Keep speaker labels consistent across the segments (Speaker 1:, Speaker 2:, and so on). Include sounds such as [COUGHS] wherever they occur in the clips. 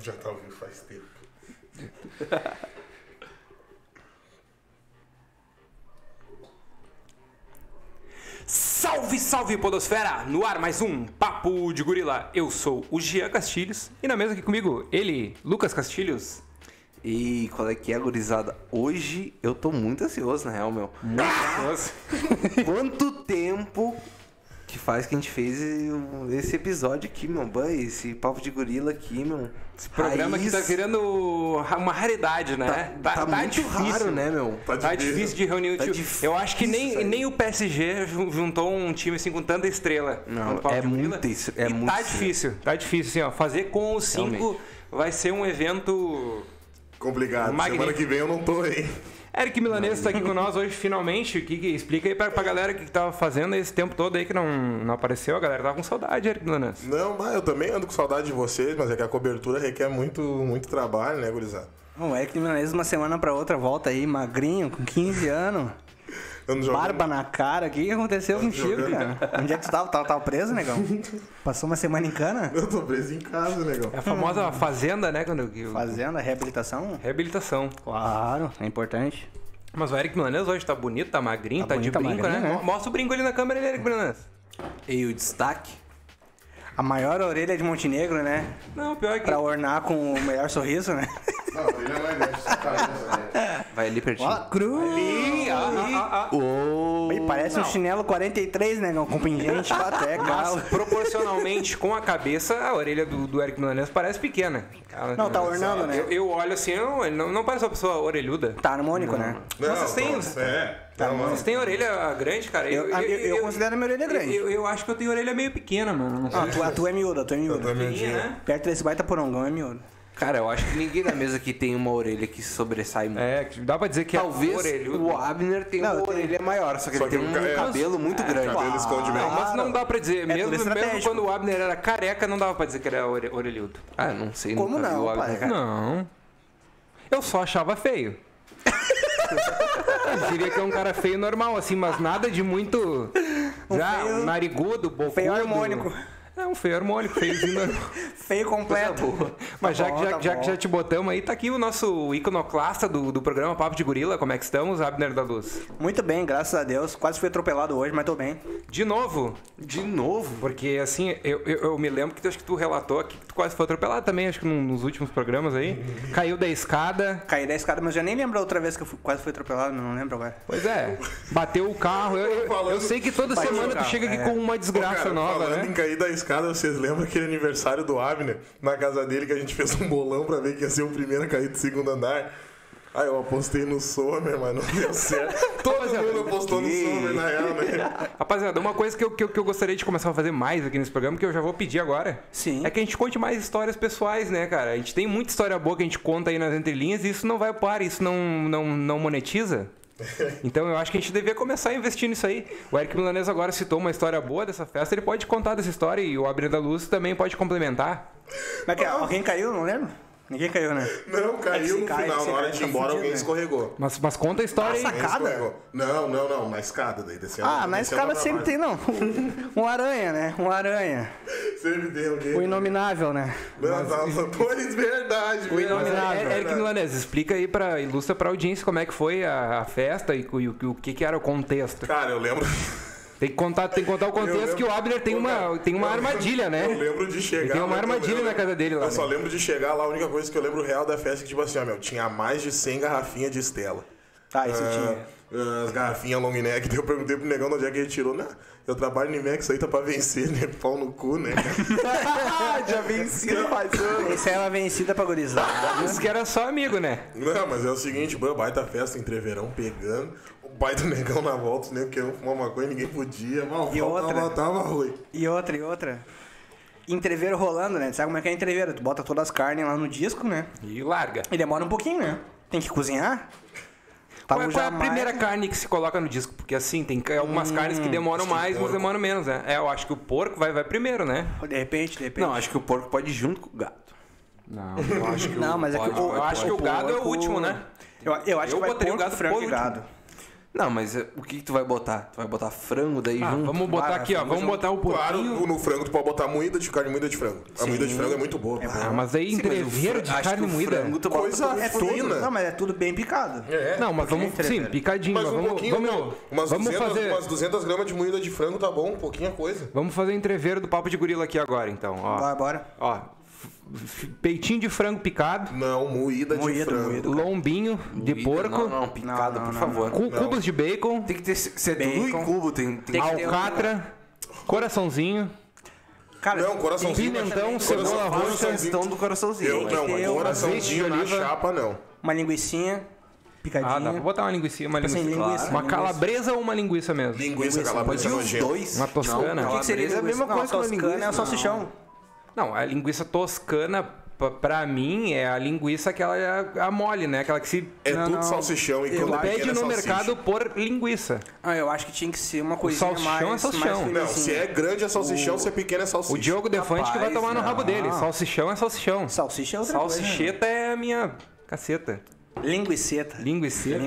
Speaker 1: Já tá ouvindo faz tempo.
Speaker 2: Salve, salve, Podosfera! No ar mais um Papo de Gorila. Eu sou o Jean Castilhos e na mesa aqui comigo, ele, Lucas Castilhos.
Speaker 3: E qual é que é, gurizada? Hoje eu tô muito ansioso, na real, meu. Ah!
Speaker 2: Nossa.
Speaker 3: Quanto tempo que faz que a gente fez esse episódio aqui, meu? Bah, esse papo de gorila aqui, meu.
Speaker 2: Esse programa que tá virando ra- uma raridade, né?
Speaker 4: É,
Speaker 3: Tá, tá muito raro, né, meu?
Speaker 1: Tá,
Speaker 2: Tá difícil de reunir o
Speaker 3: Tá
Speaker 2: time.
Speaker 3: difícil,
Speaker 2: Eu acho que nem,
Speaker 3: velho.
Speaker 2: nem o PSG ju- juntou um time assim com tanta estrela.
Speaker 3: Não,
Speaker 2: no Papo
Speaker 3: é
Speaker 2: de Gorila.
Speaker 3: muito isso, é
Speaker 2: E
Speaker 3: muito
Speaker 2: Tá
Speaker 3: isso.
Speaker 2: difícil, tá difícil, assim, ó. Fazer com os cinco
Speaker 3: Realmente.
Speaker 2: vai ser um evento.
Speaker 1: Complicado.
Speaker 2: Magnífico.
Speaker 1: Semana que vem eu não tô, hein?
Speaker 2: Eric Milanês tá aqui com nós hoje, finalmente. O que, que- explica aí pra, pra galera o que, que tava fazendo esse tempo todo aí que não, não apareceu. A galera tava com saudade, Eric Milanês.
Speaker 1: Não, mas eu também ando com saudade de vocês, mas é que a cobertura requer muito, muito trabalho, né, gurizada?
Speaker 4: Bom, o Eric Milanese uma semana pra outra volta aí, magrinho, com 15 anos,
Speaker 1: Ando jogando-
Speaker 4: barba na cara. O que que aconteceu
Speaker 2: Tá
Speaker 4: contigo,
Speaker 1: jogando.
Speaker 4: cara? Onde é que tu tava? Tava, tava
Speaker 2: [LAUGHS]
Speaker 4: preso, negão? Passou uma semana em cana?
Speaker 1: Eu tô preso em casa, negão.
Speaker 2: É a
Speaker 4: [LAUGHS]
Speaker 2: famosa fazenda, né? Quando, que-
Speaker 4: Fazenda, reabilitação?
Speaker 2: Reabilitação.
Speaker 4: Claro, é importante.
Speaker 2: Mas o Eric Milanês hoje tá bonito, tá magrinho, tá,
Speaker 4: Tá bonito,
Speaker 2: de
Speaker 4: tá
Speaker 2: brinco, né?
Speaker 4: magrinho, né?
Speaker 2: Mostra o brinco ali na câmera, Eric Milanês.
Speaker 3: E o destaque?
Speaker 4: A maior orelha de Montenegro, né?
Speaker 2: Não, pior que.
Speaker 4: Pra ornar com o melhor sorriso, né?
Speaker 1: Não, ele não é né?
Speaker 3: Vai ali pertinho.
Speaker 4: [LAUGHS] Ó, cruz!
Speaker 2: Ih, ah, ah, ah, ah.
Speaker 4: Ih, Parece um chinelo 43, negão, com [LAUGHS] pingente, até,
Speaker 2: Mas
Speaker 4: galo.
Speaker 2: proporcionalmente com a cabeça, a orelha do, do Eric Milanês parece pequena. Ela-
Speaker 4: Não, tá ornando, né?
Speaker 2: Eu, eu olho assim, não, ele não, não parece uma pessoa orelhuda.
Speaker 4: Tá harmônico, né?
Speaker 2: Vocês têm-
Speaker 1: É. Tá, mano.
Speaker 2: Vocês têm orelha grande, cara?
Speaker 4: Eu, eu, eu considero a minha orelha grande.
Speaker 2: Eu, eu acho que eu tenho orelha meio pequena, mano. Não sei.
Speaker 4: Ah, tu, a tua é miúda, a tua é miúda.
Speaker 2: Pequenininha, né?
Speaker 4: Perto desse baita porongão é miúdo.
Speaker 3: Cara, eu acho que ninguém na mesa aqui tem uma orelha que sobressai muito.
Speaker 2: É, que dá pra dizer que é
Speaker 3: Talvez
Speaker 2: orelhuda.
Speaker 3: o Abner tenha
Speaker 4: Não,
Speaker 3: uma
Speaker 4: eu tenho-
Speaker 3: orelha maior, só que
Speaker 1: Só
Speaker 3: ele
Speaker 1: que
Speaker 3: tem um
Speaker 1: o ca- é,
Speaker 3: cabelo muito grande.
Speaker 1: Cabelo esconde
Speaker 2: Não,
Speaker 1: mesmo.
Speaker 2: mas não dá pra dizer. mesmo,
Speaker 4: tudo
Speaker 2: mesmo
Speaker 4: É estratégico.
Speaker 2: quando o Abner era careca, não dava pra dizer que era ore- orelhudo.
Speaker 3: Ah, não sei.
Speaker 4: Como
Speaker 3: nunca vi
Speaker 4: não,
Speaker 3: o Abner.
Speaker 4: pai?
Speaker 2: Não. Eu só achava feio. Eu diria que é um cara feio normal, assim, mas nada de muito. já,
Speaker 4: feio-
Speaker 2: um narigudo, bocudo.
Speaker 4: feio harmônico.
Speaker 2: É um feio harmônico, feiozinho normal.
Speaker 4: Feio completo.
Speaker 2: Mas já,
Speaker 4: Tá
Speaker 2: que-
Speaker 4: bom,
Speaker 2: já,
Speaker 4: tá
Speaker 2: já que
Speaker 4: bom.
Speaker 2: já te botamos aí, tá aqui o nosso iconoclasta do, do programa Papo de Gorila. Como é que estamos, Abner da Luz?
Speaker 4: Muito bem, graças a Deus. Quase fui atropelado hoje, mas tô bem.
Speaker 2: De novo,
Speaker 3: De novo?
Speaker 2: porque assim, eu, eu, eu me lembro que tu- acho que tu relatou aqui que tu quase foi atropelado também, acho que num- nos últimos programas aí. Caiu da escada.
Speaker 4: Caí da escada, mas eu nem lembro a outra vez que eu fui- quase fui atropelado, não lembro agora.
Speaker 2: Pois é, bateu o carro. Eu, eu- eu sei que toda
Speaker 4: Bateu
Speaker 2: semana
Speaker 4: o
Speaker 2: tu
Speaker 4: carro,
Speaker 2: chega aqui
Speaker 4: é.
Speaker 2: com uma desgraça
Speaker 1: Cara,
Speaker 2: nova,
Speaker 1: falando em
Speaker 2: né?
Speaker 1: cair da escada, vocês lembram aquele aniversário do Abner? Na casa dele que a gente fez um bolão pra ver quem ia ser o primeiro a cair do segundo andar. Aí eu apostei no Sommer, mas não deu certo. Todo mundo apostou no Sommer, na real, [LAUGHS] né?
Speaker 2: Rapaziada, uma coisa que eu, que, eu, que eu gostaria de começar a fazer mais aqui nesse programa, que eu já vou pedir agora,
Speaker 4: Sim.
Speaker 2: é que a gente conte mais histórias pessoais, né, cara? A gente tem muita história boa que a gente conta aí nas entrelinhas e isso não vai para, isso não, não, não monetiza. Então eu acho que a gente devia começar a investir nisso aí. O Eric Milanês agora citou uma história boa dessa festa, ele pode contar dessa história e o Abner da Luz também pode complementar.
Speaker 4: Mas é que, alguém caiu, não lembro? Ninguém caiu, né?
Speaker 1: Não,
Speaker 4: É que
Speaker 1: caiu
Speaker 4: se
Speaker 1: no
Speaker 4: cai,
Speaker 1: final.
Speaker 4: se
Speaker 1: Na hora
Speaker 4: cai,
Speaker 1: de ir
Speaker 4: tá
Speaker 1: embora,
Speaker 4: fudido,
Speaker 1: alguém
Speaker 4: né?
Speaker 1: escorregou.
Speaker 2: Mas, mas conta a história aí.
Speaker 4: Nossa,
Speaker 1: Alguém
Speaker 4: Escada?
Speaker 1: escorregou. Não, não, não. Na escada, daí descendo.
Speaker 4: Ah, na
Speaker 1: descendo
Speaker 4: escada
Speaker 1: pra
Speaker 4: sempre tem,
Speaker 1: baixo.
Speaker 4: não. Um aranha, né? Um aranha.
Speaker 1: Sempre tem alguém.
Speaker 4: O inominável, né?
Speaker 1: Não, tá, pô, eles- verdade. O
Speaker 2: É, é, Eric Milanese, explica aí pra. Ilustra pra audiência como é que foi a, a festa e, o- e o, o que, que era o contexto.
Speaker 1: Cara, eu lembro...
Speaker 2: Tem que contar, tem que contar o
Speaker 1: Eu
Speaker 2: contexto
Speaker 1: lembro-
Speaker 2: que o Abner tem
Speaker 1: Pô,
Speaker 2: uma,
Speaker 1: cara,
Speaker 2: tem uma
Speaker 1: eu lembro-
Speaker 2: armadilha,
Speaker 1: Eu
Speaker 2: né?
Speaker 1: lembro de chegar.
Speaker 2: tem uma
Speaker 1: mas eu
Speaker 2: armadilha
Speaker 1: lembro-
Speaker 2: na casa dele lá,
Speaker 1: Eu só
Speaker 2: né?
Speaker 1: lembro de chegar lá, a única coisa que eu lembro real da festa é que, tipo assim, ó, meu, tinha mais de 100 garrafinhas de Estela.
Speaker 4: Tá, isso
Speaker 1: Ah,
Speaker 4: tinha.
Speaker 1: ah, As garrafinhas long neck, daí eu perguntei pro negão de onde é que ele tirou. Não, eu trabalho no IMEX, isso aí tá pra vencer, né? Pau no cu, né?
Speaker 4: Ah,
Speaker 3: Já venci faz
Speaker 4: Essa é uma vencida pra gurizada.
Speaker 2: Isso que era só amigo, né?
Speaker 1: Não, mas é o seguinte, bô, baita festa, entreverão pegando. O pai do negão na volta, os negros queriam fumar maconha, ninguém podia. Mal,
Speaker 4: E
Speaker 1: tava,
Speaker 4: outra?
Speaker 1: tava ruim.
Speaker 4: E outra, e outra. Entreveiro rolando, né? Tu Sabe como é que é entreveiro? Tu bota todas as carnes lá no disco, né?
Speaker 2: E larga.
Speaker 4: E demora um pouquinho, né? Tem que cozinhar.
Speaker 2: Qual, é- qual
Speaker 4: Tava
Speaker 2: é a
Speaker 4: Jamaica-
Speaker 2: primeira carne que se coloca no disco? Porque assim, tem que- algumas
Speaker 3: Hum,
Speaker 2: carnes que demoram mais, umas demoram menos, né? É, eu acho que o porco vai, vai primeiro, né?
Speaker 4: De repente, de repente.
Speaker 3: Não, acho que o porco pode ir junto com o gato.
Speaker 2: Não, eu acho que
Speaker 4: Não, mas é que
Speaker 3: Pode,
Speaker 4: o,
Speaker 3: pode,
Speaker 2: eu acho que o gado é o
Speaker 4: porco-
Speaker 2: último, né?
Speaker 4: Eu, eu acho
Speaker 2: Eu
Speaker 4: que vai
Speaker 2: botaria o
Speaker 4: porco,
Speaker 2: gado
Speaker 4: frango
Speaker 2: por
Speaker 4: e
Speaker 2: último.
Speaker 4: gado.
Speaker 3: Não, mas eh, o que, que tu vai botar? Tu vai botar frango daí
Speaker 2: Ah,
Speaker 3: junto?
Speaker 2: vamos botar
Speaker 3: Ah,
Speaker 2: aqui, ó.
Speaker 3: frango
Speaker 2: Vamos
Speaker 3: junto.
Speaker 2: botar o
Speaker 1: Claro,
Speaker 2: porquinho.
Speaker 1: no frango tu pode botar moída de carne, moída de frango. A moída de frango é muito boa.
Speaker 2: Ah, mas aí
Speaker 3: Sim, mas o
Speaker 2: entreveiro de
Speaker 3: frango- acho
Speaker 2: carne
Speaker 3: que o
Speaker 2: moída.
Speaker 3: frango tu
Speaker 1: Coisa
Speaker 3: bota-
Speaker 4: É tudo,
Speaker 1: fina.
Speaker 4: não, mas é tudo bem picado.
Speaker 1: É.
Speaker 2: Não, mas vamos.
Speaker 4: pouquinho
Speaker 2: Sim,
Speaker 4: entreveiro.
Speaker 2: picadinho.
Speaker 1: Mas
Speaker 2: mas
Speaker 1: um
Speaker 2: vamos,
Speaker 1: pouquinho,
Speaker 2: vamos,
Speaker 1: umas,
Speaker 2: vamos
Speaker 1: 200,
Speaker 2: fazer.
Speaker 1: umas 200 gramas de moída de frango tá bom, um pouquinho é coisa.
Speaker 2: Vamos fazer entreveiro do papo de gorila aqui agora, então. Ó,
Speaker 4: Bora, bora.
Speaker 2: ó f- f- peitinho de frango picado,
Speaker 1: Não, moída,
Speaker 4: Moída,
Speaker 1: de frango.
Speaker 4: moída.
Speaker 2: lombinho de
Speaker 3: Moída,
Speaker 2: porco,
Speaker 3: Não, não, picado,
Speaker 4: Não, não,
Speaker 3: por
Speaker 4: não,
Speaker 3: favor.
Speaker 2: cu- cubos de bacon,
Speaker 3: Tem que ter. Se é tudo
Speaker 4: Bacon.
Speaker 3: em cubo, tem, tem que ter um-
Speaker 2: alcatra, coraçãozinho.
Speaker 4: Cara,
Speaker 1: Não, um coraçãozinho. na-
Speaker 2: Pimentão,
Speaker 1: coração-
Speaker 2: cebola
Speaker 3: Faz
Speaker 2: roxa.
Speaker 3: o questão do coraçãozinho.
Speaker 1: Eu
Speaker 3: mas-
Speaker 1: não,
Speaker 4: ter
Speaker 1: mas
Speaker 4: um
Speaker 1: coraçãozinho
Speaker 2: azeite de
Speaker 1: na
Speaker 2: oliva.
Speaker 1: chapa não.
Speaker 4: uma linguiçinha picadinha.
Speaker 2: Ah, dá pra botar uma linguiça, uma
Speaker 4: Tipo assim,
Speaker 2: linguiça.
Speaker 4: linguiça,
Speaker 2: Uma
Speaker 4: linguiça.
Speaker 2: calabresa ou uma linguiça mesmo?
Speaker 1: Linguiça
Speaker 3: Pode
Speaker 1: calabresa
Speaker 3: ir os
Speaker 1: nojenta.
Speaker 3: dois.
Speaker 2: Uma toscana.
Speaker 3: Não,
Speaker 4: O que, que seria
Speaker 3: calabresa é a
Speaker 4: linguiça?
Speaker 3: mesma
Speaker 4: Não,
Speaker 3: coisa que uma
Speaker 4: toscana
Speaker 3: linguiça.
Speaker 4: é o salsichão.
Speaker 2: Não, a linguiça toscana, pra, pra mim, é a linguiça aquela a, a mole, né? Aquela que se.
Speaker 1: É
Speaker 4: Não,
Speaker 1: tudo
Speaker 4: não.
Speaker 1: salsichão e
Speaker 4: Eu
Speaker 1: quando
Speaker 4: acho
Speaker 1: pequena
Speaker 2: Pede
Speaker 1: é
Speaker 2: no
Speaker 1: salsicha.
Speaker 2: mercado por linguiça.
Speaker 4: Ah, eu acho que tinha que ser uma coisinha
Speaker 2: salsichão
Speaker 4: mais...
Speaker 2: é salsichão.
Speaker 4: mais
Speaker 1: Não,
Speaker 4: fininha.
Speaker 1: se é grande é salsichão, se é pequeno é salsicha.
Speaker 2: O Diogo Defante que vai
Speaker 3: Rapaz,
Speaker 2: tomar no rabo
Speaker 3: não.
Speaker 2: dele. Salsichão é salsichão.
Speaker 4: Salsicha é outra coisa.
Speaker 2: Salsicheta é a minha caceta.
Speaker 4: Salsicha. Linguiceta.
Speaker 2: Linguiceira.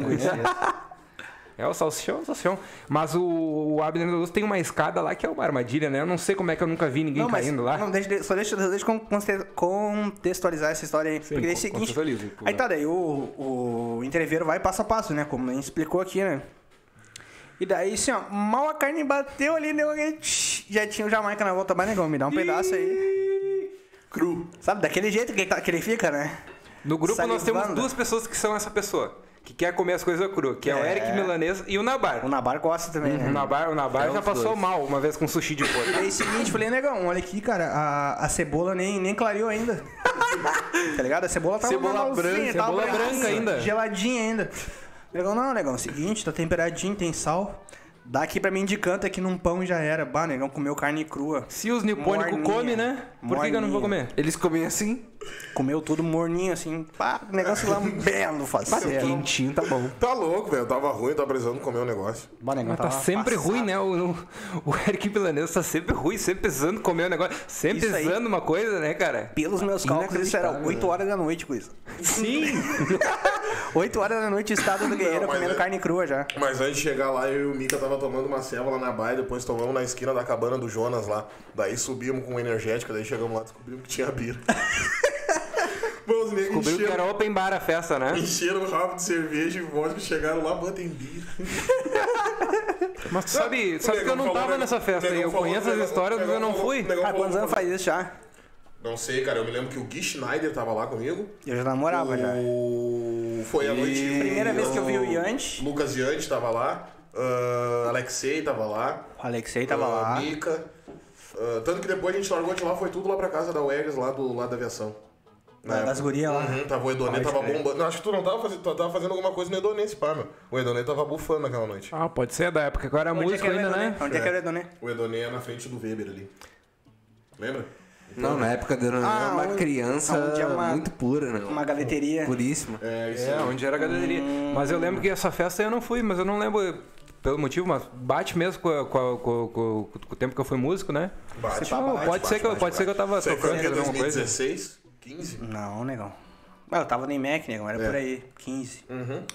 Speaker 2: É o salsichão, é o salsichão. Mas o, o Abner da Luz tem uma escada lá que é uma armadilha, né? Eu não sei como é que eu nunca vi ninguém
Speaker 4: Não, mas,
Speaker 2: caindo lá.
Speaker 4: não, deixa, só deixa, deixa eu con- conte- contextualizar essa história aí. porque é o
Speaker 2: con-
Speaker 4: seguinte,
Speaker 2: contextualize, por
Speaker 4: aí tá, daí o, o entreveiro vai passo a passo, né? Como a gente explicou aqui, né? E daí, assim, ó, mal a carne bateu ali, deu aquele... tch, Já tinha o Jamaica na volta, mas negão, me dá um pedaço aí.
Speaker 1: cru.
Speaker 4: Sabe, daquele jeito que ele, tá- que ele fica, né?
Speaker 2: No grupo nós
Speaker 4: Salivando.
Speaker 2: temos duas pessoas que são essa pessoa. Que quer comer as coisas cru. Que é, o
Speaker 4: É.
Speaker 2: Eric Milanês e o Nabar.
Speaker 4: O Nabar gosta também,
Speaker 2: O
Speaker 4: né?
Speaker 2: Nabar, o Nabar
Speaker 3: É,
Speaker 2: já
Speaker 3: os
Speaker 2: passou
Speaker 3: dois.
Speaker 2: mal uma vez com sushi de
Speaker 4: E
Speaker 2: porco.
Speaker 4: daí, seguinte, falei, negão, olha aqui, cara, a, a cebola nem, nem clareou ainda. tá ligado? A cebola tava
Speaker 3: Cebola
Speaker 4: normalzinha,
Speaker 3: branca,
Speaker 4: tava
Speaker 2: cebola branca
Speaker 4: branquinha,
Speaker 2: ainda.
Speaker 4: Geladinha ainda. Negão, não, negão, seguinte, tá temperadinho, tem sal. Dá aqui pra mim de canto aqui num pão e já era. Bah, negão, comeu carne crua.
Speaker 2: Se os nipônicos
Speaker 4: Morninha.
Speaker 2: comem, né? Por que, que eu não vou
Speaker 4: Morninha.
Speaker 2: comer?
Speaker 3: Eles comem assim?
Speaker 4: Comeu tudo morninho, assim. Pá, negócio lambendo,
Speaker 3: É,
Speaker 4: faceiro.
Speaker 3: quentinho tá bom.
Speaker 1: Tá louco, velho. Tava ruim, tava precisando comer um negócio.
Speaker 4: Bah, negão,
Speaker 2: Mas tá
Speaker 4: tava
Speaker 2: sempre
Speaker 4: passado.
Speaker 2: ruim, né? O, o Eric Milanês tá sempre ruim, sempre precisando comer um negócio. Sempre
Speaker 4: Isso aí.
Speaker 2: precisando uma coisa, né, cara?
Speaker 4: Pelos meus cálculos, isso era
Speaker 3: Inacreditável,
Speaker 4: 8 horas da noite, coisa. [LAUGHS]
Speaker 2: Sim!
Speaker 4: 8 horas da noite, estado do guerreiro
Speaker 1: mas
Speaker 4: comendo
Speaker 1: é-
Speaker 4: carne crua já.
Speaker 1: Mas antes de chegar lá, eu e o Mika tava tomando uma ceva lá na baia, depois tomamos na esquina da cabana do Jonas lá. Daí subimos com energética, daí chegamos lá, descobrimos que tinha
Speaker 2: [LAUGHS]
Speaker 1: bira. Bom, os negros
Speaker 2: Descobriu que
Speaker 1: encheram,
Speaker 2: era open bar a festa, né?
Speaker 1: encheram o rabo de cerveja e vodka, chegaram lá, batem bira.
Speaker 2: Mas tu sabe, sabe que eu não tava nessa festa aí. um Eu conheço as histórias, mas eu não fui.
Speaker 4: Ah, quantos anos faz isso já?
Speaker 1: Não sei, cara. Eu me lembro que o Gui Schneider tava lá comigo.
Speaker 4: Eu já namorava já.
Speaker 1: O... Foi a noite.
Speaker 4: Ah, Primeira vez que eu vi o Yanti,
Speaker 1: Lucas Yante tava lá. ah, Alexei tava lá.
Speaker 4: o Alexei tava
Speaker 1: ah,
Speaker 4: lá.
Speaker 1: Mica. Ah, tanto que depois a gente largou de lá, foi tudo lá pra casa da UERGS, lá do lado da aviação. Na
Speaker 4: das
Speaker 1: época.
Speaker 4: gurias
Speaker 2: É
Speaker 4: lá, né?
Speaker 1: Uhum, tava o Edonê,
Speaker 4: Pode
Speaker 1: tava
Speaker 4: crer.
Speaker 1: bombando. Não, acho que tu não tava fazendo, tu tava fazendo alguma coisa no Edonê, esse pá, meu. O Edonê tava bufando naquela noite.
Speaker 2: Ah, pode ser da época que eu era músico
Speaker 4: era o
Speaker 2: ainda,
Speaker 4: Edoné?
Speaker 2: né?
Speaker 4: Onde é que era o Edoné?
Speaker 1: O Edonê é na frente do Weber ali. Lembra?
Speaker 3: Não, na época dele eu
Speaker 4: Ah,
Speaker 3: era uma
Speaker 4: onde-
Speaker 3: criança
Speaker 4: onde é uma-
Speaker 3: muito pura, né?
Speaker 4: Uma galeteria.
Speaker 3: Puríssima.
Speaker 1: É, isso
Speaker 2: É,
Speaker 1: aí.
Speaker 2: onde era a galeria. Mas eu lembro que essa festa eu não fui, mas eu não lembro pelo motivo, mas bate mesmo com, a- com a- com- com- com o tempo que eu fui músico, né?
Speaker 1: Bate,
Speaker 2: Ah,
Speaker 1: bate,
Speaker 2: pode ser que eu, pode ser que eu tava
Speaker 1: Isso aí foi
Speaker 2: tocando
Speaker 1: o que? é
Speaker 2: fazendo alguma coisa.
Speaker 1: 2016? 15?
Speaker 4: Não, negão. Ah, eu tava no IMEC, negão, era por aí, 15.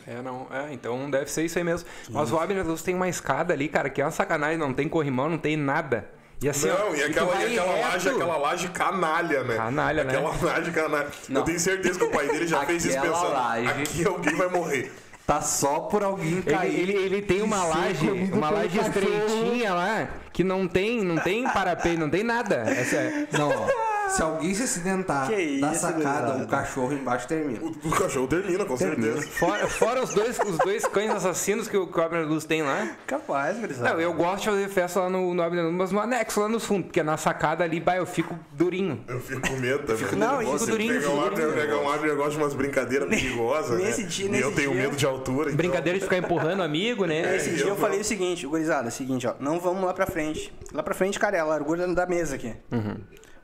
Speaker 2: É, não, é, então deve ser isso aí mesmo. Mas o Abner Luz tem uma escada ali, cara, que é uma sacanagem, não tem corrimão, não tem nada. E assim, ó,
Speaker 1: Não, e
Speaker 2: tu
Speaker 1: aquela,
Speaker 2: vai
Speaker 1: e aquela
Speaker 2: reto.
Speaker 1: laje, aquela laje canalha, né?
Speaker 2: Canalha, né?
Speaker 1: aquela laje canalha. Eu tenho certeza que o pai dele já fez isso
Speaker 3: Aquela
Speaker 1: pensando,
Speaker 3: laje.
Speaker 1: aqui alguém vai morrer.
Speaker 3: Tá só por alguém cair.
Speaker 2: Ele, ele, ele tem uma laje, uma laje estreitinha lá, que não tem, não tem parapeito, não tem nada. Essa é-
Speaker 3: Não, ó. Se alguém se acidentar
Speaker 4: Que
Speaker 3: da
Speaker 4: isso,
Speaker 3: sacada,
Speaker 4: gurizada.
Speaker 3: um cachorro embaixo termina.
Speaker 1: O, o cachorro termina, com certeza.
Speaker 2: Fora, fora os, dois, os dois cães assassinos que o que o Abner Luz tem lá.
Speaker 4: Capaz,
Speaker 1: Tá.
Speaker 4: gurizada.
Speaker 2: Não, eu gosto de fazer festa lá no, no Abner Luz, mas no anexo, lá no fundo, porque na sacada ali, bah, eu fico durinho.
Speaker 1: Eu fico com medo também.
Speaker 4: Não,
Speaker 2: fico
Speaker 4: isso-
Speaker 2: durinho,
Speaker 1: Pegar
Speaker 2: fico
Speaker 1: um
Speaker 2: durinho.
Speaker 1: Abner, pegar um Abner gosta de umas brincadeiras perigosas,
Speaker 4: Nesse
Speaker 1: né?
Speaker 4: dia-
Speaker 1: e
Speaker 4: nesse
Speaker 1: eu tenho
Speaker 4: dia-
Speaker 1: medo de altura, então...
Speaker 2: Brincadeira de ficar empurrando amigo,
Speaker 1: É
Speaker 2: né?
Speaker 4: Esse dia eu falei o seguinte, gurizada, é o seguinte, ó, não vamos lá pra frente. Lá pra frente, cara, é a largura da mesa aqui.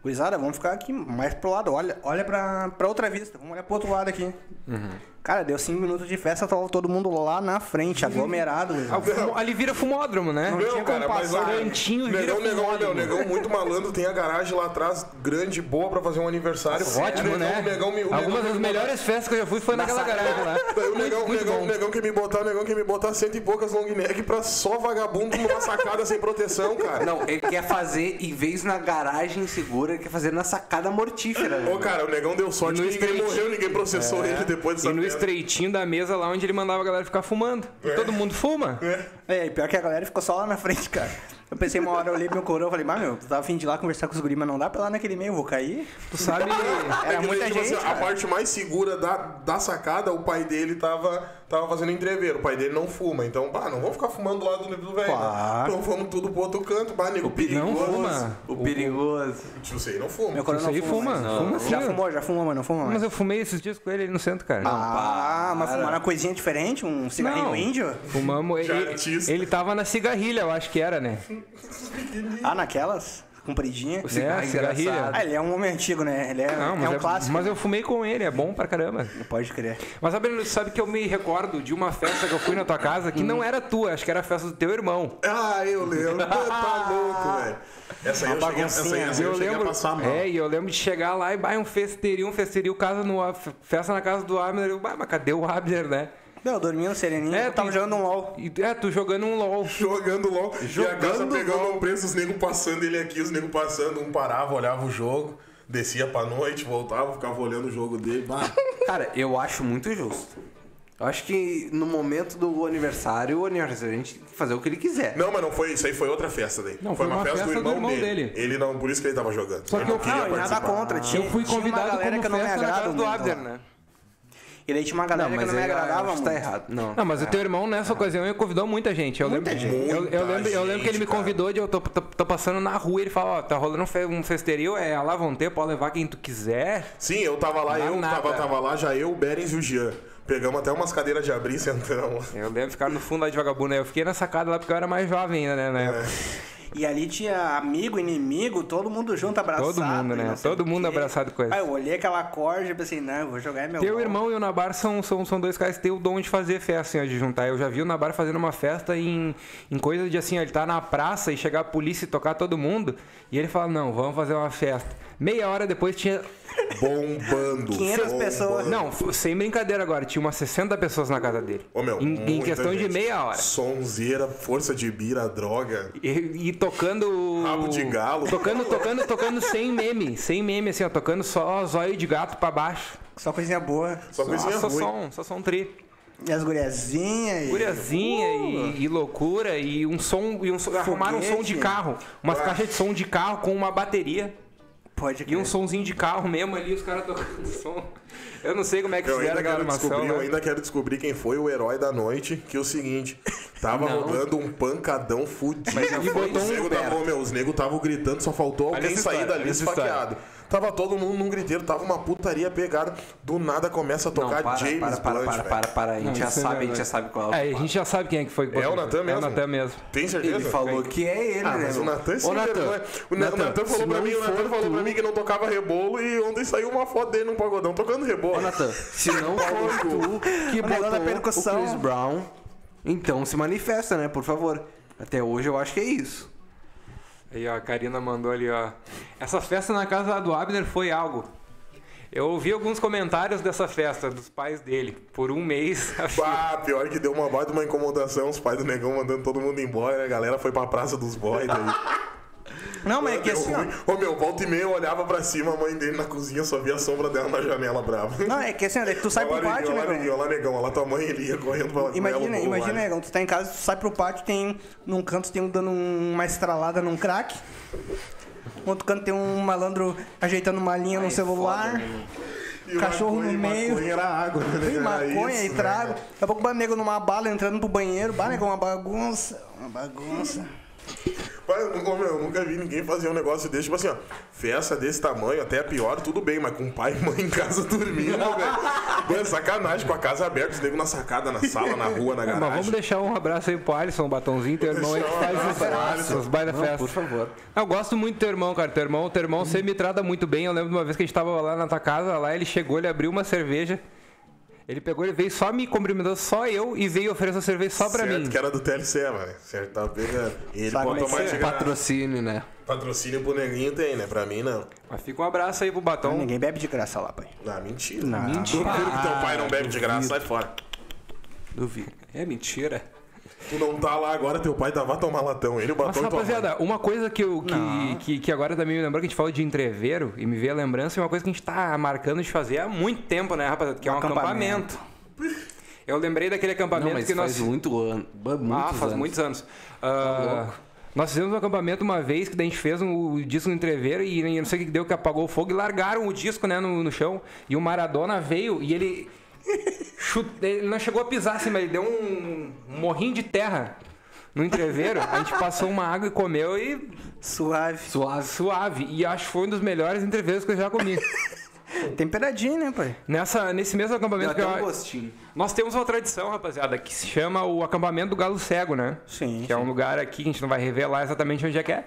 Speaker 4: Gurizada, vamos ficar aqui mais pro lado, olha, olha pra, pra outra vista, vamos olhar pro outro lado aqui. Cara, deu cinco minutos de festa, tava todo mundo lá na frente, aglomerado. velho.
Speaker 2: Ah, o fumo- ali vira fumódromo, né?
Speaker 4: Não tinha como passar.
Speaker 1: olha,
Speaker 2: Cantinho vira
Speaker 1: negão, negão,
Speaker 2: fumódromo.
Speaker 1: negão, negão muito malandro, tem a garagem lá atrás, grande, boa pra fazer um aniversário.
Speaker 2: Ótimo,
Speaker 1: O negão,
Speaker 2: né?
Speaker 1: então, O negão, me- o
Speaker 2: Algumas
Speaker 1: negão
Speaker 2: das
Speaker 1: me-
Speaker 2: melhores festas que eu já fui foi naquela garagem lá.
Speaker 1: Daí o negão,
Speaker 2: muito
Speaker 1: negão,
Speaker 2: bom.
Speaker 1: negão que me botar, o negão que me botar cento e poucas long neck pra só vagabundo numa sacada sem proteção, cara.
Speaker 3: Não, ele quer fazer, em vez na garagem segura, ele quer fazer na sacada mortífera. né?
Speaker 1: Ô,
Speaker 3: velho.
Speaker 1: cara, o negão deu sorte
Speaker 2: E
Speaker 1: que
Speaker 2: no
Speaker 1: ninguém
Speaker 2: street.
Speaker 1: morreu, ninguém processou ele depois
Speaker 2: E
Speaker 1: dessa
Speaker 2: no
Speaker 1: merda.
Speaker 2: estreitinho da mesa lá onde ele mandava a galera ficar fumando. E todo mundo fuma.
Speaker 4: É, e pior que a galera ficou só lá na frente, cara. Eu pensei uma hora, eu olhei pro meu coroa e falei, mas meu, tu tava afim de ir lá conversar com os guris, mas não dá pra ir lá naquele meio, eu vou cair.
Speaker 2: Tu sabe.
Speaker 1: É
Speaker 4: Era
Speaker 1: que,
Speaker 4: muita
Speaker 1: tipo assim,
Speaker 4: gente.
Speaker 1: a
Speaker 4: cara.
Speaker 1: parte mais segura da, da sacada, o pai dele tava, tava fazendo entreveiro. O pai dele não fuma. Então, bah, não vamos ficar fumando lá do livro do velho. né?
Speaker 4: Claro.
Speaker 1: Então vamos tudo pro outro canto, bah, nego, [LAUGHS]
Speaker 2: Não
Speaker 1: perigoso.
Speaker 2: fuma.
Speaker 3: O perigoso.
Speaker 1: Tipo, você não fuma.
Speaker 4: Meu coroa
Speaker 2: Isso
Speaker 4: não
Speaker 2: aí fuma.
Speaker 4: mais.
Speaker 2: Fuma sim.
Speaker 4: Já
Speaker 2: ó.
Speaker 4: fumou, já fumou, mas não fuma mais.
Speaker 2: Mas eu fumei esses dias com ele ali no centro, cara.
Speaker 4: Ah, mas fumar uma coisinha diferente, um cigarrinho
Speaker 2: Não.
Speaker 4: índio?
Speaker 2: Fumamos.
Speaker 1: Já
Speaker 2: Ele,
Speaker 1: artista.
Speaker 2: ele tava na cigarrilha, eu acho que era, né?
Speaker 4: Ah, naquelas? Compridinha?
Speaker 2: né? Cigarrilha.
Speaker 4: Ah, ele é um homem antigo, né? Ele é,
Speaker 2: Não,
Speaker 4: é
Speaker 2: mas,
Speaker 4: um
Speaker 2: é-
Speaker 4: clássico.
Speaker 2: mas eu fumei com ele, é bom pra caramba.
Speaker 4: Pode crer.
Speaker 2: Mas sabe, Bruno, sabe que eu me recordo de uma festa que eu fui na tua casa que não era tua, acho que era a festa do teu irmão.
Speaker 1: Ah, eu lembro. tá louco, velho. Essa aí eu cheguei, essa aí, essa aí eu
Speaker 2: eu
Speaker 1: cheguei a
Speaker 2: lembro,
Speaker 1: passar mal.
Speaker 2: é, e eu lembro de chegar lá e bah, um festeirinho, um festeirinho, casa no f- festa na casa do Abner, eu, bah, mas cadê o Abner, né?
Speaker 4: Não, eu dormi no sereninho,
Speaker 2: É,
Speaker 4: eu tava
Speaker 2: tu-
Speaker 4: jogando um LOL.
Speaker 2: E, é, tu jogando um LOL.
Speaker 1: Jogando LOL. e a casa
Speaker 2: Jogando
Speaker 1: pegando ao preço, os negros passando ele aqui, os negros passando, um parava, olhava o jogo, descia pra noite, voltava, ficava olhando o jogo dele. Bah.
Speaker 3: Cara, eu acho muito justo. Eu acho que no momento do aniversário, o aniversariante tem que fazer o que ele quiser.
Speaker 1: Não, mas não foi isso aí, foi outra festa daí.
Speaker 2: Não, foi uma festa do irmão dele.
Speaker 1: Ele não, por isso que ele tava jogando.
Speaker 2: Só
Speaker 1: Ele
Speaker 2: que eu-
Speaker 1: queria
Speaker 4: Não, e nada
Speaker 1: participar.
Speaker 4: contra, tinha,
Speaker 2: Eu fui
Speaker 4: tinha uma
Speaker 2: convidado
Speaker 4: galera
Speaker 2: como
Speaker 4: que não me
Speaker 2: festa na
Speaker 4: agrada
Speaker 2: casa do
Speaker 4: muito
Speaker 2: Abner,
Speaker 4: lá.
Speaker 2: né?
Speaker 4: E daí tinha uma galera que não me
Speaker 2: ah,
Speaker 3: eu- eu
Speaker 4: agradava
Speaker 3: acho é que
Speaker 4: muito.
Speaker 3: tá errado. Não.
Speaker 2: é Não, mas o teu irmão nessa ocasião ele convidou muita gente. Eu
Speaker 4: Muita
Speaker 2: lembro,
Speaker 1: gente.
Speaker 2: Eu, eu
Speaker 1: Muita
Speaker 2: lembro, eu lembro que ele me
Speaker 1: gente, cara.
Speaker 2: convidou de eu tô, tô- tô passando na rua, ele falou, ó, tá rolando um, fe, um festerio, é lá vão ter, pode levar quem tu quiser.
Speaker 1: Sim, eu tava lá,
Speaker 2: Não
Speaker 1: eu
Speaker 2: nada.
Speaker 1: tava, tava lá, já eu, o Berens e o Jean. Pegamos até umas cadeiras de abrir e
Speaker 2: [LAUGHS]
Speaker 1: sentamos.
Speaker 2: Eu lembro ficar no fundo lá de vagabundo, aí eu fiquei na sacada lá porque eu era mais jovem ainda,
Speaker 4: É.
Speaker 2: né? na época.
Speaker 4: E ali tinha amigo, inimigo, todo mundo junto abraçado.
Speaker 2: Todo mundo,
Speaker 4: e
Speaker 2: né?
Speaker 4: não sei
Speaker 2: Todo
Speaker 4: o
Speaker 2: mundo
Speaker 4: quê.
Speaker 2: abraçado com isso.
Speaker 4: Aí eu olhei aquela corda e pensei, não, eu vou jogar é meu
Speaker 2: Teu
Speaker 4: LOL.
Speaker 2: irmão e o Nabar são, são, são dois caras que têm o dom de fazer festa, assim, ó, de juntar. Eu já vi o Nabar fazendo uma festa em, em coisa de assim, ó, ele tá na praça e chegar a polícia e tocar todo mundo. E ele fala, não, vamos fazer uma festa. Meia hora depois tinha.
Speaker 1: Bombando.
Speaker 4: 500 pessoas.
Speaker 2: Não, f- sem brincadeira agora, tinha umas 60 pessoas na casa dele.
Speaker 1: Ô, meu,
Speaker 2: em, em
Speaker 1: muita
Speaker 2: questão de
Speaker 1: gente.
Speaker 2: meia hora.
Speaker 1: Sonzeira, força de bira, droga.
Speaker 2: E, e tocando.
Speaker 1: Rabo de galo.
Speaker 2: Tocando, tocando, tocando sem meme. Sem meme, assim, ó, tocando só zóio de gato pra baixo.
Speaker 4: Só coisinha boa.
Speaker 1: Só coisinha
Speaker 2: só,
Speaker 1: ruim.
Speaker 2: só, um, só só um tri.
Speaker 4: E as guriazinhas. e-
Speaker 2: Curiazinha
Speaker 1: Uh!
Speaker 2: e, e loucura e um som e um som, arrumaram um som de carro, umas caixas de som de carro com uma bateria
Speaker 4: Pode
Speaker 2: e
Speaker 4: crer.
Speaker 1: É.
Speaker 2: um sonzinho de carro mesmo ali, os caras tocando som. Eu não sei como é que
Speaker 1: Eu
Speaker 2: fizeram
Speaker 1: ainda,
Speaker 2: aquela
Speaker 1: quero
Speaker 2: armação.
Speaker 1: descobrir, eu
Speaker 2: né?
Speaker 1: ainda quero descobrir quem foi o herói da noite, que é o seguinte, tava rolando um pancadão fudido.
Speaker 2: eu fui
Speaker 3: um
Speaker 1: os negros
Speaker 2: perto.
Speaker 1: tavam, meu, os negros estavam gritando, só faltou
Speaker 2: Olha
Speaker 1: alguém
Speaker 2: essa
Speaker 1: sair
Speaker 2: história,
Speaker 1: dali
Speaker 2: olha essa história.
Speaker 1: esfaqueado. Tava todo mundo num griteiro, tava uma putaria pegada. Do nada começa a
Speaker 3: Não,
Speaker 1: tocar
Speaker 3: para,
Speaker 1: James
Speaker 3: para, para,
Speaker 1: Blunt,
Speaker 3: para,
Speaker 1: velho.
Speaker 3: para, para. A gente
Speaker 2: Não,
Speaker 3: já
Speaker 2: isso é
Speaker 3: sabe, a gente
Speaker 2: verdade.
Speaker 3: já sabe qual
Speaker 2: É, a gente já sabe quem é que foi. que
Speaker 1: É o
Speaker 2: botou.
Speaker 1: Natan
Speaker 2: É o
Speaker 1: mesmo?
Speaker 2: Natan mesmo.
Speaker 1: Tem certeza?
Speaker 3: Ele falou que é ele,
Speaker 1: Ah,
Speaker 3: né?
Speaker 1: mas o
Speaker 3: mano?
Speaker 1: Natan é
Speaker 3: Ô,
Speaker 1: sem vergonha. O Na- o Natan falou
Speaker 3: se
Speaker 1: pra
Speaker 3: não
Speaker 1: mim, o Natan
Speaker 3: for
Speaker 1: falou pra
Speaker 3: tu-
Speaker 1: mim que não tocava rebolo e ontem saiu uma foto dele num pagodão tocando rebolo.
Speaker 3: Ô, Natan, Tá. se não for tu que
Speaker 4: O negócio da
Speaker 3: botou o
Speaker 4: percussão.
Speaker 3: Chris Brown, então se manifesta, né? Por favor. Até hoje eu acho que é isso.
Speaker 2: Aí ó, a Karina mandou ali, ó. Essa festa na casa do Abner foi algo. Eu ouvi alguns comentários dessa festa dos pais dele por um mês. [LAUGHS] a fita.
Speaker 1: Ah, pior que deu uma baita de uma incomodação, os pais do negão mandando todo mundo embora, né? A galera foi pra praça dos boys
Speaker 4: [LAUGHS]
Speaker 1: daí.
Speaker 4: Não, mas é que
Speaker 1: Deu
Speaker 4: assim, ó.
Speaker 1: ruim. Ô meu, volta e meia eu olhava pra cima, a mãe dele na cozinha, só via a sombra dela na janela brava.
Speaker 4: Não, é que assim, ó, daí tu sai pro
Speaker 1: Olha lá,
Speaker 4: pátio,
Speaker 1: negão,
Speaker 4: né,
Speaker 1: olha, negão, olha
Speaker 4: cara?
Speaker 1: lá, negão, olha lá tua mãe, ele ia correndo pra
Speaker 4: Imagina,
Speaker 1: ela,
Speaker 4: imagina, negão, tu tá em casa, tu sai pro pátio, tem num canto tem um dando um- uma estralada num crack. No outro canto tem um malandro ajeitando uma linha no celular.
Speaker 1: né?
Speaker 4: cachorro no meio.
Speaker 1: Maconha era água, né?
Speaker 4: Tem
Speaker 1: Era
Speaker 4: maconha
Speaker 1: isso,
Speaker 4: e
Speaker 1: né,
Speaker 4: trago.
Speaker 1: cara?
Speaker 4: Daqui a pouco o nego numa bala entrando pro banheiro. Bah, negão, uma bagunça. Uma bagunça.
Speaker 1: Mas, ô, meu, eu nunca vi ninguém fazer um negócio desse, tipo assim, ó, festa desse tamanho, até pior, tudo bem, mas com pai e mãe em casa [LAUGHS] dormindo, velho. Pô, é sacanagem, com a casa aberta, os negros na sacada, na sala, na rua, na
Speaker 2: Mas vamos
Speaker 1: garagem.
Speaker 2: deixar um abraço aí pro Alisson, o Batonzinho, teu irmão é que
Speaker 1: Deixar um
Speaker 2: faz
Speaker 1: abraço pro
Speaker 2: essas,
Speaker 1: Alisson.
Speaker 2: essas baita
Speaker 3: Não, por
Speaker 2: festas.
Speaker 3: favor.
Speaker 2: Eu gosto muito do teu irmão, cara. Teu irmão, teu irmão sempre me trata muito bem. Eu lembro de uma vez que a gente tava lá na tua casa, lá ele chegou, ele abriu uma cerveja. Ele pegou, ele veio só me cumprimentou, só eu, e veio oferecer a cerveja só pra
Speaker 1: certo
Speaker 2: mim.
Speaker 3: é
Speaker 1: que era do TLC, mano. Certo, tava pegando. E ele
Speaker 3: Sabe como é que é?
Speaker 1: automaticamente.
Speaker 3: Patrocínio, né?
Speaker 1: Patrocínio pro neguinho tem, né? Pra mim, não.
Speaker 2: Mas fica um abraço aí pro
Speaker 4: Ah,
Speaker 2: Batom.
Speaker 4: Ninguém bebe de graça lá, pai.
Speaker 1: Ah, mentira.
Speaker 4: Não.
Speaker 1: Mentira. que teu pai não bebe de graça, sai fora.
Speaker 2: Duvido. É mentira.
Speaker 1: Tu não tá lá agora, teu pai tava tomar latão. Ele
Speaker 2: Mas,
Speaker 1: bateu em tua mãe.
Speaker 2: rapaziada, uma coisa que, eu, que, que, que agora também me lembrou que a gente falou de entreveiro e me veio a lembrança, é uma coisa que a gente tá marcando de fazer há muito tempo, né, rapaziada? Que é um acampamento.
Speaker 4: acampamento.
Speaker 2: Eu lembrei daquele acampamento
Speaker 3: Não, mas
Speaker 2: que nós.
Speaker 3: faz um muito ano. ba- Muitos
Speaker 2: ah, faz
Speaker 3: anos.
Speaker 2: muitos anos. Ah, nós fizemos um acampamento uma vez que daí a gente fez um, o disco no entreveiro e nem- não sei o que que deu, que apagou o fogo e largaram o disco né, no, no chão. E o Maradona veio e ele. [LAUGHS] chute- ele não chegou a pisar assim, mas ele deu um, morrinho de terra no entreveiro. A gente passou uma água e comeu e.
Speaker 4: Suave.
Speaker 3: Suave.
Speaker 2: Suave. E acho que foi um dos melhores entreveiros que eu já comi.
Speaker 4: Temperadinho, né, pai?
Speaker 2: Nessa, nesse mesmo
Speaker 3: Deu
Speaker 2: acampamento que
Speaker 3: até um
Speaker 2: eu,
Speaker 3: gostinho.
Speaker 2: nós temos uma tradição, rapaziada, que se chama o acampamento do galo cego, né?
Speaker 4: Sim,
Speaker 2: Que é um lugar aqui que a gente não vai revelar exatamente onde é que é.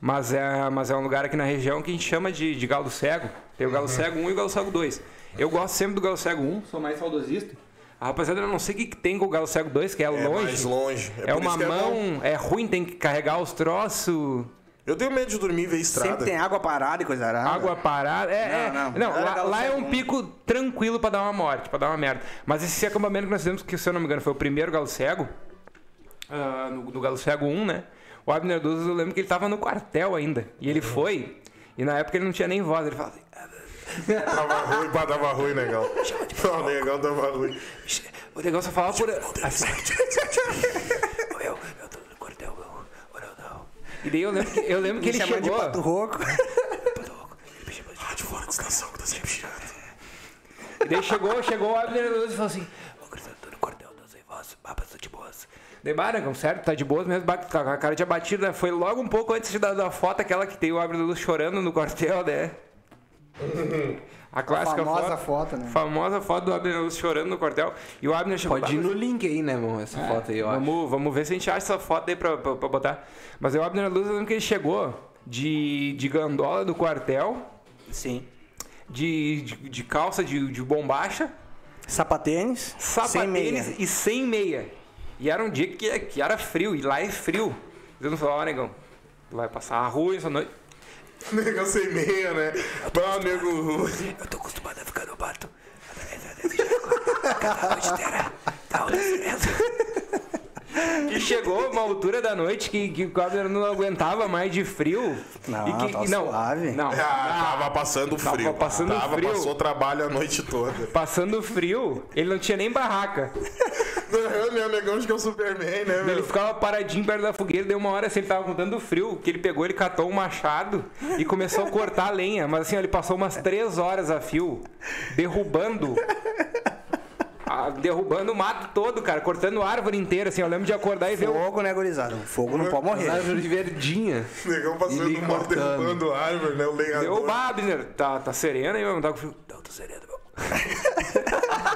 Speaker 2: Mas é, mas é um lugar aqui na região que a gente chama de, de galo cego. Tem o galo cego 1 e o galo cego 2. Eu gosto sempre do galo cego 1, sou mais saudosista. A rapaziada, eu não sei o que, que tem com o galo cego 2, que é,
Speaker 1: É
Speaker 2: longe.
Speaker 1: mais longe.
Speaker 2: É,
Speaker 1: por
Speaker 2: uma
Speaker 1: isso que bom.
Speaker 2: mão, é, ruim, tem que carregar os troços,
Speaker 1: Eu tenho medo de dormir e ver estrada.
Speaker 4: Sempre tem água parada e coisa arada.
Speaker 2: água parada. É,
Speaker 4: Não,
Speaker 2: é.
Speaker 4: não.
Speaker 2: Não,
Speaker 4: Era
Speaker 2: lá,
Speaker 4: Galo
Speaker 2: lá é
Speaker 4: Cego
Speaker 2: um
Speaker 4: um.
Speaker 2: pico tranquilo pra dar uma morte, pra dar uma merda. Mas esse acampamento que nós fizemos, que se eu não me engano foi o primeiro Galo Cego, ah, no, no Galo Cego 1, né? O Abner Duzas, eu lembro que ele tava no quartel ainda. E ele foi, e na época ele não tinha nem voz. Ele falava assim,
Speaker 1: Tava ruim, pá, tava ruim, negão. Não, negão tava ruim.
Speaker 2: O negócio só falava por. Assim. eu, eu tô no quartel, meu. Olha, não. E daí eu lembro que, eu lembro que
Speaker 4: Me
Speaker 2: ele
Speaker 4: chamando
Speaker 2: chegou.
Speaker 4: de pato
Speaker 2: [LAUGHS]
Speaker 4: rouco.
Speaker 1: Rádio fora de estação que tá sempre chegando.
Speaker 2: E daí chegou, chegou o Abner Luz e falou assim: Ô, Cristiano, tô no quartel, tô sem voz, papas, tô de boas. Daí, bah, negão, sério, tá de boas mesmo, bah, com a cara de abatida. né? Foi logo um pouco antes de dar da foto, aquela que tem o Abner Luz chorando no quartel,
Speaker 3: [LAUGHS]
Speaker 2: né? é A clássica
Speaker 4: Famosa
Speaker 2: foto.
Speaker 4: foto, né?
Speaker 2: Famosa foto do Abner Luz chorando no quartel. E o Abner chegou. "Bah,
Speaker 3: Pode ir no link aí, né, irmão? Essa foto aí, ó.
Speaker 2: É. Vamos, vamos ver se a gente acha essa foto aí pra, pra, pra botar. Mas aí o Abner Luz, eu lembro que ele chegou de, de gandola do quartel,
Speaker 4: Sim.
Speaker 2: de, de, de calça de, de bombacha,
Speaker 4: Sapatênis. sem meia.
Speaker 2: sapatênis e sem meia. E era um dia que, que era frio, e lá é frio. Eu não falava, ó, negão, tu vai passar a rua essa noite.
Speaker 1: Negão sem meia, né? Bah, nego.
Speaker 2: Eu tô acostumado a ficar no bato. E chegou uma altura da noite que, que o Cláudio não aguentava mais de frio.
Speaker 4: Não,
Speaker 2: e que,
Speaker 4: tá
Speaker 2: e não,
Speaker 4: suave.
Speaker 2: Não,
Speaker 1: Ah, tava passando frio.
Speaker 2: passando
Speaker 1: tava,
Speaker 2: frio.
Speaker 1: Passou trabalho a noite toda.
Speaker 2: passando frio, ele não tinha nem barraca.
Speaker 1: Não, meu negão acho que é o Superman, né,
Speaker 2: Ele
Speaker 1: meu?
Speaker 2: ficava paradinho perto da fogueira, deu uma hora assim, ele tava com tanto frio, que ele pegou, ele catou um machado e começou a cortar a lenha. Mas assim, ó, ele passou umas três horas a fio, derrubando. a- derrubando o mato todo, cara, cortando árvore inteira, assim, eu lembro de acordar e ver o.
Speaker 4: Fogo, né, gurizada? Fogo não pode morrer.
Speaker 3: Árvore verdinha.
Speaker 1: Negão passando
Speaker 3: Ele
Speaker 1: mal
Speaker 3: cortando.
Speaker 1: derrubando árvore, né? O
Speaker 2: Deu o
Speaker 1: lenhador.
Speaker 2: Babner, tá, tá sereno aí, meu, tá com frio. Não, tô sereno, meu.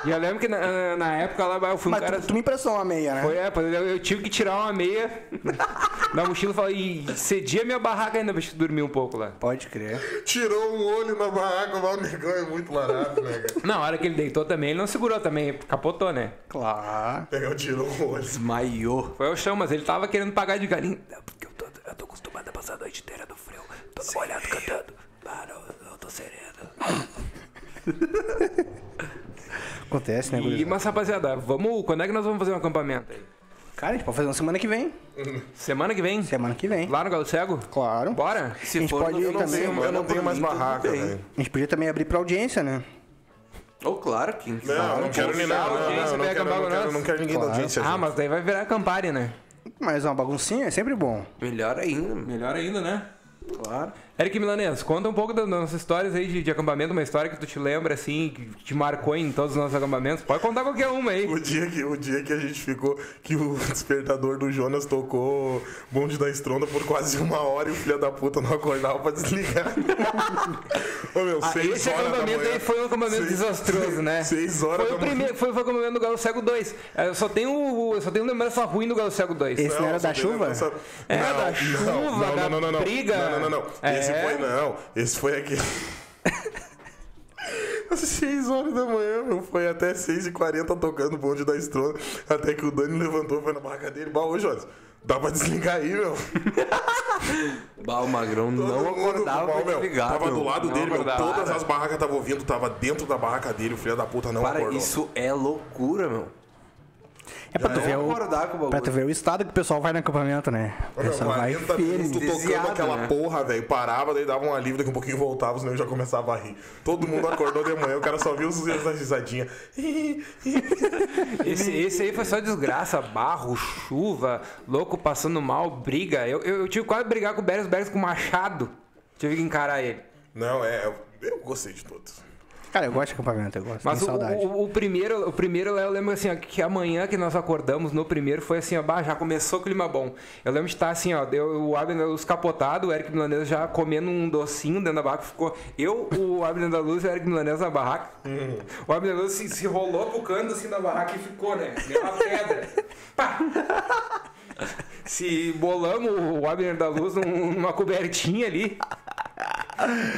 Speaker 2: e eu lembro que na, na época lá eu fui um
Speaker 4: Mas
Speaker 2: cara.
Speaker 4: tu, tu me emprestou uma meia, né?
Speaker 2: Foi, é, pô, eu, eu tive que tirar uma meia [LAUGHS] da mochila e falei, "Ih, cedi a minha barraca ainda pra gente dormir um pouco lá.
Speaker 4: Pode crer.
Speaker 1: Tirou um olho na barraca, mas o negão é muito larado, né, cara?
Speaker 2: Na hora que ele deitou também, ele não segurou também, capotou, né?
Speaker 4: Claro.
Speaker 1: Negão tirou um olho.
Speaker 3: Desmaiou.
Speaker 2: Foi ao chão, mas ele tava querendo pagar de galinha. Porque eu tô, eu tô acostumado a passar a noite inteira no frio, todo molhado cantando. Ah, não, eu tô sereno.
Speaker 4: Acontece, né,
Speaker 2: E,
Speaker 4: gurizada?
Speaker 2: mas rapaziada, vamos, quando é que nós vamos fazer um acampamento aí?
Speaker 4: Cara, a gente pode fazer uma semana que vem.
Speaker 2: Semana que vem?
Speaker 4: Semana que vem.
Speaker 2: Lá no Galo Cego?
Speaker 4: Claro.
Speaker 2: Bora?
Speaker 4: a
Speaker 3: Se
Speaker 4: gente
Speaker 3: for,
Speaker 4: pode
Speaker 3: eu
Speaker 4: ir
Speaker 3: não
Speaker 4: também.
Speaker 3: sei.
Speaker 1: Eu, eu não
Speaker 3: um
Speaker 1: tenho mais barraca,
Speaker 3: bem.
Speaker 1: velho.
Speaker 4: A gente podia também abrir pra audiência, né?
Speaker 3: Ou Oh, claro, quem quiser.
Speaker 1: Não, não quero nem nada. Não,
Speaker 2: audiência
Speaker 1: não, não,
Speaker 2: pega
Speaker 1: quero,
Speaker 2: mal
Speaker 1: não, quero,
Speaker 2: nós.
Speaker 1: não quero ninguém da audiência.
Speaker 2: Ah, mas daí vai virar campari, né?
Speaker 4: Mas uma baguncinha é sempre bom.
Speaker 3: Melhor ainda,
Speaker 2: Melhor ainda, né?
Speaker 3: claro.
Speaker 2: Eric Milanês, conta um pouco das nossas histórias aí de, de acampamento, uma história que tu te lembra, assim, que te marcou em todos os nossos acampamentos. Pode contar qualquer uma aí.
Speaker 1: O dia, que, o dia que a gente ficou, que o [LAUGHS] despertador do Jonas tocou bonde da estronda por quase uma hora e o filho da puta não acordava pra
Speaker 2: [LAUGHS]
Speaker 1: desligar. Ô meu,
Speaker 2: Ah,
Speaker 1: seis
Speaker 2: esse
Speaker 1: horas
Speaker 2: acampamento
Speaker 1: da manhã.
Speaker 2: aí foi um acampamento
Speaker 1: Seis-
Speaker 2: desastroso, né?
Speaker 1: [LAUGHS] seis horas
Speaker 2: foi o
Speaker 1: da
Speaker 2: primeiro, foi, foi o acampamento do Galo Cego 2. Eu só tenho, o- eu só tenho lembrança ruim do Galo Cego 2.
Speaker 4: Esse não era
Speaker 1: só
Speaker 4: da
Speaker 2: né?
Speaker 1: tem
Speaker 4: chuva?
Speaker 1: lembrança-
Speaker 2: É,
Speaker 1: Não,
Speaker 2: da
Speaker 1: não,
Speaker 2: chuva,
Speaker 1: não,
Speaker 2: da
Speaker 1: não, não, não, não.
Speaker 2: briga.
Speaker 1: Não, não, não, não. Esse
Speaker 2: É.
Speaker 1: foi, não. Esse foi aquele. Às 6 horas da manhã, meu, foi até 6h40 tocando o bonde da estrona, até que o Dani levantou, foi na barraca dele, bah, ô Jonas, dá pra desligar aí, meu?
Speaker 3: Bah, o Magrão
Speaker 1: Todo
Speaker 3: não
Speaker 1: mundo
Speaker 3: acordava
Speaker 1: mal,
Speaker 3: pra
Speaker 1: meu.
Speaker 3: desligar,
Speaker 1: Tava
Speaker 3: meu.
Speaker 1: do lado
Speaker 2: Não
Speaker 1: dele, meu,
Speaker 2: acordava.
Speaker 1: todas as barracas estavam ouvindo, tava dentro da barraca dele, o filho da puta não
Speaker 3: Para,
Speaker 1: acordou.
Speaker 3: isso é loucura, meu.
Speaker 4: É pra tu,
Speaker 3: Não
Speaker 4: ver
Speaker 3: acordar com o
Speaker 4: o,
Speaker 3: bagulho.
Speaker 4: pra tu ver o estado que o pessoal vai no acampamento, né? O
Speaker 1: Ô, meu,
Speaker 4: pessoal vai
Speaker 1: 40
Speaker 4: firme.
Speaker 1: minutos tocando
Speaker 3: desviado,
Speaker 1: aquela
Speaker 3: né?
Speaker 1: porra, velho. Parava, daí dava um alívio, daqui um pouquinho voltava, os negros já começavam a rir. Todo mundo acordou de manhã, o cara só viu os da risadinha. [LAUGHS]
Speaker 2: Esse, esse aí foi só desgraça, barro, chuva, louco passando mal, briga. Eu, eu, eu tive quase que brigar com o Beres Beres com machado. Tive que encarar ele.
Speaker 1: Não, é, eu- eu gostei de todos.
Speaker 4: Cara, eu gosto de acampamento, eu gosto.
Speaker 2: Mas
Speaker 4: tenho
Speaker 2: o,
Speaker 4: saudade.
Speaker 2: o, o primeiro, o primeiro lá eu lembro assim, ó, que amanhã que nós acordamos no primeiro foi assim, ó, bah, já começou o clima bom. Eu lembro de estar assim, ó, deu o Abner os capotados, o Eric Milanês já comendo um docinho dentro da barraca, ficou eu, o Abner da Luz e o Eric Milanês na barraca. O Abner da Luz assim, se, se rolou pro canto assim da barraca e ficou, né? Deu uma pedra. Pá! Se bolamos o Abner da Luz num- numa cobertinha ali.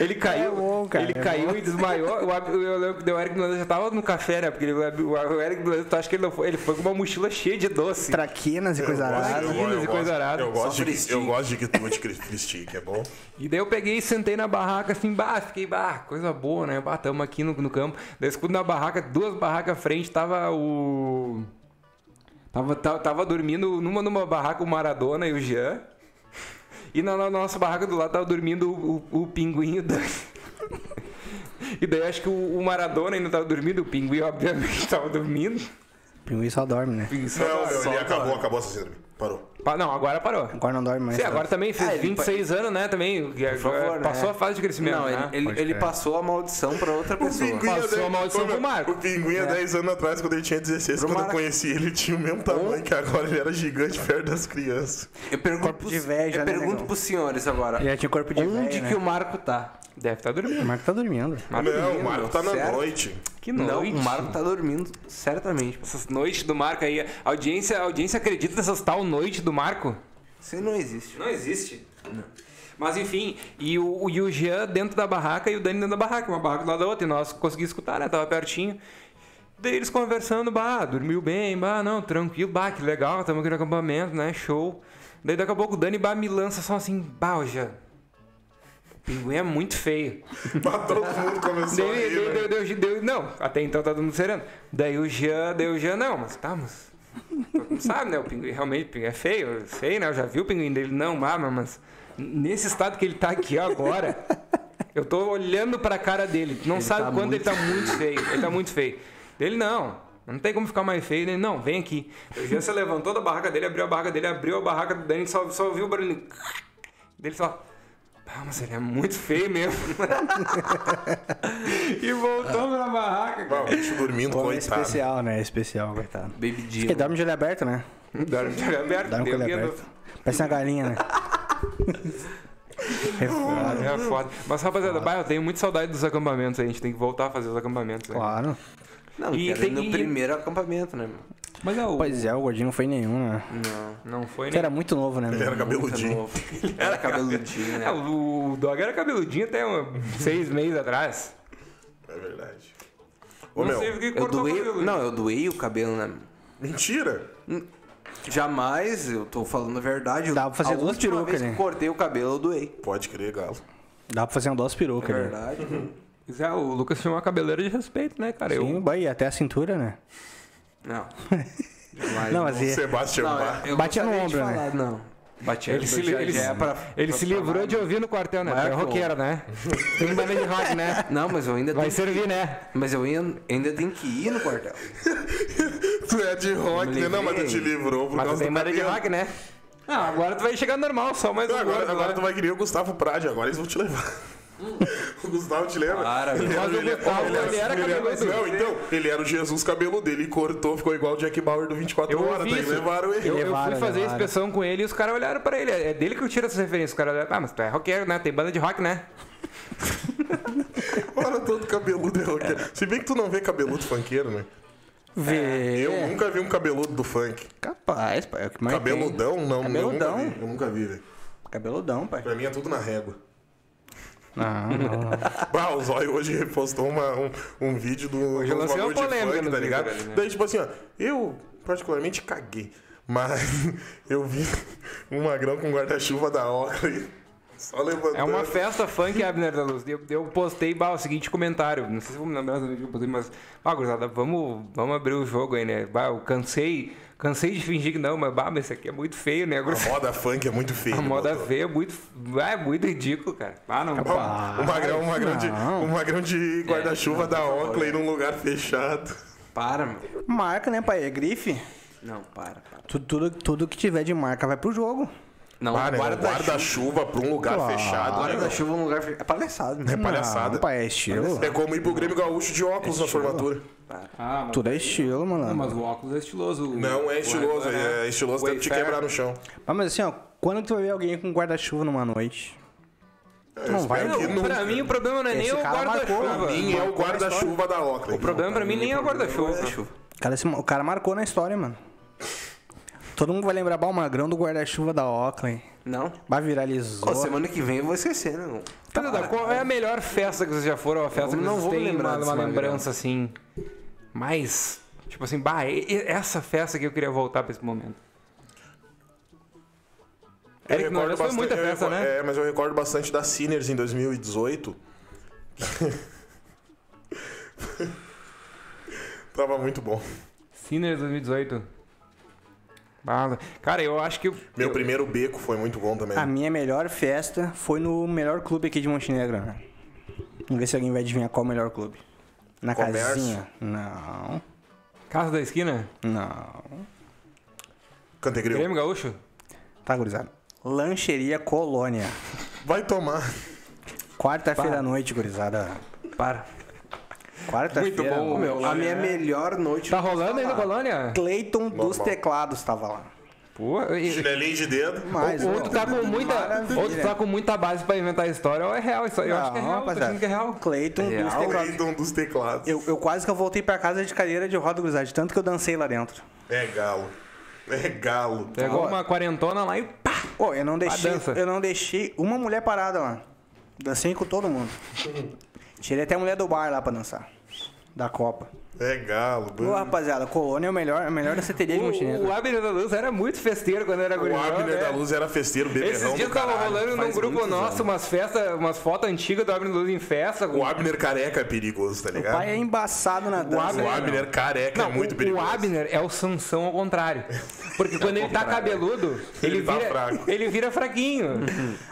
Speaker 2: Ele caiu,
Speaker 4: bom, cara,
Speaker 2: ele
Speaker 4: é
Speaker 2: caiu e desmaiou. O, Ab- eu lembro que o Eric Blanc já tava no café, né? Porque ele, o o Eric Blanc, tu acha que ele não foi? Ele foi com uma mochila cheia de doce.
Speaker 4: Traquinas e coisa
Speaker 1: Eu
Speaker 4: arada.
Speaker 1: gosto- eu
Speaker 2: Lindas e
Speaker 1: gosto-
Speaker 2: coisa arada.
Speaker 1: Eu gosto
Speaker 3: Só
Speaker 1: de,
Speaker 3: fristique.
Speaker 1: eu gosto de que tu de Cristi, que é bom.
Speaker 2: E daí eu peguei e sentei na barraca assim, bah, fiquei, bah, coisa boa, né? Bah, tamo aqui no, no campo. Daí eu escuto na barraca, duas barracas à frente, tava o. Tava, ta- tava dormindo numa numa barraca o Maradona e o Jean. E na, na nossa barraca do lado tava dormindo o, o, o pinguim e o Dan. [LAUGHS] E daí eu acho que o, o Maradona ainda tava dormindo, o pinguim obviamente [LAUGHS] tava dormindo.
Speaker 4: Pinguim só dorme, né?
Speaker 2: Pinguim [LAUGHS]
Speaker 3: é
Speaker 2: só
Speaker 1: Não,
Speaker 2: tava-
Speaker 1: meu,
Speaker 2: só
Speaker 1: ele
Speaker 2: tava-
Speaker 1: acabou, acabou essa síndrome. Parou.
Speaker 2: Pa- Não, agora parou.
Speaker 4: Agora não dorme mais.
Speaker 2: Sim, agora também fez
Speaker 3: Ah, ele
Speaker 2: 26 anos, né? Também. que
Speaker 3: favor, né?
Speaker 2: passou a fase de crescimento.
Speaker 3: [LAUGHS] Não,
Speaker 2: né?
Speaker 3: ele, ele, ele passou a maldição pra
Speaker 1: [LAUGHS]
Speaker 3: outra pessoa.
Speaker 1: Pinguim há
Speaker 2: Passou
Speaker 1: dez-
Speaker 2: a maldição
Speaker 1: Ô, meu,
Speaker 2: pro Marco. É.
Speaker 1: O Pinguim há 10 anos atrás, quando ele tinha 16, quando eu
Speaker 3: Maraca-
Speaker 1: conheci ele, ele tinha o mesmo
Speaker 2: Oh.
Speaker 1: tamanho que agora, ele era gigante perto das crianças.
Speaker 3: Eu pergunto,
Speaker 4: Corpo
Speaker 3: pros,
Speaker 4: de velho já,
Speaker 3: eu
Speaker 4: né,
Speaker 3: pergunto
Speaker 4: negão?
Speaker 3: pros senhores agora.
Speaker 4: Já tinha corpo de
Speaker 3: Onde
Speaker 4: velho,
Speaker 3: que
Speaker 4: né?
Speaker 3: o Marco tá?
Speaker 2: Deve estar dormindo.
Speaker 4: O Marco tá dormindo.
Speaker 2: Mas
Speaker 1: não,
Speaker 2: dormindo,
Speaker 1: o Marco tá na
Speaker 3: certo.
Speaker 1: noite.
Speaker 2: Que
Speaker 3: Não,
Speaker 2: noite.
Speaker 3: o Marco tá dormindo, certamente.
Speaker 2: Essas noites do Marco aí. A audiência, a audiência acredita nessas tal noite do Marco?
Speaker 3: Isso aí não existe.
Speaker 2: Não existe. Mas enfim, e o, o- e o Jean dentro da barraca e o Dani dentro da barraca, uma barraca do lado da outra, e nós conseguimos escutar, né? Tava pertinho. Daí eles conversando, bah, dormiu bem, bah, não, tranquilo, bah, que legal, tamo aqui no acampamento, né? Show. Daí daqui a pouco o Dani bah, me lança só assim, bah, o Jean. O pinguim é muito feio.
Speaker 1: Mas todo mundo começou a
Speaker 2: Deu,
Speaker 1: rir,
Speaker 2: deu,
Speaker 1: né?
Speaker 2: deu, deu, deu- não, até então tá todo mundo sereno. Daí o Jean, daí o Jean, não, mas tá, mas. Não sabe, né? O pinguim realmente o pinguim é feio, eu sei, né? Eu já vi o pinguim dele, não, mas, mas nesse estado que ele tá aqui [LAUGHS] agora, eu tô olhando pra cara dele. Não sabe
Speaker 3: tá
Speaker 2: quando ele
Speaker 3: muito
Speaker 2: tá muito feio. Ele tá muito feio. Ele não. Não tem como ficar mais feio, ele não, vem aqui. O Jean se levantou da barraca dele, abriu a barraca dele, abriu a barraca do Dani, só, só ouviu o barulho dele só. Ah, mas ele é muito feio mesmo. e voltou pra barraca, cara.
Speaker 1: Bah, o bicho dormindo,
Speaker 4: Pô, é
Speaker 1: coitado.
Speaker 4: especial, né? É especial, coitado.
Speaker 3: Baby
Speaker 4: Porque
Speaker 2: é
Speaker 3: Dio.
Speaker 4: dorme de olho aberto, né?
Speaker 2: Dorme de olho aberto.
Speaker 4: Dorme
Speaker 2: deu
Speaker 4: com o olho
Speaker 2: medo.
Speaker 4: aberto. Parece uma galinha, né? É foda,
Speaker 2: Ah, é foda. Mas, rapaziada, bah, eu tenho muita saudade dos acampamentos aí. A gente tem que voltar a fazer os acampamentos. aí.
Speaker 4: claro.
Speaker 3: Não,
Speaker 2: E
Speaker 3: e
Speaker 2: tem-
Speaker 3: no
Speaker 2: e-
Speaker 3: primeiro acampamento, né? meu?
Speaker 2: Mas é o...
Speaker 4: Pois é, o gordinho não foi nenhum, né?
Speaker 3: Não.
Speaker 2: Não foi,
Speaker 4: Você
Speaker 2: né?
Speaker 4: era muito novo, né?
Speaker 1: Ele era
Speaker 4: meu?
Speaker 1: cabeludinho. [LAUGHS]
Speaker 3: novo. Era cabeludinho, né?
Speaker 2: É, o Dog era cabeludinho até um- [LAUGHS] seis meses atrás.
Speaker 1: É verdade. Ô,
Speaker 2: não sei
Speaker 1: meu,
Speaker 2: por que
Speaker 3: Eu
Speaker 2: cortou o
Speaker 3: doei,
Speaker 2: cabelo.
Speaker 3: não, eu doei o cabelo, né? meu?
Speaker 1: mentira.
Speaker 3: Jamais, eu tô falando a verdade.
Speaker 4: Dá pra fazer
Speaker 3: a
Speaker 4: duas
Speaker 3: última
Speaker 4: perucas,
Speaker 3: vez que
Speaker 4: né?
Speaker 3: eu cortei o cabelo, eu doei.
Speaker 1: Pode crer, galo.
Speaker 4: Dá pra fazer um doce
Speaker 3: É
Speaker 4: peruca, né?
Speaker 3: verdade.
Speaker 2: Pois é, o Lucas tinha uma cabeleira de respeito, né, cara?
Speaker 4: Sim,
Speaker 2: Eu...
Speaker 4: bah, e até a cintura, né?
Speaker 3: Não. Jamais.
Speaker 4: [LAUGHS] Não,
Speaker 3: não.
Speaker 4: mas
Speaker 1: O
Speaker 4: e...
Speaker 1: Sebastião
Speaker 2: é.
Speaker 1: Bach.
Speaker 3: eu- eu
Speaker 4: Batia
Speaker 3: gostaria
Speaker 4: no
Speaker 3: de
Speaker 4: ombro, né?
Speaker 3: falar, Não. Batia
Speaker 2: Ele se, li-
Speaker 3: já-
Speaker 2: ele,
Speaker 3: já é
Speaker 2: se-
Speaker 3: pra-
Speaker 2: ele
Speaker 3: pra
Speaker 2: se livrou
Speaker 3: falar,
Speaker 2: de ouvir no quartel, né? Tu É
Speaker 3: Marco.
Speaker 2: roqueiro, né? [LAUGHS] Tem banda de rock, né?
Speaker 3: Não, mas eu ainda
Speaker 2: Vai
Speaker 3: tenho,
Speaker 2: servir, né?
Speaker 3: mas eu ainda, ainda tenho que ir no quartel.
Speaker 1: [LAUGHS] Tu é de rock, né? Não, mas tu te
Speaker 3: livrei.
Speaker 1: livrou por
Speaker 2: Mas
Speaker 1: causa
Speaker 2: tem
Speaker 1: do
Speaker 2: banda de
Speaker 1: cabelo.
Speaker 2: rock, né? Ah, agora tu vai chegar normal, só mais
Speaker 1: Não,
Speaker 2: um
Speaker 1: agora,
Speaker 2: gordo,
Speaker 1: agora
Speaker 2: né?
Speaker 1: tu vai querer o Gustavo Prade, agora eles vão te levar.
Speaker 2: Hum.
Speaker 1: [LAUGHS] o Gustavo te lembra?
Speaker 3: Para,
Speaker 1: ele
Speaker 3: meu.
Speaker 1: era,
Speaker 2: Mas o
Speaker 1: ele, era-
Speaker 2: Gustavo,
Speaker 1: ele era,
Speaker 2: ele era
Speaker 1: ele era-
Speaker 2: cabeludo.
Speaker 1: Não, então, ele era o Jesus cabelo dele e cortou, ficou igual o Jack Bauer do 24
Speaker 2: Eu
Speaker 1: horas,
Speaker 2: ouvi
Speaker 1: daí
Speaker 2: isso.
Speaker 1: levaram ele.
Speaker 2: Eu, eu
Speaker 4: Levaram,
Speaker 2: fui fazer a
Speaker 4: levaram.
Speaker 2: inspeção com ele e os caras olharam pra ele. É dele que eu tiro essas referências. Os caras olharam, ah, mas tu é roqueiro, né? Tem banda de rock, né?
Speaker 1: Olha todo cabeludo é roqueiro. Se bem que tu não vê cabeludo funkeiro, né?
Speaker 4: Vê.
Speaker 2: É.
Speaker 1: Eu nunca vi um cabeludo do funk.
Speaker 4: Capaz, pai. É o que mais
Speaker 1: Cabeludão, não.
Speaker 4: Cabeludão.
Speaker 1: Eu nunca vi, eu nunca vi velho.
Speaker 4: tem. Cabeludão, pai.
Speaker 1: Pra mim é tudo na régua.
Speaker 2: Ah, não.
Speaker 1: Bah, o Zóio hoje repostou uma- um, um vídeo do
Speaker 2: Hoje eu lancei uma
Speaker 1: bagulho de
Speaker 2: polêmica no
Speaker 1: tá
Speaker 2: Twitter
Speaker 1: ligado?
Speaker 2: ali, né?
Speaker 1: Daí, tipo assim, ó, eu particularmente caguei. Mas [LAUGHS] eu vi um magrão com guarda-chuva da Oca aí. Só levantando. [LAUGHS]
Speaker 2: É uma festa funk, Abner da Luz. Eu, eu postei bah, o seguinte comentário. Não sei se vou me lembrar do que eu postei, mas. Ah, gurizada, vamos, vamos abrir o jogo aí, né? Bah, eu cansei. Cansei de fingir que não, mas, bah, mas isso aqui é muito feio, né,
Speaker 1: A
Speaker 2: gurizada?
Speaker 1: moda funk é muito feia.
Speaker 2: A
Speaker 1: ele
Speaker 2: moda
Speaker 1: botou.
Speaker 2: feia é muito. Ah, é muito ridículo, cara. Ah, não.
Speaker 1: Ó, O magrão, o magrão de, o magrão
Speaker 2: É,
Speaker 1: de guarda-chuva da Oakley num lugar fechado.
Speaker 3: Para, meu.
Speaker 4: [LAUGHS] Marca, né, pai? É grife.
Speaker 3: Não, para, para.
Speaker 4: Tudo, tudo, tudo que tiver de marca vai pro jogo.
Speaker 3: Não,
Speaker 1: Ah, né,
Speaker 3: guarda-chuva.
Speaker 1: Guarda-chuva pra um lugar fechado. né, meu?
Speaker 3: Guarda-chuva é um lugar. fe- É palhaçado, né?
Speaker 1: É palhaçada.
Speaker 4: Não, pai, é estilo.
Speaker 1: É como ir pro Grêmio Gaúcho de óculos na formatura.
Speaker 2: Ah, mas,
Speaker 4: Tudo é estilo, mano.
Speaker 2: mas o óculos é estiloso. O-
Speaker 1: Não é estiloso,
Speaker 2: o-
Speaker 1: é estiloso
Speaker 2: o
Speaker 1: tem que te
Speaker 2: Wayfair.
Speaker 1: quebrar no chão.
Speaker 4: Ah, mas assim, ó, quando tu vai ver alguém com guarda-chuva numa noite.
Speaker 1: Eu
Speaker 4: Não vai,
Speaker 1: espero que
Speaker 2: Não,
Speaker 1: nunca.
Speaker 2: pra mim o problema não é nem
Speaker 4: Esse
Speaker 2: o
Speaker 4: cara marcou,
Speaker 2: guarda-chuva.
Speaker 1: Pra mim é o
Speaker 2: O
Speaker 1: guarda-chuva da Oakley.
Speaker 2: problema pra mim nem é o guarda-chuva.
Speaker 3: Guarda-chuva.
Speaker 4: Cara, esse- o cara marcou na história, mano. Todo mundo vai lembrar bah, o magrão do guarda-chuva da Oakland.
Speaker 3: Não.
Speaker 4: Bah, viralizou.
Speaker 3: Ô, semana que vem eu vou esquecer, né? Não.
Speaker 2: Filho da, qual é a melhor festa que vocês já foram? A festa
Speaker 3: Eu
Speaker 2: que
Speaker 3: não
Speaker 2: vocês
Speaker 3: vou me
Speaker 2: têm
Speaker 3: lembrar
Speaker 2: uma,
Speaker 3: desse
Speaker 2: uma
Speaker 3: magrão.
Speaker 2: lembrança assim. Mas, tipo assim, bah, e- e- essa festa que eu queria voltar pra esse momento.
Speaker 1: Eu
Speaker 2: Eric
Speaker 1: recordo
Speaker 2: Norris foi
Speaker 1: bastante-
Speaker 2: é muita
Speaker 1: eu
Speaker 2: festa,
Speaker 1: recordo-
Speaker 2: né?
Speaker 1: É, mas eu recordo bastante da Sinners em 2018. [LAUGHS] Tava muito bom.
Speaker 2: Sinners 2018. Bala. Cara, eu acho que.
Speaker 1: Meu
Speaker 2: eu-
Speaker 1: primeiro beco foi muito bom também.
Speaker 4: A minha melhor festa foi no melhor clube aqui de Montenegro. né? Vamos ver se alguém vai adivinhar qual o melhor clube. Na
Speaker 1: Comércio?
Speaker 4: casinha. Não,
Speaker 2: Casa da Esquina?
Speaker 4: não.
Speaker 1: Cantegril.
Speaker 2: Grêmio Gaúcho?
Speaker 4: Tá, gurizada. Lancheria Colônia.
Speaker 1: Vai tomar.
Speaker 4: Quarta-feira à noite, gurizada.
Speaker 2: Para.
Speaker 4: Quarta-feira.
Speaker 2: Muito bom,
Speaker 4: à noite.
Speaker 3: A
Speaker 2: É.
Speaker 3: minha melhor noite.
Speaker 2: Tá rolando ainda, Colônia?
Speaker 4: Cleiton dos
Speaker 1: Normal.
Speaker 4: Teclados tava lá.
Speaker 2: Pô, e-
Speaker 1: Chinelinho de dedo.
Speaker 4: Mas,
Speaker 2: ou tu tá com muita, ou tu tá com muita base pra inventar a história, ou é real isso aí. Eu acho que é real, tô achando que é real.
Speaker 4: Cleiton
Speaker 3: É
Speaker 4: dos
Speaker 3: real?
Speaker 4: Teclados.
Speaker 1: Rei um dos teclados.
Speaker 4: Eu, eu quase que eu voltei pra casa de cadeira de roda, gurizada. de Tanto que eu dancei lá dentro.
Speaker 1: É galo. É galo.
Speaker 2: Pegou
Speaker 4: Ó.
Speaker 2: uma quarentona lá e pá!
Speaker 4: Ô, eu não deixei,
Speaker 2: dança.
Speaker 4: eu não deixei uma mulher parada lá. Dancei com todo mundo. Tirei até a mulher do bar lá pra dançar. Da Copa.
Speaker 1: É galo.
Speaker 4: Ô, rapaziada, Colônia é o melhor, a melhor danceteria de
Speaker 2: O,
Speaker 4: Montenegro.
Speaker 2: o Abner da Luz era muito festeiro quando era
Speaker 1: O
Speaker 2: gurizão,
Speaker 1: Abner
Speaker 2: né?
Speaker 1: da Luz era festeiro, beberrão
Speaker 2: Esses dias
Speaker 1: do
Speaker 2: tava
Speaker 1: caralho.
Speaker 2: rolando num
Speaker 3: faz
Speaker 2: grupo
Speaker 3: muitos
Speaker 2: nosso umas festas, umas fotos antigas do Abner da Luz em festa.
Speaker 1: O Abner careca é perigoso, tá
Speaker 4: O
Speaker 1: ligado?
Speaker 4: pai é embaçado na dança.
Speaker 1: O Abner careca é muito
Speaker 2: o,
Speaker 1: perigoso. É
Speaker 2: o Abner é o Sansão ao contrário.
Speaker 1: [LAUGHS]
Speaker 2: Porque quando ele tá cabeludo, ele,
Speaker 1: Ele tá
Speaker 2: vira,
Speaker 1: fraco. Uhum.
Speaker 2: [LAUGHS] ele vira fraquinho.
Speaker 4: Não,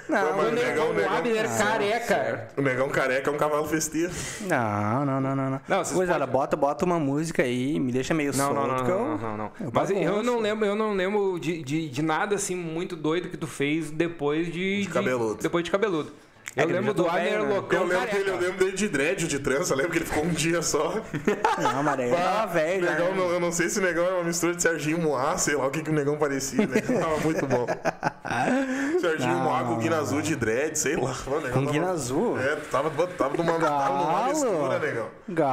Speaker 1: Mas o
Speaker 2: Quando ele-
Speaker 1: negão,
Speaker 2: o
Speaker 1: o negão- tá
Speaker 2: Abner é careca.
Speaker 1: O negão careca é um cavalo festeiro.
Speaker 4: não, não, não, não. não.
Speaker 2: é- Não, vocês
Speaker 4: Gurizada,
Speaker 2: podem-
Speaker 4: bota, bota uma música aí, me deixa meio
Speaker 2: Não,
Speaker 4: solto.
Speaker 2: não, não,
Speaker 4: que eu-
Speaker 2: não, não, não.
Speaker 4: eu
Speaker 2: Mas
Speaker 1: Tá
Speaker 4: bagunço.
Speaker 2: eu não lembro, eu não lembro de, de, de nada assim muito doido que tu fez depois de, de-
Speaker 1: cabeludo.
Speaker 2: depois de cabeludo. Eu
Speaker 4: que ele
Speaker 2: lembro
Speaker 4: já
Speaker 2: do
Speaker 4: tá
Speaker 2: Abner
Speaker 4: velho, né?
Speaker 2: loucão
Speaker 1: Eu lembro,
Speaker 2: careca.
Speaker 1: dele, eu lembro dele de dread, de trança. Lembro que ele ficou um dia só.
Speaker 4: Não, mas aí eu
Speaker 1: Ah,
Speaker 4: tava velho. já,
Speaker 1: negão,
Speaker 4: né?
Speaker 1: não- eu não sei se o negão era uma mistura de Serginho Moá, sei lá o que, que o negão parecia,
Speaker 4: [LAUGHS]
Speaker 1: né? Tava muito bom. Serginho Moá com Guina Azul de dread, sei lá. O negão
Speaker 4: Com
Speaker 1: tava-
Speaker 4: Guina Azul?
Speaker 1: É, tava, tava numa, tava numa mistura, negão.
Speaker 4: Galo.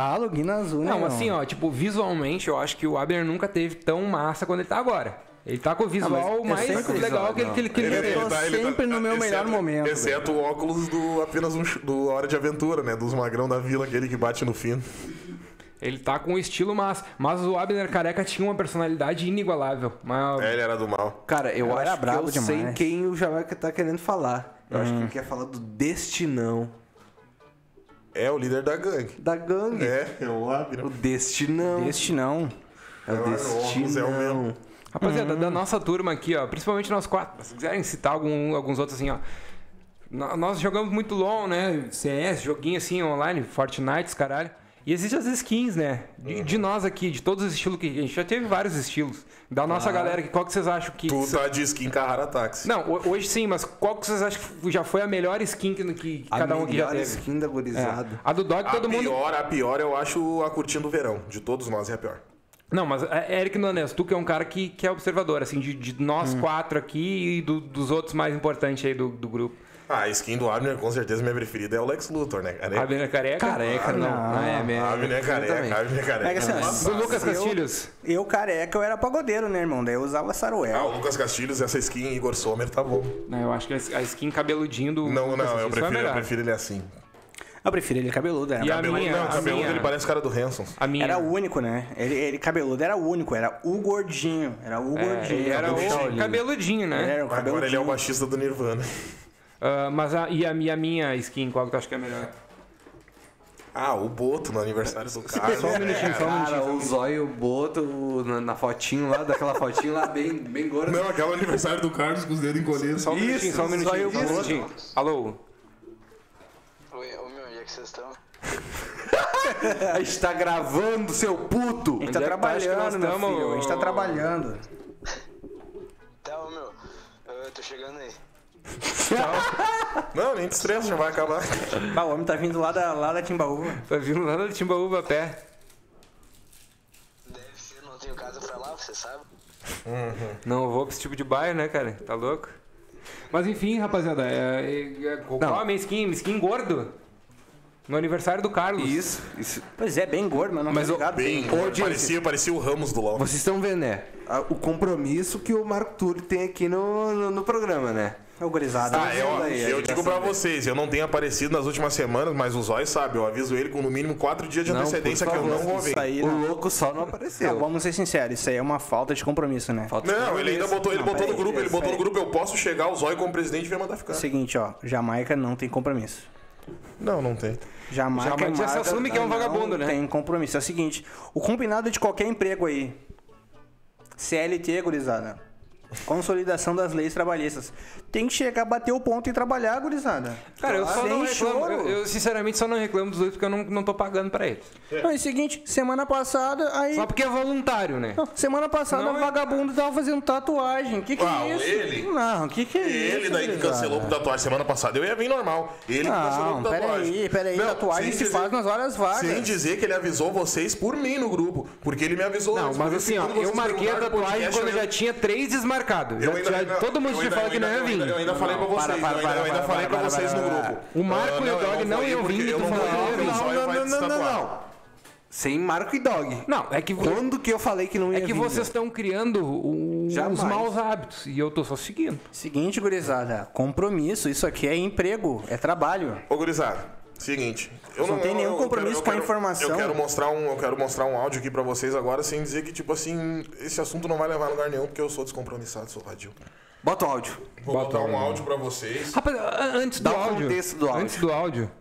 Speaker 4: Galo, Guina Azul, né?
Speaker 2: Não, assim, ó, tipo, visualmente eu acho que o Abner nunca teve tão massa quando ele tá agora. Ele tá com o visual
Speaker 4: eu
Speaker 2: mais
Speaker 4: sempre-
Speaker 2: legal que ele, que ele queria
Speaker 1: é
Speaker 4: Ele-
Speaker 2: ter.
Speaker 4: tô sempre no meu melhor momento,
Speaker 1: tá, Exceto o óculos do apenas um chu- do Hora de Aventura, né? Dos magrão da vila, aquele que bate no fino.
Speaker 2: Ele tá com um estilo massa. Mas o Abner careca tinha uma personalidade inigualável. Mas
Speaker 1: É, ele era do mal.
Speaker 3: Cara, eu
Speaker 4: Ela era
Speaker 3: acho que
Speaker 4: brabo
Speaker 3: eu
Speaker 4: demais.
Speaker 3: sei quem o Jamaica tá querendo falar. Eu acho que ele quer falar do Destinão.
Speaker 1: É o líder da gangue.
Speaker 3: Da gangue.
Speaker 1: É, é o Abner.
Speaker 3: O Destinão.
Speaker 4: Este não.
Speaker 3: É
Speaker 1: Eu
Speaker 3: o
Speaker 1: acho que o óculos é o
Speaker 3: Destinão.
Speaker 1: mesmo.
Speaker 2: Rapaziada,
Speaker 3: Hum.
Speaker 2: da nossa turma aqui, ó, principalmente nós quatro, se quiserem citar algum- alguns outros assim, ó. nó- Nós jogamos muito LOL, né? CS, joguinho assim online, Fortnite, os caralho. E existem as skins, né? De,
Speaker 3: Uhum.
Speaker 2: de nós aqui, de todos os estilos que a gente já teve vários estilos. Da
Speaker 3: Ah.
Speaker 2: nossa galera aqui, qual que vocês acham que.
Speaker 1: Tu tá de skin Carrara Táxi.
Speaker 2: Não, ho- hoje sim, mas qual que vocês acham que já foi a melhor skin que, que
Speaker 3: A
Speaker 2: cada um aqui já
Speaker 3: melhor
Speaker 2: teve?
Speaker 3: skin da gurizada.
Speaker 2: A do Dog
Speaker 1: A
Speaker 2: todo mundo.
Speaker 1: pior, a pior eu acho a curtindo do verão. De todos nós é a pior.
Speaker 2: Não, mas é, Eric Nunes, tu que é um cara que,
Speaker 3: Hum.
Speaker 2: que é observador, assim, de, de nós quatro aqui e do- dos outros mais importantes aí do, do grupo.
Speaker 1: Ah, a skin do Abner, com certeza, minha preferida é o Lex Luthor, né, cara?
Speaker 2: Abner é careca?
Speaker 3: Careca, não.
Speaker 2: Não, é, minha-
Speaker 1: Abner é
Speaker 3: também.
Speaker 1: careca, Abner é careca.
Speaker 4: Pega assim, ó.
Speaker 1: Nossa.
Speaker 2: Do Lucas Castilhos.
Speaker 4: Eu careca, eu era pagodeiro, né, irmão? Daí eu usava
Speaker 1: Ah,
Speaker 4: saruel.
Speaker 1: o Lucas Castilhos, essa skin Igor Sommer tá bom.
Speaker 2: Não, eu acho que a skin cabeludinho do.
Speaker 1: Não,
Speaker 2: Lucas
Speaker 1: não, eu
Speaker 2: Castilhos é a
Speaker 1: prefiro, eu
Speaker 2: melhor.
Speaker 1: prefiro ele assim.
Speaker 4: Eu prefiro ele cabeludo, era,
Speaker 2: E a
Speaker 1: Cabeludo,
Speaker 2: minha,
Speaker 1: não,
Speaker 2: a
Speaker 1: cabeludo
Speaker 2: minha.
Speaker 1: ele parece o cara do Hanson.
Speaker 2: A minha. é,
Speaker 4: Era o único, né? Ele, ele cabeludo era o único, era o gordinho. Era o
Speaker 2: É,
Speaker 4: gordinho.
Speaker 2: ele era o
Speaker 4: Shaolin.
Speaker 2: cabeludinho,
Speaker 4: Ele
Speaker 2: né?
Speaker 4: era o cabeludinho.
Speaker 1: Agora ele é o baixista do Nirvana.
Speaker 2: Ah, mas a, e, a, e a minha skin, qual que tu acha que é a melhor?
Speaker 1: Ah, o Boto no
Speaker 4: [LAUGHS]
Speaker 1: aniversário do cara.
Speaker 2: Só um minutinho, só um
Speaker 3: É. Cara,
Speaker 2: minutinho.
Speaker 3: o zóio boto na, na fotinho lá, daquela fotinho lá bem, bem gorda.
Speaker 1: É. Não, aquela aniversário do Carlos com os dedos encolhidos.
Speaker 2: Só um minutinho, só um minutinho. Só um minutinho. Alô?
Speaker 5: Oi, ô meu, onde é que vocês estão?
Speaker 3: A gente tá gravando, seu puto!
Speaker 4: A gente tá
Speaker 2: Onde é que tu acha que nós
Speaker 4: trabalhando, meu
Speaker 2: tamo?
Speaker 4: filho. A gente tá trabalhando.
Speaker 5: Tá, ô meu, eu tô chegando aí.
Speaker 1: Não, nem te estressa, já vai acabar.
Speaker 4: Bah, o homem tá vindo lá da, lá da Timbaúba.
Speaker 2: Tá vindo lá do Timbaúba a pé.
Speaker 5: Deve ser, não tenho casa pra lá, você sabe?
Speaker 2: Não vou pra esse tipo de bairro, né, cara? Tá louco? Mas enfim, rapaziada, é, é, é, qual
Speaker 3: Não.
Speaker 2: é a minha skin? Skin gordo. No aniversário do Carlos.
Speaker 3: Isso, isso.
Speaker 4: Pois é, bem gordo, mas não
Speaker 2: Mas
Speaker 4: tá
Speaker 2: o-
Speaker 4: ligado.
Speaker 1: Bem, parecia, parecia o Ramos do
Speaker 4: Tá
Speaker 1: LOL.
Speaker 3: Vocês estão vendo, né? a- O compromisso que o Marco Túlio tem aqui no, no, no programa, né?
Speaker 4: É o gurizado.
Speaker 1: Ah, é, ó,
Speaker 3: Aí, aí,
Speaker 1: eu
Speaker 4: tá
Speaker 1: digo pra vocês, eu não tenho aparecido nas últimas semanas, mas o Zóio sabe, eu aviso ele com no mínimo quatro dias de
Speaker 3: Não,
Speaker 1: antecedência
Speaker 3: por
Speaker 1: que eu não
Speaker 3: favor,
Speaker 1: vou vir.
Speaker 4: Isso aí,
Speaker 3: o
Speaker 4: não.
Speaker 3: louco só não Tá
Speaker 4: Não,
Speaker 3: apareceu.
Speaker 4: Tá vamos ser sinceros, isso aí é uma falta de compromisso, né?
Speaker 3: Falta
Speaker 1: Não, ele ainda
Speaker 3: compromisso.
Speaker 1: botou, ele
Speaker 4: Não,
Speaker 1: botou no
Speaker 4: peraí,
Speaker 1: grupo, ele
Speaker 4: peraí.
Speaker 1: botou no grupo, eu posso chegar o Zóio como presidente e vai mandar ficar.
Speaker 4: É Seguinte, ó, Jamaica não tem compromisso.
Speaker 1: Não, não tem.
Speaker 4: Jamaica,
Speaker 2: Jamaica já se
Speaker 4: marca-
Speaker 2: assume que é um
Speaker 4: não
Speaker 2: vagabundo, né?
Speaker 4: Tem compromisso. É o seguinte, o combinado de qualquer emprego aí, CLT, gurizada, consolidação das leis trabalhistas, tem que chegar, bater o ponto e trabalhar, gurizada.
Speaker 2: Cara, eu só
Speaker 4: Sem
Speaker 2: não reclamo.
Speaker 4: choro.
Speaker 2: Eu, eu, sinceramente só não reclamo dos dois porque eu não, não tô pagando pra eles.
Speaker 4: Não, é o seguinte, semana passada, aí...
Speaker 2: Só porque é voluntário, né?
Speaker 4: Não, semana passada,
Speaker 2: Não,
Speaker 4: o
Speaker 2: é-
Speaker 4: vagabundo tava fazendo tatuagem. Que que
Speaker 1: Ah,
Speaker 4: é isso?
Speaker 1: ele?
Speaker 4: Não, que que é isso?
Speaker 1: Ele daí que
Speaker 4: gurizada?
Speaker 1: cancelou por tatuagem semana passada, eu ia vir normal. Ele que cancelou
Speaker 4: Não,
Speaker 1: por tatuagem.
Speaker 4: peraí, peraí.
Speaker 1: Não,
Speaker 4: tatuagem
Speaker 1: sem
Speaker 4: se
Speaker 1: dizer-
Speaker 4: faz nas horas
Speaker 1: Sem
Speaker 4: vagas.
Speaker 1: dizer que ele avisou vocês por mim no grupo, porque ele me avisou.
Speaker 2: Não,
Speaker 1: antes,
Speaker 2: mas
Speaker 1: por isso
Speaker 2: assim,
Speaker 1: que
Speaker 2: ó,
Speaker 1: quando
Speaker 2: eu
Speaker 1: vocês
Speaker 2: marquei a
Speaker 1: perguntaram no
Speaker 2: tatuagem
Speaker 1: podcast,
Speaker 2: quando
Speaker 1: eu
Speaker 2: já tinha três desmarcados. Já-
Speaker 1: Eu ainda-
Speaker 2: já-
Speaker 1: não,
Speaker 2: todo mundo
Speaker 1: eu
Speaker 2: te
Speaker 1: ainda-
Speaker 2: fala
Speaker 1: eu
Speaker 2: que não
Speaker 1: ainda-
Speaker 2: ia vir.
Speaker 1: Eu ainda, eu ainda falei pra
Speaker 3: para,
Speaker 1: vocês,
Speaker 3: para,
Speaker 1: eu ainda-
Speaker 3: para,
Speaker 1: eu ainda
Speaker 3: para,
Speaker 1: falei pra
Speaker 3: para,
Speaker 1: vocês no
Speaker 3: para,
Speaker 1: grupo.
Speaker 2: O Marco
Speaker 1: Ah,
Speaker 2: e o
Speaker 1: não,
Speaker 2: Dog
Speaker 1: eu
Speaker 2: não
Speaker 1: falei
Speaker 2: iam
Speaker 1: porque
Speaker 2: vir,
Speaker 1: eu
Speaker 2: tu
Speaker 1: não
Speaker 2: falou
Speaker 1: vou
Speaker 2: que
Speaker 1: vir,
Speaker 2: não,
Speaker 1: o Zóio vai
Speaker 3: Não, não, não,
Speaker 1: destatuar.
Speaker 3: não. Sem Marco e Dog.
Speaker 2: Não, é que vo-
Speaker 3: Quando que eu falei que não ia
Speaker 2: É que
Speaker 3: vir,
Speaker 2: vocês
Speaker 3: né?
Speaker 2: estão criando o- os
Speaker 3: Jamais.
Speaker 2: maus hábitos e eu tô só seguindo.
Speaker 4: Seguinte, gurizada, compromisso, isso aqui é emprego, é trabalho.
Speaker 1: Ô, gurizada, seguinte. Eu
Speaker 4: Não tem nenhum compromisso com a informação.
Speaker 1: Eu quero mostrar um, eu quero mostrar um áudio aqui pra vocês agora, sem dizer que, tipo assim, esse assunto não vai levar a lugar nenhum, porque eu sou descompromissado, sou vadio.
Speaker 3: Bota o áudio.
Speaker 1: Vou botar um áudio pra vocês.
Speaker 2: Rapaz, a- antes do
Speaker 3: Dá o
Speaker 2: áudio.
Speaker 3: contexto do áudio.
Speaker 2: Antes do áudio.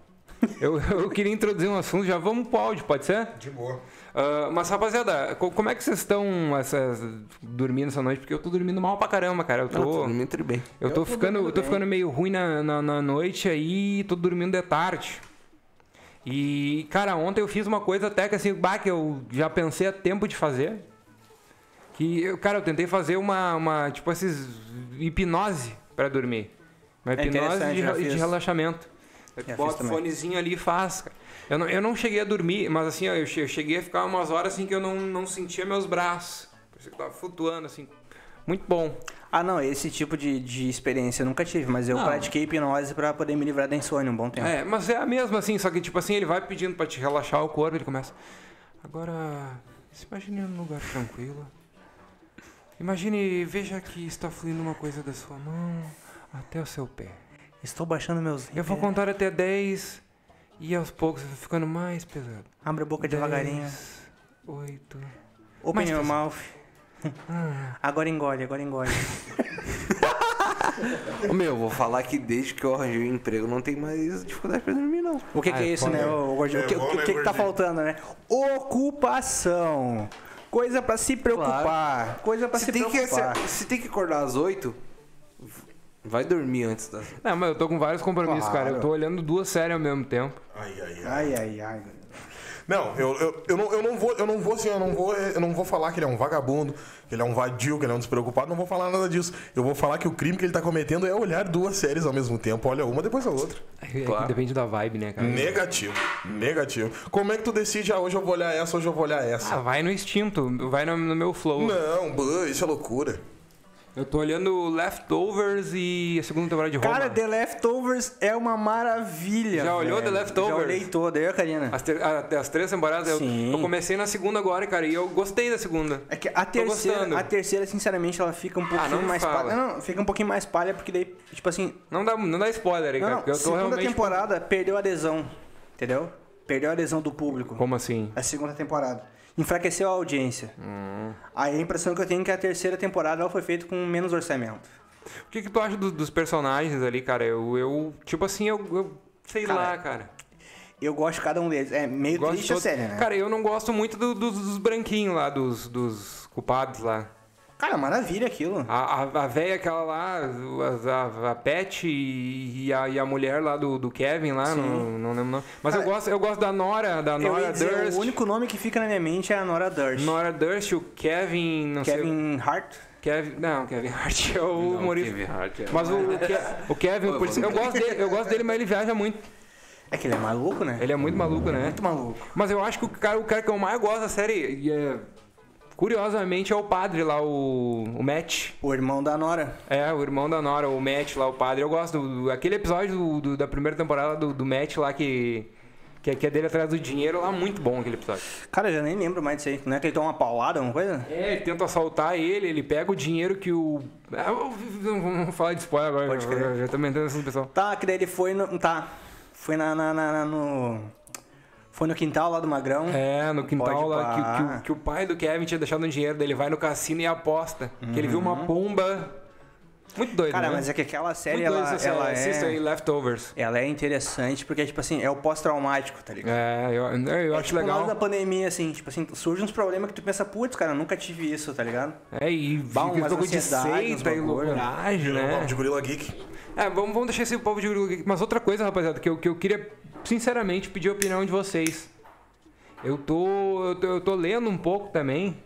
Speaker 2: Eu, [LAUGHS] eu queria introduzir um assunto, já vamos pro áudio, pode ser?
Speaker 1: De boa.
Speaker 2: Ah, mas, rapaziada, co- como é que vocês estão essas- dormindo essa noite? Porque eu tô dormindo mal pra caramba, cara. Eu tô.
Speaker 3: Não, tudo bem.
Speaker 2: Eu tô, ficando, eu tô ficando meio ruim na, na, na noite aí, tô dormindo de tarde. E, cara, ontem eu fiz uma coisa até que assim, bah, que eu já pensei há tempo de fazer. Que, eu, cara, eu tentei fazer uma, uma tipo, esses hipnose pra dormir. Uma
Speaker 4: É
Speaker 2: hipnose
Speaker 4: interessante,
Speaker 2: de,
Speaker 4: já
Speaker 2: re- de
Speaker 4: fiz.
Speaker 2: relaxamento.
Speaker 4: Já fiz
Speaker 2: Bota o
Speaker 4: também.
Speaker 2: fonezinho ali e faz, cara. Eu não, eu não cheguei a dormir, mas assim, ó, eu che- eu cheguei a ficar umas horas assim que eu não, não sentia meus braços. Parecia que tava flutuando, assim. Muito bom.
Speaker 4: Ah, não, esse tipo de, de experiência eu nunca tive, mas eu
Speaker 2: Não.
Speaker 4: pratiquei hipnose pra poder me livrar da insônia um bom tempo.
Speaker 2: É, mas é a mesma assim, só que tipo assim, ele vai pedindo pra te relaxar o corpo, ele começa. Agora, se imagine num lugar tranquilo. Imagine, veja que está fluindo uma coisa da sua mão até o seu pé.
Speaker 4: Estou baixando meus. é,
Speaker 2: Eu vou
Speaker 4: pés.
Speaker 2: contar até 10 e aos poucos vai ficando mais pesado.
Speaker 4: Abre a boca devagarinho.
Speaker 2: 10, 8.
Speaker 4: Open
Speaker 2: Mas
Speaker 4: your
Speaker 2: faz-
Speaker 4: mouth.
Speaker 3: Ah.
Speaker 4: Agora engole, agora engole.
Speaker 3: Meu, vou falar que desde que eu arranjei o emprego não tem mais dificuldade pra dormir, não.
Speaker 4: O que, que
Speaker 2: Ah,
Speaker 4: é isso,
Speaker 2: foda.
Speaker 4: né, ô, Gordinho? O que,
Speaker 1: É
Speaker 4: o
Speaker 1: bom,
Speaker 4: que-
Speaker 1: né,
Speaker 4: que que tá
Speaker 1: Gordinho?
Speaker 4: faltando, né? Ocupação. Coisa pra se preocupar. Coisa pra
Speaker 3: Se
Speaker 4: se
Speaker 3: tem, que,
Speaker 4: preocupar.
Speaker 3: se, se tem que acordar às 8, vai dormir antes das.
Speaker 2: Não, mas eu tô com vários compromissos, cara. Eu tô olhando duas séries ao mesmo tempo.
Speaker 1: Ai, ai, ai.
Speaker 4: Ai, ai, ai.
Speaker 1: Não, eu, eu, eu, não, eu não vou, eu não vou assim, eu não vou, eu não vou falar que ele é um vagabundo, que ele é um vadio, que ele é um despreocupado, não vou falar nada disso. Eu vou falar que o crime que ele tá cometendo é olhar duas séries ao mesmo tempo, olha uma depois a outra.
Speaker 2: É que Depende da vibe, né, cara?
Speaker 1: Negativo, negativo. Como é que tu decide, ah, hoje eu vou olhar essa, hoje eu vou olhar essa?
Speaker 2: Ah, vai no instinto, vai no, no meu flow.
Speaker 1: Não, bã, isso é loucura.
Speaker 2: Eu tô olhando Leftovers e a segunda temporada de Roma.
Speaker 4: Cara, The Leftovers é uma maravilha.
Speaker 2: Já olhou
Speaker 4: velho.
Speaker 2: The Leftovers?
Speaker 4: Já olhei toda, eu e a Karina.
Speaker 2: As, ter- a- as três temporadas, eu,
Speaker 4: Sim.
Speaker 2: eu comecei na segunda agora, cara, e eu gostei da segunda.
Speaker 4: É que a
Speaker 2: Tô gostando. Ah,
Speaker 4: terceira, a terceira, sinceramente, ela fica um pouquinho
Speaker 2: não me
Speaker 4: mais
Speaker 2: fala.
Speaker 4: palha. Não, não, fica um pouquinho mais palha, porque daí, tipo assim,
Speaker 2: Não dá, não dá spoiler aí,
Speaker 4: não,
Speaker 2: cara,
Speaker 4: não,
Speaker 2: porque eu tô
Speaker 4: segunda
Speaker 2: realmente...
Speaker 4: temporada perdeu a adesão, entendeu? Perdeu a adesão do público.
Speaker 2: Como assim?
Speaker 4: A segunda temporada. Enfraqueceu a audiência.
Speaker 2: Hum.
Speaker 4: Aí a impressão que eu tenho é que a terceira temporada ela foi feita com menos orçamento.
Speaker 2: O que, que tu acha do- dos personagens ali, cara? Eu, eu tipo assim, eu, eu sei
Speaker 4: Cara,
Speaker 2: lá, cara.
Speaker 4: Eu gosto de cada um deles. É meio
Speaker 2: Gosto de
Speaker 4: triste a
Speaker 2: todo-
Speaker 4: série, né? Cara,
Speaker 2: Cara, eu não gosto muito do- dos, dos branquinhos lá, dos, dos culpados lá.
Speaker 4: maravilha aquilo.
Speaker 2: A, a, a véia é aquela lá, as- a, a Pet e, e a, e a mulher lá do, do Kevin lá, não, não lembro o nome. Mas eu,
Speaker 4: Cara,
Speaker 2: gosto, eu gosto da Nora, da
Speaker 4: Ah, Eu
Speaker 2: Nora
Speaker 4: ia dizer,
Speaker 2: Durst.
Speaker 4: o único nome que fica na minha mente é a Nora Durst.
Speaker 2: Nora Durst, o Kevin, não sei.
Speaker 4: Kevin Hart.
Speaker 2: Kevin, não, Kevin Hart é o
Speaker 3: Não,
Speaker 2: humorista.
Speaker 3: Kevin Hart é-
Speaker 2: Mas o, o Ke- o Kevin,
Speaker 3: Pô,
Speaker 2: por isso- eu,
Speaker 3: vamos-
Speaker 2: gosto dele, eu gosto dele, mas ele viaja muito.
Speaker 4: É que ele é maluco, né?
Speaker 2: Ele é muito maluco, né?
Speaker 4: muito maluco.
Speaker 2: Mas eu acho que o cara, o cara que eu mais gosto da série, e é- curiosamente, é o padre lá, o, o Matt.
Speaker 4: O irmão da Nora.
Speaker 2: É, o irmão da Nora, o Matt lá, o padre. Eu gosto do, do- aquele episódio do- do- da primeira temporada do, do Matt lá que, que, é- que é dele atrás do dinheiro lá, muito bom aquele episódio.
Speaker 4: Cara, eu já nem lembro mais disso aí. Não é que ele toma uma paulada, alguma coisa?
Speaker 2: É, ele tenta assaltar ele, ele pega o dinheiro que o. Ah, eu- não vamos falar de spoiler agora,
Speaker 4: Pode
Speaker 2: eu-
Speaker 4: crer.
Speaker 2: eu já tô mentando essa pessoal.
Speaker 4: Tá, que daí ele foi no. Tá. Foi na. na- na- na- no. Foi no quintal lá do Magrão.
Speaker 2: É, no quintal
Speaker 4: Pode
Speaker 2: lá que,
Speaker 4: pá.
Speaker 2: o- que o- que o pai do Kevin tinha deixado o dinheiro dele, vai no cassino e aposta. Que ele viu uma pomba. Muito doido,
Speaker 4: Cara,
Speaker 2: né?
Speaker 4: mas é que aquela série,
Speaker 2: muito
Speaker 4: ela,
Speaker 2: doido essa série.
Speaker 4: ela
Speaker 2: Assista aí,
Speaker 4: é.
Speaker 2: Leftovers.
Speaker 4: Ela é interessante porque, tipo assim, é o pós-traumático, tá ligado?
Speaker 2: É, eu, eu acho
Speaker 4: Tipo,
Speaker 2: legal.
Speaker 4: nada da pandemia, assim, tipo assim, surge uns problemas que tu pensa, putz, cara, eu nunca tive isso, tá ligado?
Speaker 2: É, e
Speaker 4: Dá
Speaker 2: fica
Speaker 4: umas
Speaker 2: jogo de
Speaker 4: ansiedades, uns
Speaker 2: seita e
Speaker 4: bagulho.
Speaker 2: loucuragem,
Speaker 1: Virou um
Speaker 2: né?
Speaker 1: papo de Gorila Geek.
Speaker 2: É, vamos, vamos deixar esse povo de Guru aqui. Mas outra coisa, rapaziada, que eu, que eu queria, sinceramente, pedir a opinião de vocês. Eu tô, eu tô. eu tô lendo um pouco também.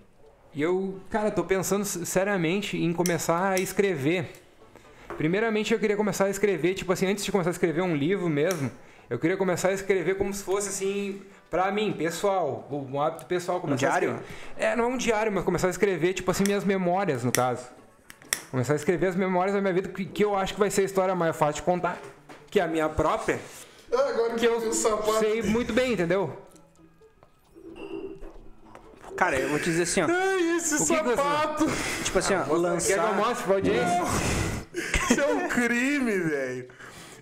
Speaker 2: E eu, cara, tô pensando s- seriamente em começar a escrever. Primeiramente eu queria começar a escrever, tipo assim, antes de começar a escrever um livro mesmo, eu queria começar a escrever como se fosse assim, pra mim, pessoal, um hábito pessoal. começar a
Speaker 4: diário?
Speaker 2: escrever- É, não é um diário, mas começar a escrever, tipo assim, minhas memórias, no caso. Começar a escrever as memórias da minha vida, que, que eu acho que vai ser a história mais fácil de contar, que é a minha própria,
Speaker 1: Ah, agora
Speaker 2: que eu
Speaker 1: vi o sapato.
Speaker 2: sei muito bem, entendeu?
Speaker 4: Cara, eu vou te dizer assim, ó.
Speaker 1: Ai, esse
Speaker 2: O que que você-
Speaker 1: É sapato!
Speaker 4: tipo
Speaker 2: [LAUGHS]
Speaker 4: assim, ó,
Speaker 2: Quer que é eu
Speaker 4: lançar.
Speaker 2: mostre pra audiência?
Speaker 1: Isso é um crime, velho.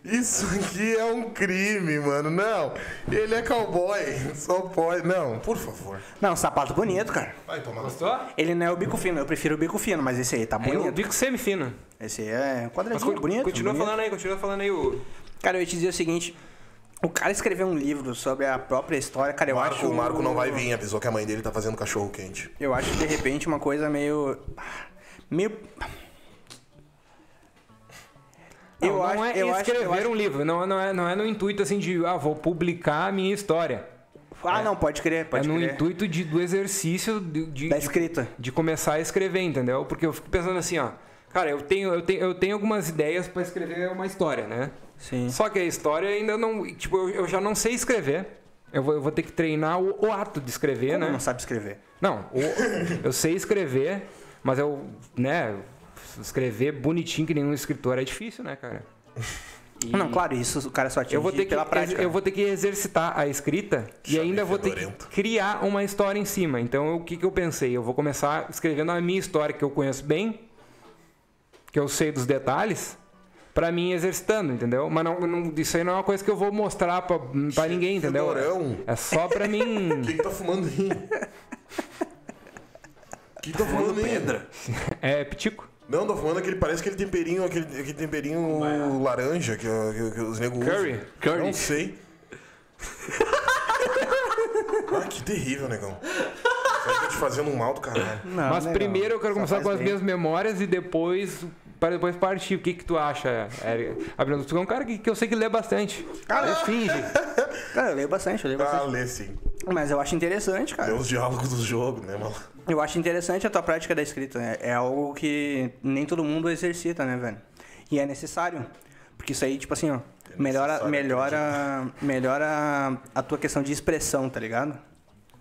Speaker 1: Isso aqui é um crime, mano. Não, ele é cowboy. Só pode. Não, por favor.
Speaker 4: Não, sapato bonito, cara.
Speaker 1: Vai tomar. no-
Speaker 2: Gostou?
Speaker 4: Ele não é o bico fino, eu prefiro o bico fino, mas esse aí tá
Speaker 2: É um
Speaker 4: bonito.
Speaker 2: bico semifino.
Speaker 4: Esse aí é
Speaker 2: Mas
Speaker 4: quadradinho,
Speaker 2: co-
Speaker 4: bonito.
Speaker 2: continua
Speaker 4: bonito.
Speaker 2: falando aí, continua falando aí o.
Speaker 4: Cara, eu ia te dizer o seguinte: o cara escrever um livro sobre a própria história, cara, eu
Speaker 1: Marco,
Speaker 4: acho.
Speaker 1: o Marco não vai vir, avisou que a mãe dele tá fazendo cachorro quente.
Speaker 4: Eu acho de repente uma coisa meio. Meio.
Speaker 2: Não,
Speaker 4: eu
Speaker 2: não
Speaker 4: acho,
Speaker 2: é
Speaker 4: eu acho-
Speaker 2: escrever
Speaker 4: eu acho-
Speaker 2: um livro, não, não, é, não é no intuito assim de, ah, vou publicar a minha história.
Speaker 4: Ah, não, pode crer, pode
Speaker 2: é no
Speaker 4: crer.
Speaker 2: intuito de, do exercício de, de-
Speaker 4: Da
Speaker 2: de-
Speaker 4: escrita.
Speaker 2: de começar a escrever, entendeu? Porque eu fico pensando assim, ó. Cara, eu tenho, eu tenho, eu tenho algumas ideias pra escrever uma história, né?
Speaker 4: Sim.
Speaker 2: Só que a história ainda não. Tipo, eu, eu já não sei escrever. Eu vou, eu vou ter que treinar o, o ato de escrever,
Speaker 4: Como assim?
Speaker 2: né?
Speaker 4: não sabe escrever.
Speaker 2: Não, o- eu sei escrever, mas eu, né, escrever bonitinho que nenhum escritor é difícil, né, cara?
Speaker 4: Não, claro, isso o cara só atinge
Speaker 2: Eu vou ter que
Speaker 4: pela prática.
Speaker 2: eu vou ter que exercitar a escrita e
Speaker 1: Chave
Speaker 2: ainda vou ter que
Speaker 1: fedorento.
Speaker 2: criar uma história em cima. Então, eu- o que que eu pensei? Eu vou começar escrevendo a minha história que eu conheço bem, que eu sei dos detalhes, pra mim ir exercitando, entendeu? Mas não, não- isso aí não é uma coisa que eu vou mostrar pra, pra ninguém, entendeu?
Speaker 1: Fedorão.
Speaker 2: É só pra mim.
Speaker 1: O [LAUGHS] que, que tá fumando aí? O que que tá fumando aí? Pedra.
Speaker 2: É pitico.
Speaker 1: Não, tá fumando aquele. Parece aquele temperinho, aquele, aquele temperinho laranja que, que- que os negros
Speaker 2: Curry.
Speaker 1: Curry. Não sei. [LAUGHS] ah, que terrível, negão. Isso aí tá te fazendo um mal do caralho.
Speaker 4: Não,
Speaker 2: Mas
Speaker 4: Tá, legal.
Speaker 2: primeiro eu quero
Speaker 4: Só
Speaker 2: começar
Speaker 4: faz
Speaker 2: com as
Speaker 4: bem.
Speaker 2: minhas memórias e depois. Para depois partir. O que, que tu acha, Eric? Abrindo, tu é um cara que, que eu sei que lê bastante.
Speaker 4: Cara, eu finge. cara, É, eu leio bastante, eu leio
Speaker 1: Ah,
Speaker 4: bastante.
Speaker 1: lê sim.
Speaker 2: Tá.
Speaker 4: Mas eu acho interessante, cara.
Speaker 1: É os diálogos do jogo, né, mano?
Speaker 4: Eu acho interessante a tua prática da escrita. né? É algo que nem todo mundo exercita, né, velho? E é necessário. Porque isso aí, tipo assim, ó,
Speaker 2: É
Speaker 4: melhora,
Speaker 1: necessário,
Speaker 4: melhora, melhora a tua questão de expressão, tá ligado?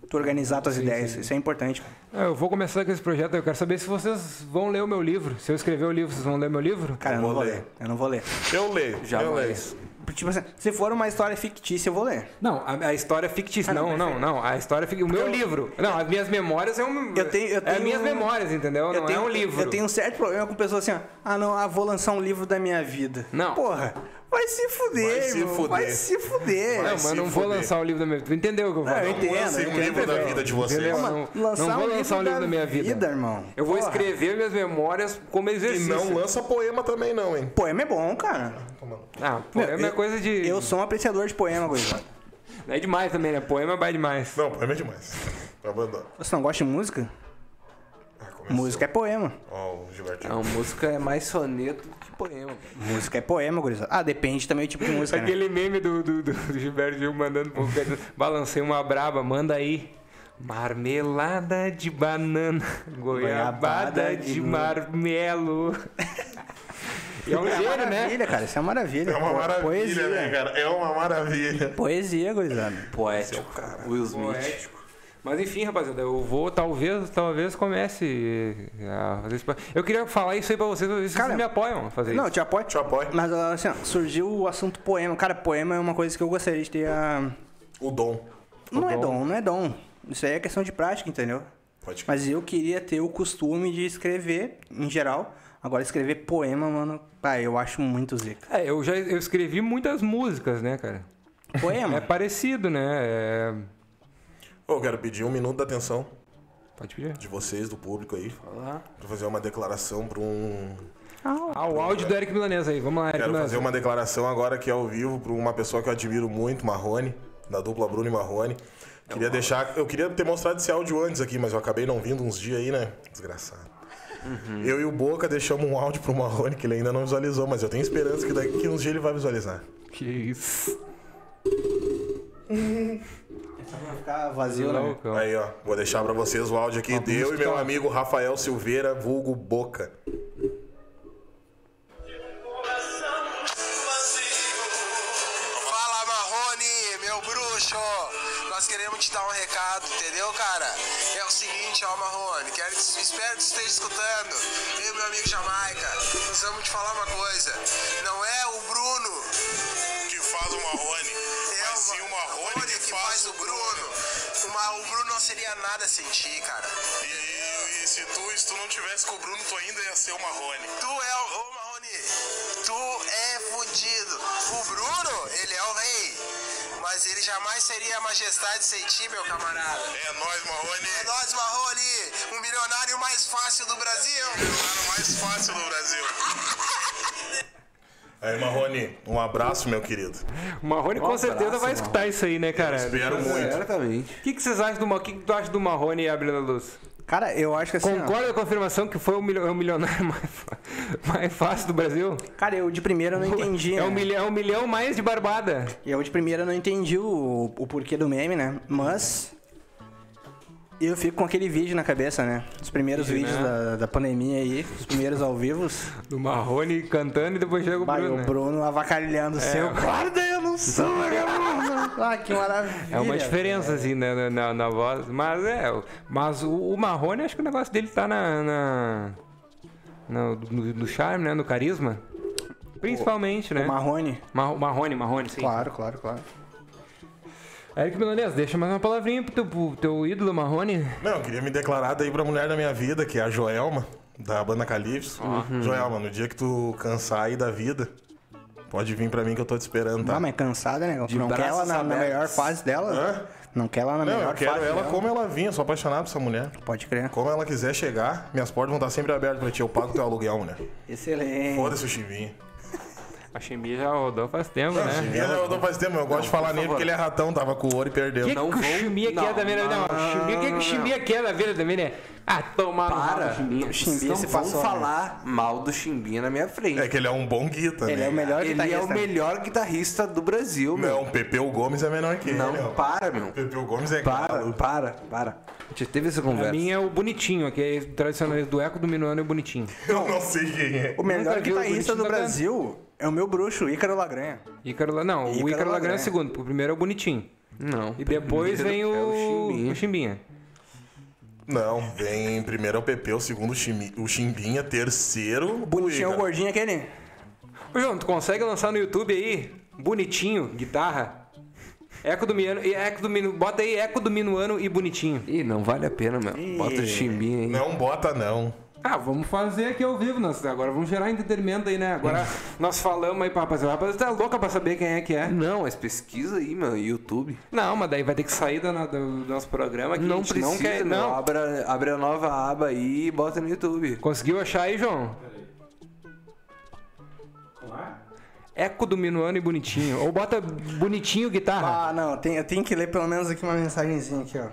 Speaker 4: tu organizar tuas ideias. Isso é importante.
Speaker 2: Ah, Eu vou começar com esse projeto, eu quero saber se vocês vão ler o meu livro. Se eu escrever o livro, vocês vão ler meu livro?
Speaker 4: Cara, eu não
Speaker 1: vou
Speaker 4: vou
Speaker 1: ler.
Speaker 4: ler. Eu não vou ler.
Speaker 1: Eu leio. eu leio.
Speaker 3: Jamais.
Speaker 4: Tipo assim, se for uma história fictícia, eu vou ler.
Speaker 2: Não, a, a história é fictícia.
Speaker 4: Ah, não,
Speaker 2: não, não, não. A história é fictícia. O meu livro. Não, as minhas memórias é um.
Speaker 4: Eu tenho- eu
Speaker 2: É
Speaker 4: tenho-
Speaker 2: minhas memórias, entendeu? não é um livro.
Speaker 4: Eu tenho um certo problema com pessoas assim, ó. Ah, não, ah, vou lançar um livro da minha vida.
Speaker 2: Não.
Speaker 4: Porra, vai se fuder,
Speaker 1: Vai se
Speaker 4: irmão,
Speaker 1: fuder.
Speaker 4: Vai se fuder.
Speaker 2: Não,
Speaker 1: Vai
Speaker 2: mas
Speaker 1: se
Speaker 2: não vou
Speaker 1: fuder.
Speaker 2: lançar o livro da minha vida. Tu entendeu o que eu
Speaker 4: Não,
Speaker 2: falo?
Speaker 4: eu entendo.
Speaker 1: Lancem
Speaker 4: eu
Speaker 1: um
Speaker 4: entendeu?
Speaker 1: livro da vida de vocês.
Speaker 2: Entendeu?
Speaker 4: Não,
Speaker 2: Não-
Speaker 4: lançar
Speaker 2: não vou
Speaker 4: um livro
Speaker 2: lançar um livro da minha vida.
Speaker 4: irmão.
Speaker 2: Eu vou
Speaker 4: Porra.
Speaker 2: escrever minhas memórias como
Speaker 1: E
Speaker 2: exercício.
Speaker 1: não lança poema também, não, hein?
Speaker 4: Poema é bom, cara.
Speaker 2: Ah, poema
Speaker 4: Meu,
Speaker 2: é coisa de.
Speaker 4: Eu sou um apreciador de poema, gurizada.
Speaker 2: Não é demais também, né? Poema vai demais.
Speaker 1: Não, poema é demais. Abandona.
Speaker 4: Você não gosta de música?
Speaker 1: Ah, começou.
Speaker 4: Música um é poema.
Speaker 1: Ó, o Gilberto.
Speaker 3: Não, música é mais soneto do que poema. cara.
Speaker 4: Música é poema, gurizada. Ah, depende também do tipo de música, né?
Speaker 2: Aquele meme do, do, do- do Gilberto Gil mandando pro Pedro. Balancei uma braba, manda aí. Marmelada de banana, goiabada
Speaker 4: Goiabada de
Speaker 2: de marmelo. E [LAUGHS] é um
Speaker 4: Isso
Speaker 2: gênio, né?
Speaker 4: maravilha, cara. Isso é uma maravilha.
Speaker 1: É uma
Speaker 4: Po-
Speaker 1: maravilha,
Speaker 4: Poesia.
Speaker 1: né, cara? É uma maravilha.
Speaker 4: Poesia, gurizada.
Speaker 3: Poético. Will Smith.
Speaker 2: Poético. Mas enfim, rapaziada, eu vou, talvez, talvez comece eh, a fazer esse... Eu queria falar isso aí pra vocês, pra ver se
Speaker 4: Cara,
Speaker 2: vocês me apoiam a fazer
Speaker 4: Não, eu
Speaker 2: isso.
Speaker 4: te apoio.
Speaker 1: Te apoio.
Speaker 4: Mas assim, ó, surgiu o assunto poema. Cara, poema é uma coisa que eu gostaria de ter a...
Speaker 1: O dom.
Speaker 4: Não é dom, não é dom. Isso aí é questão de prática, entendeu?
Speaker 1: Pode crer.
Speaker 4: Mas eu queria ter o costume de escrever, em geral. Agora, escrever poema, mano, pá, eu acho muito zica.
Speaker 2: É, eu já eu escrevi muitas músicas, né, cara?
Speaker 4: [LAUGHS]
Speaker 2: É
Speaker 4: Poema?
Speaker 2: parecido, né? É...
Speaker 1: Ô, Eu quero pedir um minuto da atenção
Speaker 2: Pode pedir.
Speaker 1: de vocês, do público aí,
Speaker 3: Olá.
Speaker 1: pra fazer uma declaração pra um.
Speaker 2: Ah, o áudio do Eric Milanese aí. Vamos lá, Eric
Speaker 1: Quero fazer
Speaker 2: Milanese.
Speaker 1: uma declaração agora aqui ao vivo pra uma pessoa que eu admiro muito, Marrone, da dupla Bruno e Marrone. Queria deixar. Eu queria ter mostrado esse áudio antes aqui, mas eu acabei não vindo uns dias aí, né? Desgraçado. Eu e o Boca deixamos um áudio pro Marrone que ele ainda não visualizou, mas eu tenho esperança que daqui uns dias ele vai visualizar.
Speaker 2: Que isso.
Speaker 4: Vai ficar vazio, né?
Speaker 2: Tá Loucão.
Speaker 1: Aí, ó, vou deixar pra vocês o áudio aqui eu e meu amigo Rafael Silveira, vulgo Boca.
Speaker 6: Fala Marrone, meu bruxo! Nós queremos te dar um recado, entendeu, cara? É o seguinte, ó Marrone, quero que, espero que você esteja escutando. Eu e meu amigo Jamaica, nós vamos te falar uma coisa. Não é o Bruno que faz o Marrone, é o sim o Marrone é que, faz, o Bruno. O, Ma- o Bruno não seria nada sem ti, cara. E, se, tu, se tu não tivesse com o Bruno, tu ainda ia ser o Marrone. Tu é o, o Marrone, tu é fudido. O Bruno, ele é o rei, mas ele jamais seria a majestade sem ti, meu camarada. É nós, Marrone. É nós, Marrone, o milionário mais fácil do Brasil. Milionário mais fácil do Brasil.
Speaker 1: Aí, Marrone, um abraço, meu querido.
Speaker 2: O Marrone com certeza
Speaker 3: abraço,
Speaker 2: vai escutar isso aí, né, cara?
Speaker 1: Espero muito.
Speaker 3: Certamente.
Speaker 2: O que, que vocês acham do Marrone? O que, que tu acha do Marrone e abrindo a luz?
Speaker 4: Cara, eu acho que assim. ó,
Speaker 2: Concorda com a afirmação que foi o, milio- é o milionário [LAUGHS] mais, fa- mais fácil do Brasil?
Speaker 4: Cara, eu de primeira [LAUGHS] não entendi.
Speaker 2: É
Speaker 4: né?
Speaker 2: um milhão, é um milhão mais de barbada.
Speaker 4: Eu de primeira não entendi o, o porquê do meme, né? Mas. Eu fico com aquele vídeo na cabeça, né? Os primeiros
Speaker 2: Vídeo,
Speaker 4: vídeos
Speaker 2: né?
Speaker 4: da, da pandemia aí, os primeiros ao vivo.
Speaker 2: Do Marrone cantando e depois chega [LAUGHS] o
Speaker 4: Vai,
Speaker 2: Bruno.
Speaker 4: o
Speaker 2: né? É.
Speaker 4: Bruno avacalhando o seu. Guarda, eu
Speaker 2: [LAUGHS]
Speaker 4: não sou vagabundo! Ah, que maravilha!
Speaker 2: É uma diferença, assim, né, na, na, na voz. Mas é, o- mas o, o Marrone, acho que o negócio dele tá na. na- na- no, no charme, né? No carisma. Principalmente, né?
Speaker 4: Marrone.
Speaker 2: Mar- Marrone, Marrone, sim.
Speaker 4: Claro, claro, claro.
Speaker 2: Eric Milanês, deixa mais uma palavrinha pro teu, pro teu ídolo Marrone.
Speaker 1: Não, eu queria me declarar daí pra mulher da minha vida, que é a Joelma, da banda Calypso. Uhum. Joelma, no dia que tu cansar aí da vida, pode vir pra mim que eu tô te esperando,
Speaker 4: Tá,
Speaker 1: tá?
Speaker 4: mas cansada, né? Tu não quer
Speaker 3: braços
Speaker 4: ela na, na
Speaker 3: abertos.
Speaker 4: melhor fase dela?
Speaker 1: Hã?
Speaker 4: Não quer ela
Speaker 1: Não,
Speaker 4: na é melhor né?
Speaker 1: eu quero
Speaker 4: fase
Speaker 1: ela
Speaker 4: dela?
Speaker 1: como ela vinha, sou apaixonado por essa mulher.
Speaker 4: Pode crer.
Speaker 1: Como ela quiser chegar, minhas portas vão estar sempre abertas pra ti. Eu pago teu aluguel, mulher.
Speaker 4: Excelente.
Speaker 1: Foda-se o Chivinho.
Speaker 2: A Ximbi já rodou faz tempo,
Speaker 1: O
Speaker 2: né?
Speaker 1: Chivinho eu dou É. faz tempo, eu gosto de falar nele porque ele é ratão, tava com o ouro e perdeu.
Speaker 2: Que
Speaker 3: Não
Speaker 2: que o
Speaker 3: vou-
Speaker 2: Chimbinha
Speaker 3: não,
Speaker 2: quer da vida? né? Não,
Speaker 3: não,
Speaker 2: o Chimbinha- o que que o
Speaker 3: não,
Speaker 2: Chimbinha quer da vida também, né? Ah, toma no rabo,
Speaker 3: Para.
Speaker 2: Chimbinha.
Speaker 4: Chimbinha
Speaker 3: Não
Speaker 4: se
Speaker 3: vão
Speaker 4: passou, né?
Speaker 3: falar mal do Chimbinha na minha frente.
Speaker 1: É que ele é um bom guita,
Speaker 4: Ele
Speaker 1: né?
Speaker 4: é o melhor
Speaker 3: Ele é o
Speaker 4: guitarrista.
Speaker 3: melhor guitarrista do Brasil, meu.
Speaker 1: Não, Pepeu Gomes é menor que
Speaker 3: Não,
Speaker 1: ele. ó.
Speaker 3: para, meu.
Speaker 1: Pepeu Gomes é
Speaker 3: Para,
Speaker 1: galo.
Speaker 3: para, para. A gente teve essa
Speaker 2: Pra
Speaker 3: conversa.
Speaker 2: mim é o bonitinho, que é tradicionalista do Eco do Minuano é o bonitinho.
Speaker 1: Eu não sei quem é.
Speaker 4: O melhor
Speaker 2: Nunca vi o
Speaker 4: guitarrista
Speaker 2: Bonitinho
Speaker 4: do
Speaker 2: tocando.
Speaker 4: Brasil é o meu bruxo, Ícaro Lagranha.
Speaker 2: Ícaro, La- não, o Ícaro
Speaker 4: Ícaro
Speaker 2: Lagrange é o
Speaker 4: Lagrange.
Speaker 2: segundo, o primeiro é o bonitinho.
Speaker 3: Não.
Speaker 2: E depois vem
Speaker 3: Primeiro
Speaker 2: o,
Speaker 3: é o Chimbinha.
Speaker 2: o Chimbinha.
Speaker 1: Não, vem primeiro é o PP, o segundo o Chimi- o Chimbinha, terceiro o
Speaker 4: Bonitinho é o
Speaker 1: Buiga.
Speaker 4: gordinho aquele.
Speaker 2: Ô, João, tu consegue lançar no YouTube aí? Bonitinho, guitarra. Eco do Minuano, e eco do Minu, bota aí Eco do Minuano e Bonitinho.
Speaker 3: Ih, não vale a pena, meu. Bota o chimbinha aí.
Speaker 1: Não bota, não.
Speaker 2: Ah, vamos fazer aqui ao vivo, nós agora vamos gerar entretenimento aí, né? Agora nós falamos aí pra rapaziada, a rapaziada tá louca pra saber quem é que é.
Speaker 3: Não, mas pesquisa aí, meu, YouTube.
Speaker 2: Não, mas daí vai ter que sair do, do- do nosso programa que a
Speaker 3: Não
Speaker 2: gente
Speaker 3: precisa,
Speaker 2: não quer,
Speaker 3: meu.
Speaker 2: não.
Speaker 3: Abre, a- abre a nova aba aí e bota no YouTube.
Speaker 2: Conseguiu achar aí, João? Eco do Minuano e Bonitinho. Ou bota Bonitinho Guitarra.
Speaker 4: Ah, não, tem, eu tenho que ler pelo menos aqui uma mensagenzinha aqui, ó.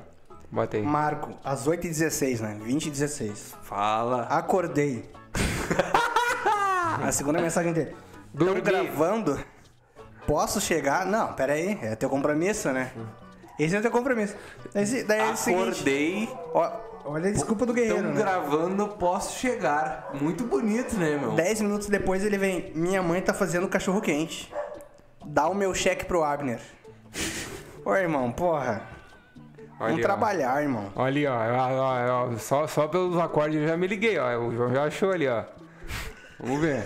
Speaker 2: Bota aí.
Speaker 4: Marco, às 8h16, né? 20 e 16.
Speaker 3: Fala.
Speaker 4: Acordei. [LAUGHS] A segunda mensagem dele.
Speaker 2: Dormi.
Speaker 4: Estão gravando? Posso chegar? Não, peraí. É teu compromisso, né? Esse é teu compromisso. Esse, daí é o seguinte.
Speaker 3: Acordei.
Speaker 4: Ó, olha a desculpa do guerreiro.
Speaker 3: Estão
Speaker 4: né?
Speaker 3: gravando, posso chegar. Muito bonito, né, meu?
Speaker 4: Dez minutos depois ele vem. Minha mãe tá fazendo cachorro quente. Dá o meu cheque pro Abner. Ô irmão, porra.
Speaker 2: Olha,
Speaker 4: Vamos
Speaker 2: ó.
Speaker 4: trabalhar, irmão.
Speaker 2: Olha ali, ó. ó, ó, ó, só, só pelos acordes eu já me liguei, ó. O João já achou ali, ó. Vamos ver.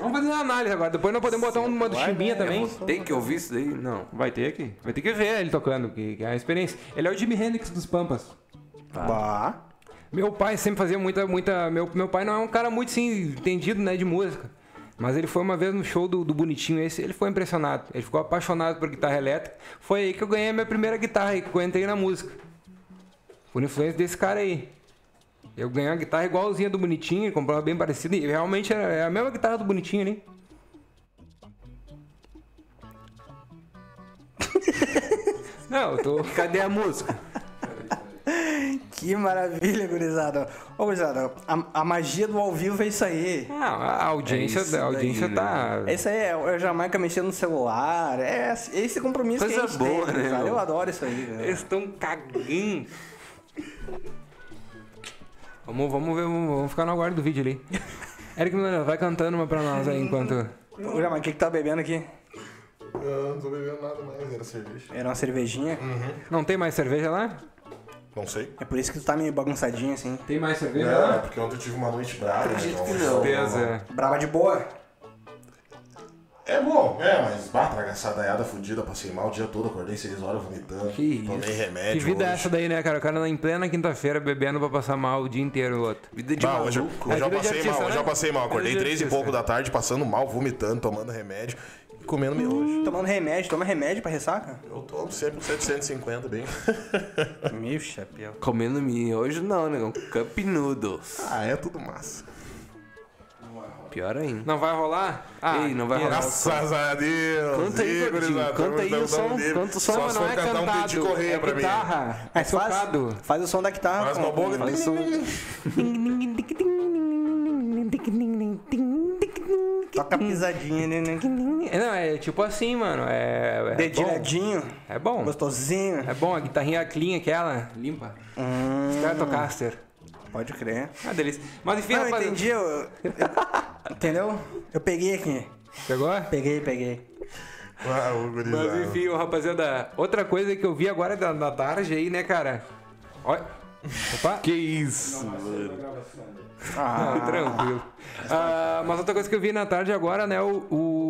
Speaker 2: Vamos fazer uma análise agora. Depois nós podemos botar um, uma do Chimbinha também.
Speaker 3: Tem que ouvir isso daí? Não.
Speaker 2: Vai ter que. Vai ter que ver ele tocando, que, que é uma experiência. Ele é o Jimi Hendrix dos Pampas.
Speaker 4: Bah.
Speaker 2: Meu pai sempre fazia muita, muita. Meu, meu pai não é um cara muito sim, entendido, né, de música. Mas ele foi uma vez no show do, do Bonitinho esse, ele foi impressionado. Ele ficou apaixonado por guitarra elétrica. Foi aí que eu ganhei a minha primeira guitarra e que eu entrei na música. Por influência desse cara aí. Eu ganhei uma guitarra igualzinha do Bonitinho, ele comprou uma bem parecida. E realmente era é a mesma guitarra do Bonitinho,
Speaker 3: [LAUGHS]
Speaker 2: né? Não, eu tô.
Speaker 3: Cadê a música?
Speaker 4: Que maravilha, gurizada. Ô, gurizada, a, a magia do ao vivo é isso aí.
Speaker 2: Ah, a audiência,
Speaker 3: É isso
Speaker 2: a audiência
Speaker 3: daí, né?
Speaker 2: tá.
Speaker 4: É isso aí, é o é o Jamaica mexendo no celular. É esse compromisso que
Speaker 3: Coisa
Speaker 4: a gente
Speaker 3: boa,
Speaker 4: tem,
Speaker 3: né,
Speaker 4: gurizada.
Speaker 3: meu?
Speaker 4: Eu adoro isso aí, velho.
Speaker 2: Eles estão cagando. Vamos, vamos ver, vamos, vamos ficar no aguardo do vídeo [LAUGHS] ali. Eric Milano, vai cantando uma pra nós aí enquanto.
Speaker 4: Ô, Jamaica, o que, que tá bebendo aqui?
Speaker 1: Eu não tô bebendo nada mais, era cerveja.
Speaker 4: Era uma cervejinha.
Speaker 2: Não tem mais cerveja lá?
Speaker 1: Não sei.
Speaker 4: É por isso que tu tá meio bagunçadinho assim.
Speaker 2: Tem mais cerveja
Speaker 1: Não, é porque ontem eu tive uma noite brava. Né?
Speaker 3: Acredito
Speaker 1: então
Speaker 3: que
Speaker 1: hoje-
Speaker 3: não.
Speaker 2: Certeza.
Speaker 4: Brava de boa.
Speaker 1: É bom, é, mas bah, tragaçadaiada fudida, passei mal o dia todo, acordei 6 horas vomitando.
Speaker 3: Que
Speaker 1: tomei remédio.
Speaker 2: Que vida é
Speaker 1: hoje.
Speaker 2: essa daí, né, cara? O cara em plena quinta-feira bebendo pra passar mal o dia inteiro o outro.
Speaker 3: Vida de
Speaker 1: Bah, hoje eu,
Speaker 3: maluco.
Speaker 1: hoje eu
Speaker 2: É vida de
Speaker 1: passei
Speaker 2: artista,
Speaker 1: mal, hoje
Speaker 2: né?
Speaker 1: eu passei mal. Acordei
Speaker 2: Vida de
Speaker 1: três e
Speaker 2: artista.
Speaker 1: pouco da tarde, passando mal, vomitando, tomando remédio e comendo miojo.
Speaker 4: Tomando remédio, toma remédio pra ressaca?
Speaker 1: Eu tomo sempre um 750 bem.
Speaker 4: Meu chapéu.
Speaker 3: Comendo miojo não, negão. Cup noodles.
Speaker 1: ah, é tudo massa.
Speaker 3: Pior ainda.
Speaker 2: Não vai rolar?
Speaker 3: Ei, não vai
Speaker 2: que-
Speaker 3: rolar.
Speaker 1: Graças a Deus!
Speaker 3: Canta aí,
Speaker 1: Ih,
Speaker 3: Gordinho,
Speaker 1: gurizada,
Speaker 3: canta
Speaker 1: tamo-
Speaker 3: aí o
Speaker 1: tamo-
Speaker 3: som,
Speaker 1: tamo-
Speaker 3: canta o som,
Speaker 1: Só
Speaker 2: Mas
Speaker 1: se
Speaker 2: não
Speaker 1: for
Speaker 2: é
Speaker 1: cantar um
Speaker 2: cantado,
Speaker 1: Petit Correia
Speaker 2: é
Speaker 1: pra mim.
Speaker 2: guitarra. É
Speaker 4: Ah, Mas faz,
Speaker 2: tocado.
Speaker 4: faz o som da guitarra.
Speaker 1: Faz
Speaker 4: com-
Speaker 1: uma boa
Speaker 4: faz o som. Toca a pisadinha, né? né?
Speaker 2: Não, é tipo assim, mano. É, é bom.
Speaker 4: Dedilhadinho.
Speaker 2: É bom.
Speaker 4: Gostosinho.
Speaker 2: É bom, a guitarrinha clean aquela. Limpa.
Speaker 4: Hum,
Speaker 2: Stratocaster.
Speaker 4: pode crer.
Speaker 2: Ah, delícia. Mas enfim,
Speaker 4: Não, eu
Speaker 2: rapaz.
Speaker 4: entendi. Eu, eu- entendeu? Eu peguei aqui.
Speaker 2: Pegou?
Speaker 4: Peguei, peguei.
Speaker 1: Ah, o gurizada.
Speaker 2: Mas enfim, ô, rapaziada. Outra coisa que eu vi agora da, da tarde aí, né, cara? Olha. Opa.
Speaker 3: Que isso, mano.
Speaker 2: Ah, tranquilo. Ah, mas outra coisa que eu vi na tarde agora, né? O,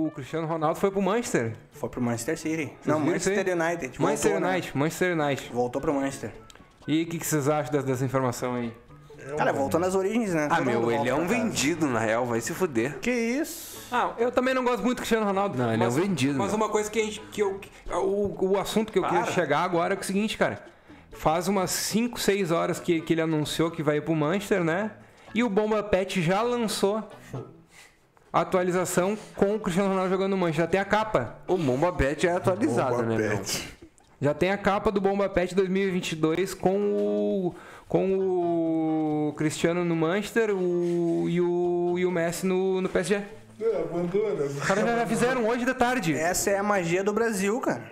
Speaker 2: o Cristiano Ronaldo foi pro Manchester.
Speaker 4: Foi pro Manchester City. Não,
Speaker 2: viram isso aí?
Speaker 4: Manchester United.
Speaker 2: Manchester
Speaker 4: Voltou, né?
Speaker 2: United, Manchester United.
Speaker 4: Voltou pro Manchester.
Speaker 2: E o que, que vocês acham dessa, dessa informação aí?
Speaker 4: Cara, voltou nas origens, né?
Speaker 3: Ah,
Speaker 4: Todo mundo
Speaker 3: meu, ele
Speaker 4: volta
Speaker 3: é um
Speaker 4: pra casa.
Speaker 3: vendido, na real. Vai se fuder.
Speaker 4: Que isso?
Speaker 2: Ah, eu também não gosto muito do Cristiano Ronaldo.
Speaker 3: Não, ele é um vendido,
Speaker 2: Mas
Speaker 3: né?
Speaker 2: uma coisa que, a gente, que eu. que- O, o assunto que eu queria chegar agora é o seguinte, cara. Faz umas 5, 6 horas que, que ele anunciou que vai ir pro Manchester, né? E o Bomba Pet já lançou a atualização com o Cristiano Ronaldo jogando no Manchester. Já tem a capa.
Speaker 3: O Bomba Bet é atualizado,
Speaker 1: Boa
Speaker 3: né, meu?
Speaker 1: pet.
Speaker 2: Já tem a capa do Bomba Pet 2022 com o. Com o Cristiano no Manchester o, e, o, e o Messi no, no PSG.
Speaker 1: É, abandona.
Speaker 2: Os caras já já fizeram hoje da tarde.
Speaker 4: Essa é a magia do Brasil, cara.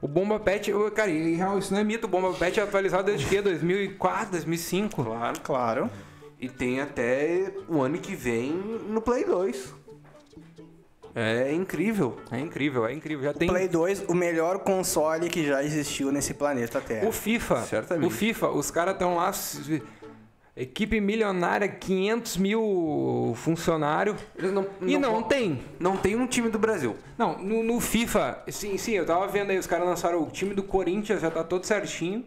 Speaker 2: O Bomba Pet, ô, cara, em real, isso não é mito. O Bomba Pet é atualizado desde que? 2004, 2005?
Speaker 3: Claro.
Speaker 4: Claro.
Speaker 3: E tem até o ano que vem no Play 2. É incrível.
Speaker 2: É incrível, é incrível. Já tem
Speaker 4: Play 2, o melhor console que já existiu nesse planeta Terra.
Speaker 2: o FIFA.
Speaker 3: Certamente.
Speaker 2: O FIFA, os caras estão lá. s- Equipe milionária, 500 mil funcionário.
Speaker 3: Eles não-
Speaker 2: e
Speaker 3: não
Speaker 2: não
Speaker 3: po-
Speaker 2: tem.
Speaker 3: Não tem um time do Brasil.
Speaker 2: Não, no, no FIFA, sim, sim, eu tava vendo aí, os caras lançaram o time do Corinthians, já tá todo certinho.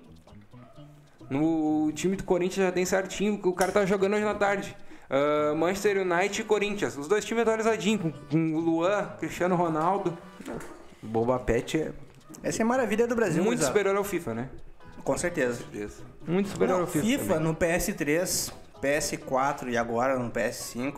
Speaker 2: No o time do Corinthians já tem certinho, o cara tá jogando hoje na tarde. Ah, Manchester United e Corinthians, os dois times atualizadinhos, com, com o Luan, Cristiano Ronaldo.
Speaker 3: Boba Pet é.
Speaker 4: Essa é a maravilha do Brasil,
Speaker 2: Muito
Speaker 4: gurizada.
Speaker 2: superior ao FIFA, né?
Speaker 4: Com certeza.
Speaker 2: Muito superior
Speaker 4: Não,
Speaker 2: ao FIFA.
Speaker 4: FIFA
Speaker 2: também.
Speaker 4: no PS3, PS4 e agora no PS5.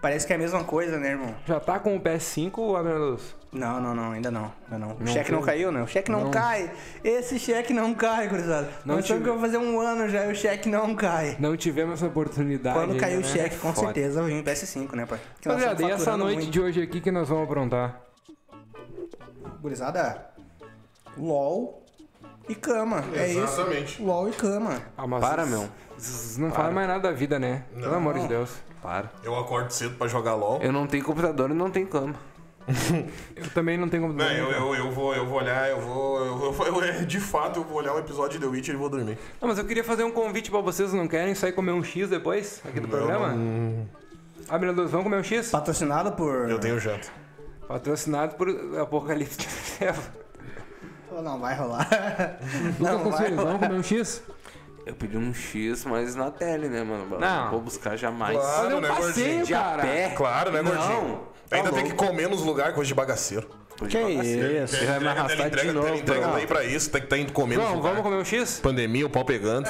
Speaker 4: Parece que é a mesma coisa, né, irmão?
Speaker 2: Já tá com o PS5 ou abre a luz?
Speaker 4: Não, não, não, ainda não. Ainda não. O cheque não
Speaker 2: foi.
Speaker 4: caiu, né? O cheque não, cai. Esse cheque não cai, gurizada.
Speaker 2: Não
Speaker 4: Não
Speaker 2: tive.
Speaker 4: tive... que eu vou fazer um ano já e o cheque não cai.
Speaker 2: Não tivemos essa oportunidade.
Speaker 4: Quando caiu o
Speaker 2: ainda, né?
Speaker 4: cheque, com
Speaker 2: Foda.
Speaker 4: certeza vai vir PS5, né, pai? Que nós
Speaker 2: Rapaziada, e
Speaker 4: estamos
Speaker 2: essa
Speaker 4: faturando
Speaker 2: noite
Speaker 4: muito.
Speaker 2: de hoje aqui que nós vamos aprontar?
Speaker 4: Gurizada, LOL e cama. É isso.
Speaker 1: Exatamente.
Speaker 4: LOL e cama.
Speaker 2: Ah, mas
Speaker 3: Para,
Speaker 2: os-
Speaker 3: meu.
Speaker 2: os- Não fala mais nada da vida, né? Pelo amor de Deus.
Speaker 3: Para.
Speaker 1: Eu acordo cedo pra jogar LOL.
Speaker 3: Eu não tenho computador e não tenho cama.
Speaker 2: Eu também não tenho como.
Speaker 1: Não, eu, eu, eu vou, eu vou olhar, eu vou. Eu vou [LAUGHS] eu- eu- de fato, eu vou olhar um episódio de The Witcher e vou dormir.
Speaker 2: Não, mas eu queria fazer um convite pra vocês, não querem sair comer um X depois aqui do programa? Ah, meu Deus, vamos comer um X?
Speaker 4: Patrocinado por.
Speaker 1: Eu tenho janta.
Speaker 2: Patrocinado por Apocalipse do Céu.
Speaker 4: Oh, Não vai
Speaker 2: [LAUGHS]
Speaker 4: rolar.
Speaker 2: Lucas
Speaker 4: Não vai
Speaker 2: Conselhos,
Speaker 4: rolar.
Speaker 2: vamos comer um X?
Speaker 3: Eu pedi um X, mas na tele, né, mano?
Speaker 2: Não.
Speaker 3: Vou buscar jamais.
Speaker 1: Claro,
Speaker 2: Fazer um
Speaker 1: né,
Speaker 2: passeio,
Speaker 1: gordinho?
Speaker 3: De
Speaker 2: cara.
Speaker 3: a pé.
Speaker 1: Claro, né, gordinho?
Speaker 3: Não. tá
Speaker 1: Ainda tem que comer nos lugares, coisa de bagaceiro.
Speaker 4: Que isso?
Speaker 1: Você
Speaker 3: vai me arrastar de novo,
Speaker 1: Entrega
Speaker 3: cara.
Speaker 1: lei pra isso, tem que estar indo comer nos
Speaker 2: João,
Speaker 1: lugares.
Speaker 2: vamos comer um X?
Speaker 1: Pandemia, o pau pegando.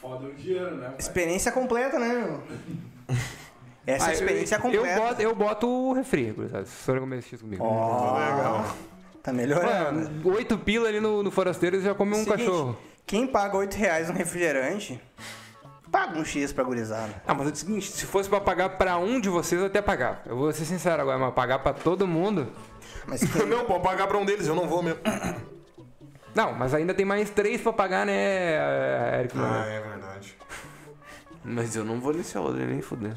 Speaker 7: Foda o dinheiro, né?
Speaker 4: Experiência completa, né, meu?
Speaker 2: [LAUGHS]
Speaker 4: Essa é a
Speaker 2: Ah, eu-
Speaker 4: experiência
Speaker 2: eu,
Speaker 4: completa.
Speaker 2: boto, eu boto o refri, gurizada, se forem comer esse X comigo.
Speaker 3: Ah.
Speaker 1: Legal.
Speaker 4: Tá melhorando.
Speaker 2: Mano, oito pila ali no, no Forasteiro já come um
Speaker 4: Seguinte,
Speaker 2: cachorro.
Speaker 4: Quem paga 8 reais no refrigerante, paga um X pra gurizada.
Speaker 2: Ah, mas é o seguinte, se fosse pra pagar pra um de vocês, eu até pagava. Eu vou ser sincero agora, mas pagar pra todo mundo... [LAUGHS]
Speaker 4: Mas quem...
Speaker 1: Não, pode pagar pra um deles, eu não vou mesmo.
Speaker 2: Não, mas ainda tem mais três pra pagar, né, Eric?
Speaker 1: Ah, é verdade.
Speaker 3: Mas eu não vou nesse ordem nem fuder.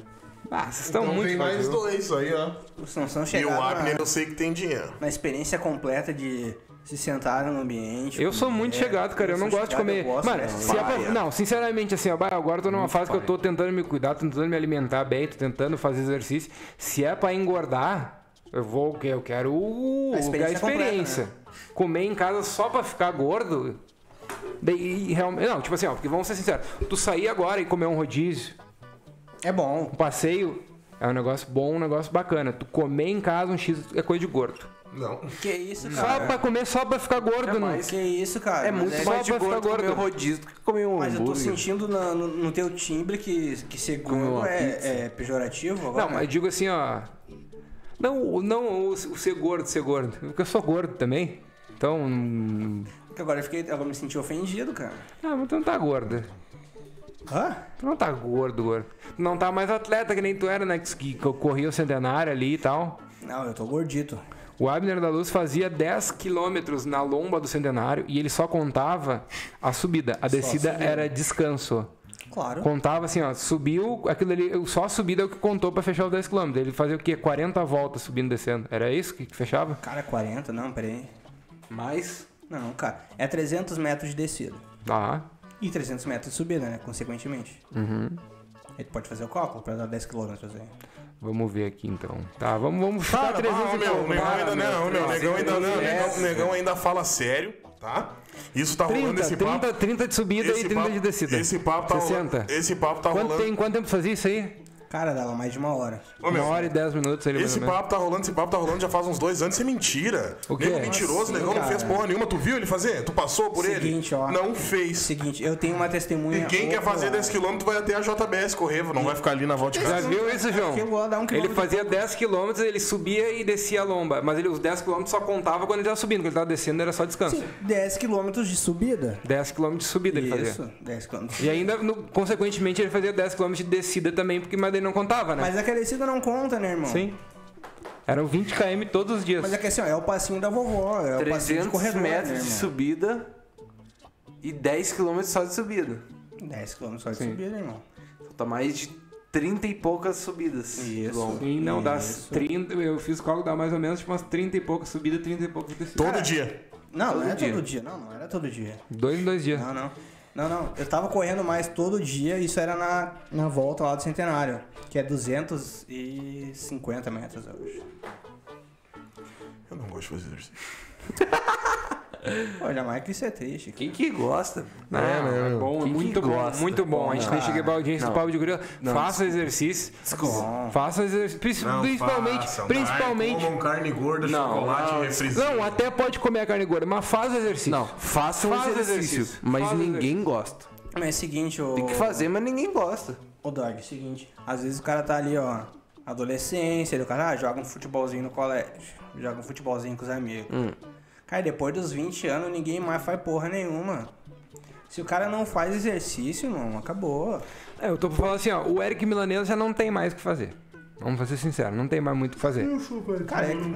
Speaker 2: Ah, vocês estão
Speaker 1: Então
Speaker 2: muito
Speaker 1: tem mais
Speaker 2: vazio.
Speaker 1: dois aí, ó.
Speaker 4: os não são
Speaker 1: E o
Speaker 4: chegados
Speaker 1: Abner
Speaker 4: na,
Speaker 1: eu sei que tem dinheiro.
Speaker 4: na experiência completa de se sentar no ambiente.
Speaker 2: Eu sou muito
Speaker 4: É,
Speaker 2: chegado, cara. Eu não
Speaker 4: sou
Speaker 2: gosto de
Speaker 4: chegado,
Speaker 2: comer.
Speaker 4: eu gosto,
Speaker 2: Mano,
Speaker 4: né?
Speaker 2: se é pra... não, sinceramente, assim, ó, bah, agora eu tô numa fase que eu tô tentando me cuidar, tô tentando me alimentar bem, tô tentando fazer exercício. Se é pra engordar, eu vou o quê? Eu quero o-
Speaker 4: A
Speaker 2: a experiência.
Speaker 4: experiência completa, né?
Speaker 2: Comer em casa só pra ficar gordo. Daí, realmente. Não, tipo assim, ó, porque vamos ser sinceros. Tu sair agora e comer um rodízio,
Speaker 4: É bom.
Speaker 2: um passeio, é um negócio bom, um negócio bacana. Tu comer em casa um X é coisa de gordo.
Speaker 1: Não.
Speaker 2: Tá
Speaker 4: Que isso,
Speaker 2: Só
Speaker 4: cara.
Speaker 2: pra comer, só pra ficar gordo, não.
Speaker 4: Que isso, cara.
Speaker 3: É muito
Speaker 4: Mas
Speaker 3: mais
Speaker 2: só
Speaker 3: de
Speaker 2: pra ficar
Speaker 3: gordo comer
Speaker 2: gordo.
Speaker 3: rodízio do que comer um
Speaker 4: Mas eu tô
Speaker 3: hambúrguer.
Speaker 4: sentindo na- no, no teu timbre que, que ser gordo
Speaker 3: uma pizza.
Speaker 4: é, é pejorativo agora. né?
Speaker 2: Não, mas eu digo assim, ó. Não, o- não o, o ser gordo, ser gordo. Porque eu sou gordo também. Então. hum,
Speaker 4: Porque agora eu fiquei. Agora eu me senti ofendido, cara.
Speaker 2: Ah, mas tu não tá gordo.
Speaker 4: Hã?
Speaker 2: Tu não tá gordo, gordo. Tu não tá mais atleta que nem tu era, né? Que, que eu corria o centenário ali e tal.
Speaker 4: Não, eu tô gordito.
Speaker 2: O Abner da Luz fazia 10 quilômetros na lomba do centenário e ele só contava a subida. A descida era descanso.
Speaker 4: Claro.
Speaker 2: Contava assim, ó, subiu, aquilo ali, só a subida é o que contou pra fechar os 10 km. Ele fazia o quê? 40 voltas subindo e descendo. Era isso que, que fechava?
Speaker 4: Cara, 40, não, peraí.
Speaker 3: Mas
Speaker 4: Não, cara. É 300 metros de descida.
Speaker 2: Ah,
Speaker 4: E 300 metros de subida, né? Consequentemente. Uhum. Aí tu pode fazer o cálculo pra dar 10 km aí.
Speaker 2: vamos ver aqui então. Tá, vamos, vamos chutar
Speaker 1: Ah,
Speaker 2: 300
Speaker 1: meu,
Speaker 2: e
Speaker 1: o
Speaker 2: pouco.
Speaker 1: negão
Speaker 2: Para,
Speaker 1: ainda
Speaker 2: meu.
Speaker 1: não, meu, o negão ainda não, o negão- o negão ainda fala sério, tá? Isso tá rolando
Speaker 2: 30,
Speaker 1: esse papo.
Speaker 2: 30, 30 de subida e 30 de descida.
Speaker 1: Esse papo tá
Speaker 2: 60.
Speaker 1: rolando. Esse papo tá
Speaker 2: quanto,
Speaker 1: rolando.
Speaker 2: tem, quanto tempo fazia isso aí?
Speaker 4: Cara, dava mais de uma hora.
Speaker 1: Ô, meu,
Speaker 2: Uma hora e 10 minutos ali, mais
Speaker 1: Esse
Speaker 2: ou menos.
Speaker 1: papo tá rolando, esse papo tá rolando já faz uns dois anos, isso é mentira.
Speaker 2: O quê?
Speaker 1: Nego mentiroso, negão não fez porra nenhuma. Tu viu ele fazer? Tu passou por
Speaker 4: Seguinte,
Speaker 1: ele?
Speaker 4: ó.
Speaker 1: Não fez.
Speaker 4: Seguinte, eu tenho uma testemunha.
Speaker 1: E quem quer fazer 10 km vai até a JBS correr, não vai ficar ali na volta de
Speaker 2: Já
Speaker 1: casa.
Speaker 2: viu isso, João?
Speaker 4: Aqui eu vou dar um
Speaker 2: ele
Speaker 4: quilômetro e
Speaker 2: fazia 10 km, ele subia e descia a lomba. Mas ele, os 10 km só contava quando ele tava subindo, quando ele tava descendo era só descanso.
Speaker 4: 10 km de subida.
Speaker 2: 10 km de subida ele fazia.
Speaker 4: Isso, 10 km.
Speaker 2: E ainda, no- consequentemente, ele fazia 10 km de descida também, porque mas ele não contava, né?
Speaker 4: Mas aquela descida não conta, né, irmão?
Speaker 2: Sim. Eram 20 km todos os dias.
Speaker 4: Mas é que assim, ó, é o passinho da vovó, é o passinho de
Speaker 3: 300
Speaker 4: corredor,
Speaker 3: metros
Speaker 4: né,
Speaker 3: de
Speaker 4: irmão?
Speaker 3: subida e 10 km só de subida.
Speaker 4: 10 km só de subida, irmão.
Speaker 3: Falta mais de 30 e poucas subidas.
Speaker 4: Isso.
Speaker 3: Bom,
Speaker 2: Sim, não, das 30, eu fiz o cálculo, dá mais ou menos tipo umas 30 e poucas subidas, 30 e poucas descidas.
Speaker 1: Todo dia.
Speaker 4: Não, não
Speaker 2: Todo
Speaker 4: era
Speaker 2: dia.
Speaker 4: todo dia. Não, não era todo dia.
Speaker 2: Dois em dois dias.
Speaker 4: Não, não. Não, não. Eu tava correndo mais todo dia. Isso era na, na volta lá do Centenário, que é 250 metros, eu acho.
Speaker 1: Eu não gosto de fazer exercício.
Speaker 4: Pô, Jamaica, isso é triste.
Speaker 3: Quem que gosta?
Speaker 2: Não, é bom, é
Speaker 3: Quem que
Speaker 2: muito bom,
Speaker 3: gosta? né?
Speaker 2: muito bom. A gente
Speaker 3: Não.
Speaker 2: tem que chegar pra audiência do
Speaker 3: Não.
Speaker 2: Papo de Gorila. Faça exercício. Faça exercício. Princi- Principalmente, principalmente.
Speaker 1: tá? Comam carne gorda,
Speaker 2: Não,
Speaker 1: chocolate e refrigerante.
Speaker 2: Não, até pode comer a carne gorda, mas faz o exercício.
Speaker 3: Não, faça um
Speaker 2: Faz
Speaker 3: exercício,
Speaker 2: exercício.
Speaker 3: mas
Speaker 2: Faz
Speaker 3: ninguém gosta.
Speaker 4: Mas é o seguinte, o.
Speaker 3: Tem que fazer, mas ninguém gosta.
Speaker 4: Ô, Dog, é o seguinte. Às vezes o cara tá ali, ó. Adolescência, do cara ah, joga um futebolzinho no colégio. Joga um futebolzinho com os amigos.
Speaker 3: Hum.
Speaker 4: Cara, depois dos 20 anos, ninguém mais faz porra nenhuma. Se o cara não faz exercício, mano, acabou.
Speaker 2: É, eu tô falando assim, ó, o Eric Milanese já não tem mais o que fazer. Vamos ser sinceros, não tem mais muito o que fazer.
Speaker 4: Careca.
Speaker 3: Hum.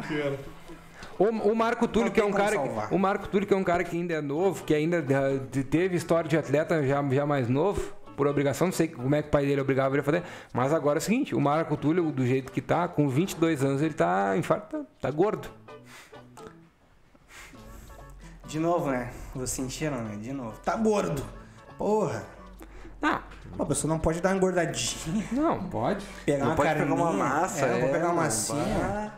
Speaker 2: O, o Marco Túlio,
Speaker 4: Não
Speaker 2: que é
Speaker 4: tem
Speaker 2: um
Speaker 4: como
Speaker 2: cara.
Speaker 4: salvar.
Speaker 2: Que, o Marco Túlio, que é um cara que ainda é novo, que ainda eh, te- teve história de atleta já, já mais novo, por obrigação, não sei como é que o pai dele obrigava ele a fazer. Mas agora é o seguinte, o Marco Túlio, do jeito que tá, com 22 anos, ele tá infartando, tá gordo.
Speaker 4: De novo, né? Vocês sentiram, né? De novo. Tá gordo. Porra.
Speaker 2: Não,
Speaker 4: Uma pessoa não pode dar uma engordadinha.
Speaker 2: Ah,
Speaker 4: [LAUGHS]
Speaker 2: não, pode.
Speaker 4: Pegar
Speaker 3: Não
Speaker 4: uma
Speaker 3: pode pegar
Speaker 4: carninha.
Speaker 3: uma massa,
Speaker 4: É, não pode
Speaker 3: é,
Speaker 4: pegar uma
Speaker 3: mano,
Speaker 4: massinha.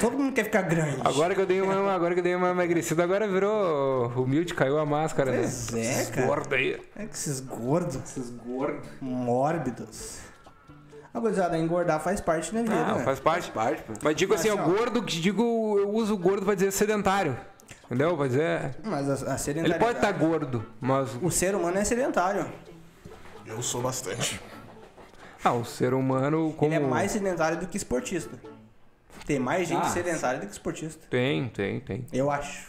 Speaker 4: Todo mundo quer ficar grande.
Speaker 2: Agora que eu dei
Speaker 4: [LAUGHS]
Speaker 2: uma, agora que eu dei uma emagrecida, agora virou humilde, caiu a máscara, né?
Speaker 4: Pois é,
Speaker 2: Esses
Speaker 4: cara.
Speaker 2: gordo aí.
Speaker 4: É que esses gordos,
Speaker 2: Esses gordos.
Speaker 4: mórbidos. A gurizada, engordar faz parte da vida,
Speaker 2: Não,
Speaker 4: né?
Speaker 2: Ah, faz parte.
Speaker 3: Parte, pô.
Speaker 2: Mas digo assim,
Speaker 4: Mas,
Speaker 2: o
Speaker 4: ó.
Speaker 2: gordo, que digo, eu uso o gordo pra dizer sedentário. Entendeu? Pra dizer.
Speaker 4: Mas a, a
Speaker 2: Ele
Speaker 4: sedentariedade...
Speaker 2: pode tá- estar gordo, mas.
Speaker 4: O ser humano é sedentário.
Speaker 1: Eu sou bastante.
Speaker 2: Ah, o ser humano como.
Speaker 4: Ele é mais sedentário do que esportista. Tem mais gente
Speaker 2: Ah.
Speaker 4: sedentária do que esportista.
Speaker 2: Tem, tem, tem.
Speaker 4: Eu acho.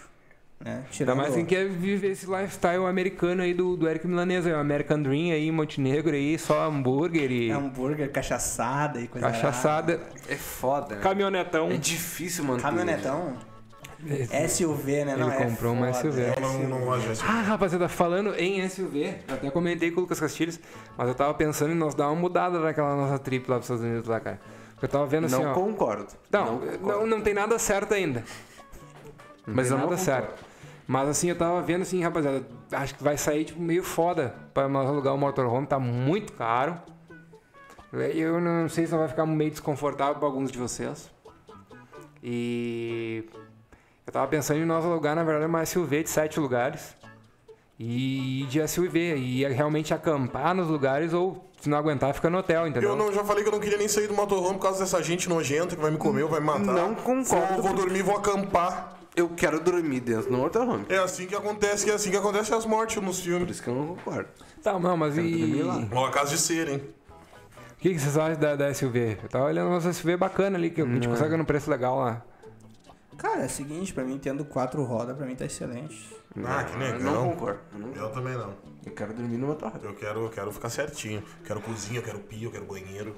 Speaker 4: Né?
Speaker 2: Ainda
Speaker 4: Tirando
Speaker 2: mais quem quer viver esse lifestyle americano aí do, do Eric Milanese, aí, o American Dream aí, Montenegro aí, só hambúrguer
Speaker 4: É
Speaker 2: e
Speaker 4: um hambúrguer, cachaçada e coisa
Speaker 2: cachaçada.
Speaker 3: É foda, né?
Speaker 2: Caminhonetão.
Speaker 3: É difícil manter.
Speaker 4: Caminhonetão? SUV, né?
Speaker 2: Ele
Speaker 4: Não, é
Speaker 2: comprou uma
Speaker 4: foda.
Speaker 2: SUV.
Speaker 1: Eu não, não gosto de exercício.
Speaker 2: Ah, rapaziada, falando em SUV, eu até comentei com o Lucas Castilhos, mas eu tava pensando em nós dar uma mudada naquela nossa trip lá pros Estados Unidos lá, cara. Porque eu tava vendo assim,
Speaker 3: Não eh,
Speaker 2: ó.
Speaker 3: concordo.
Speaker 2: Não, não, não, tem nada certo ainda. Não
Speaker 3: Mas
Speaker 2: tem
Speaker 3: eu não
Speaker 2: nada
Speaker 3: concordo.
Speaker 2: certo. Mas assim, eu tava vendo assim, rapaziada, acho que vai sair tipo meio foda pra nós alugar um motorhome, tá muito caro. É, Eu não sei se vai ficar meio desconfortável pra alguns de vocês. E eu tava pensando em nós alugar, na verdade, uma SUV de sete lugares. E ir de SUV, e realmente acampar nos lugares ou se não aguentar, fica no hotel, entendeu?
Speaker 1: Eu não, já falei que eu não queria nem sair do motorhome por causa dessa gente nojenta que vai me comer ou vai me matar.
Speaker 3: Não concordo.
Speaker 1: Vou, vou dormir, vou acampar.
Speaker 3: Eu quero dormir dentro do motorhome.
Speaker 1: É assim que acontece, que é assim que acontece as mortes nos
Speaker 3: Por
Speaker 1: filmes.
Speaker 3: isso que eu não concordo.
Speaker 2: Tá, não, mas e...
Speaker 3: dormir lá.
Speaker 1: Ó, a casa de cera, hein?
Speaker 2: O que, que vocês acham da, da SUV? Eu tava olhando uma SUV bacana ali, que a gente consegue num preço legal lá.
Speaker 4: Cara, é o seguinte, pra mim, tendo quatro rodas, pra mim tá excelente.
Speaker 1: Ah, que
Speaker 3: Eu não
Speaker 1: legal.
Speaker 3: concordo. Eu, não-
Speaker 1: Eu também não.
Speaker 3: eu quero dormir no motorhome.
Speaker 1: Eu quero, eu quero ficar certinho. Quero cozinha, eu quero pia, eu quero banheiro.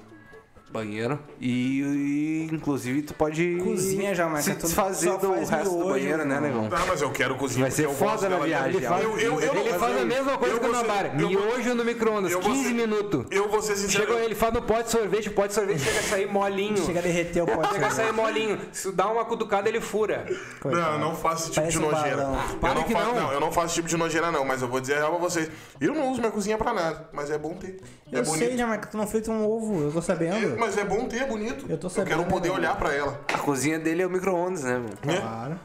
Speaker 3: Banheiro. E, e, inclusive tu pode.
Speaker 4: Cozinha, Jamaica,
Speaker 3: Se
Speaker 4: tu
Speaker 3: desfazer
Speaker 4: só
Speaker 3: do
Speaker 4: faz
Speaker 3: resto do
Speaker 4: miojo,
Speaker 3: banheiro, né,
Speaker 4: mano.
Speaker 3: negão?
Speaker 1: Tá, mas eu quero cozinha.
Speaker 3: Vai ser
Speaker 1: porque eu gosto
Speaker 3: foda na
Speaker 1: dela
Speaker 3: viagem.
Speaker 1: dela. Eu, eu, eu
Speaker 2: ele
Speaker 1: não-
Speaker 2: faz a mesma coisa
Speaker 1: eu
Speaker 2: que o
Speaker 1: vou ser-
Speaker 2: Nabar.
Speaker 1: eu vou-
Speaker 2: Miojo no micro-ondas,
Speaker 1: eu
Speaker 2: 15
Speaker 1: vou ser-
Speaker 2: minutos.
Speaker 1: Eu vou ser sincero.
Speaker 2: Chega, ele faz no pote de sorvete, o pote de sorvete chega a sair molinho.
Speaker 4: Chega a
Speaker 2: Chega
Speaker 4: derreter o pote.
Speaker 2: a sair
Speaker 4: né?
Speaker 2: molinho. Se dá uma cutucada, ele fura.
Speaker 1: Não, eu não faço esse tipo
Speaker 4: Parece
Speaker 1: de
Speaker 4: um
Speaker 1: nojeira.
Speaker 4: balão.
Speaker 2: Para
Speaker 1: eu não
Speaker 2: que
Speaker 1: faço,
Speaker 2: não.
Speaker 1: eu não faço esse tipo de nojeira, não, mas eu vou dizer a real pra vocês. Eu não uso minha cozinha pra nada, mas é bom ter.
Speaker 4: Eu
Speaker 1: é
Speaker 4: sei,
Speaker 1: bonito.
Speaker 4: Jamaica, tu não frita um ovo, eu tô sabendo.
Speaker 1: Mas é bom ter, é bonito.
Speaker 4: Eu tô sabendo,
Speaker 1: quero poder
Speaker 4: né?
Speaker 1: olhar pra ela.
Speaker 3: A cozinha dele é o micro-ondas, né, mano?
Speaker 1: né?
Speaker 4: Claro.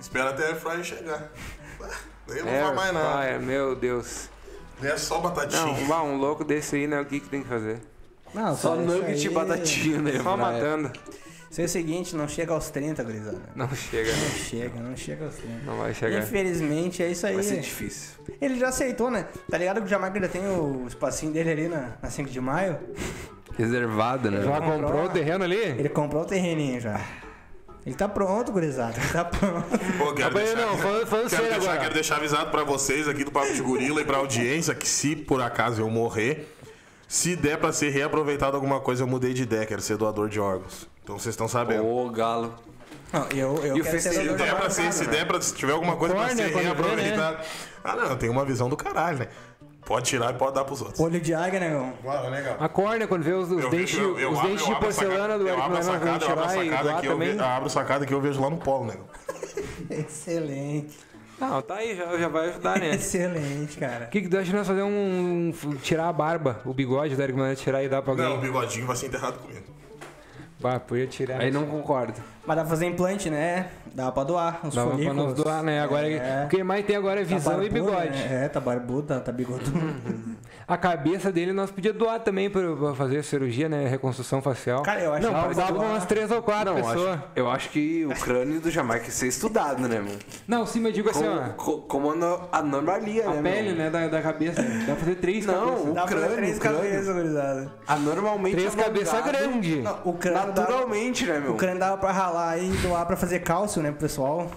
Speaker 1: Espera até a Fry chegar. Daí não vai mais nada.
Speaker 2: Air fryer, É. meu Deus.
Speaker 1: Daí É só
Speaker 2: Não,
Speaker 1: batatinha.
Speaker 2: vá, um louco desse aí, né? O que, que tem que fazer?
Speaker 4: Não,
Speaker 3: Só
Speaker 4: cara,
Speaker 3: nugget
Speaker 4: isso
Speaker 3: e
Speaker 4: aí-
Speaker 3: batatinha, né?
Speaker 2: Só
Speaker 3: mano?
Speaker 2: matando.
Speaker 4: Isso é o seguinte, não chega aos 30, gurizada.
Speaker 2: Não chega,
Speaker 4: Não chega, não chega aos 30.
Speaker 2: não vai chegar.
Speaker 4: Infelizmente, é isso aí.
Speaker 3: Vai ser difícil.
Speaker 4: Ele já aceitou, né? Tá ligado que o Jamaica ainda tem o espacinho dele ali na, na 5 de maio?
Speaker 3: Reservado, né?
Speaker 2: Já
Speaker 4: comprou
Speaker 2: comprou o
Speaker 4: a-
Speaker 2: terreno ali?
Speaker 4: Ele comprou o terreninho já. Ele tá pronto, gurizada. [LAUGHS] Ele tá pronto.
Speaker 1: Pô, quero
Speaker 2: Tá Não,
Speaker 1: deixar-
Speaker 2: não, falando,
Speaker 1: Quero
Speaker 2: falando sério
Speaker 1: deixar,
Speaker 2: agora.
Speaker 1: quero deixar avisado pra vocês aqui do Papo de Gorila e pra audiência que se por acaso eu morrer, se der pra ser reaproveitado alguma coisa, eu mudei de ideia, quero ser doador de órgãos. Então vocês estão sabendo.
Speaker 3: Ô, galo.
Speaker 4: Não, eu, eu
Speaker 3: E o
Speaker 4: quero ser
Speaker 3: festejo
Speaker 1: Se
Speaker 4: doador
Speaker 2: tá
Speaker 1: der
Speaker 4: da
Speaker 1: pra ser,
Speaker 4: bancada,
Speaker 1: se
Speaker 4: né?
Speaker 1: der pra, se tiver alguma coisa pra
Speaker 2: Unicórnio,
Speaker 1: ser
Speaker 2: quando vê, né?
Speaker 1: reaproveitada. Ah, não, eu tenho uma visão do caralho, né? Pode tirar e pode dar pros outros.
Speaker 4: Olho de águia, negão.
Speaker 1: Claro, legal.
Speaker 2: A córnea, quando vê os, os
Speaker 1: Eu
Speaker 2: dentes,
Speaker 1: vejo- eu
Speaker 2: os
Speaker 1: abro-
Speaker 2: dentes
Speaker 1: eu
Speaker 2: de
Speaker 1: abro a sacada-
Speaker 2: porcelana do
Speaker 1: eu
Speaker 2: Eric
Speaker 1: abro a
Speaker 2: Milano,
Speaker 1: sacada,
Speaker 2: vamos
Speaker 1: eu abro a
Speaker 2: tirar e
Speaker 1: sacada
Speaker 2: doar
Speaker 1: que eu
Speaker 2: também.
Speaker 1: ve- abro a sacada que eu vejo lá no polo, né? nego.
Speaker 4: Excelente.
Speaker 2: Não, tá aí, já, já vai [LAUGHS]
Speaker 3: Ah,
Speaker 2: ajudar, né?
Speaker 4: Excelente,
Speaker 2: O
Speaker 4: cara.
Speaker 2: que, que tu acha de nós fazer um, um- Tirar a barba, o bigode do Eric Milano, tirar e dar pra
Speaker 1: Não, o
Speaker 2: alguém?
Speaker 1: bigodinho vai ser enterrado comigo.
Speaker 2: Bah, podia tirar.
Speaker 3: Aí não concordo.
Speaker 4: Mas dá pra fazer implante, né? Dá pra doar. Uns
Speaker 2: Dá pra
Speaker 4: folículos.
Speaker 2: nós doar, né? Agora,
Speaker 4: É.
Speaker 2: O que mais tem agora é
Speaker 4: Tá
Speaker 2: visão e
Speaker 4: barbudo,
Speaker 2: bigode.
Speaker 4: né? É, tá barbudo, tá, tá bigodudo.
Speaker 3: Uhum.
Speaker 2: A cabeça dele nós podia doar também pra, pra fazer cirurgia, né? Reconstrução facial.
Speaker 4: Cara, eu acho
Speaker 2: Não,
Speaker 4: que
Speaker 2: pra
Speaker 4: vai
Speaker 2: dar
Speaker 4: doar.
Speaker 2: umas três ou quatro
Speaker 3: Não,
Speaker 2: pessoas.
Speaker 3: acho, eu acho que o crânio do Jamaica ia ser estudado, né, mano?
Speaker 2: Não, sim, mas eu digo assim,
Speaker 3: Como,
Speaker 2: ó.
Speaker 3: co- como ano- anomalia,
Speaker 2: A
Speaker 3: né,
Speaker 2: pele, né, da, da cabeça. Dá pra fazer três
Speaker 3: Não,
Speaker 2: cabeças.
Speaker 4: [LAUGHS] dá
Speaker 3: o
Speaker 4: pra fazer
Speaker 3: crânio,
Speaker 4: três
Speaker 3: o crânio.
Speaker 4: cabeças, gurizada.
Speaker 3: Anormalmente
Speaker 2: Três cabeça
Speaker 3: alongado,
Speaker 2: grande.
Speaker 3: na-
Speaker 4: O crânio dava-
Speaker 3: Naturalmente, né, meu?
Speaker 4: O crânio dava pra ralar e doar pra fazer cálcio, né, pro pessoal.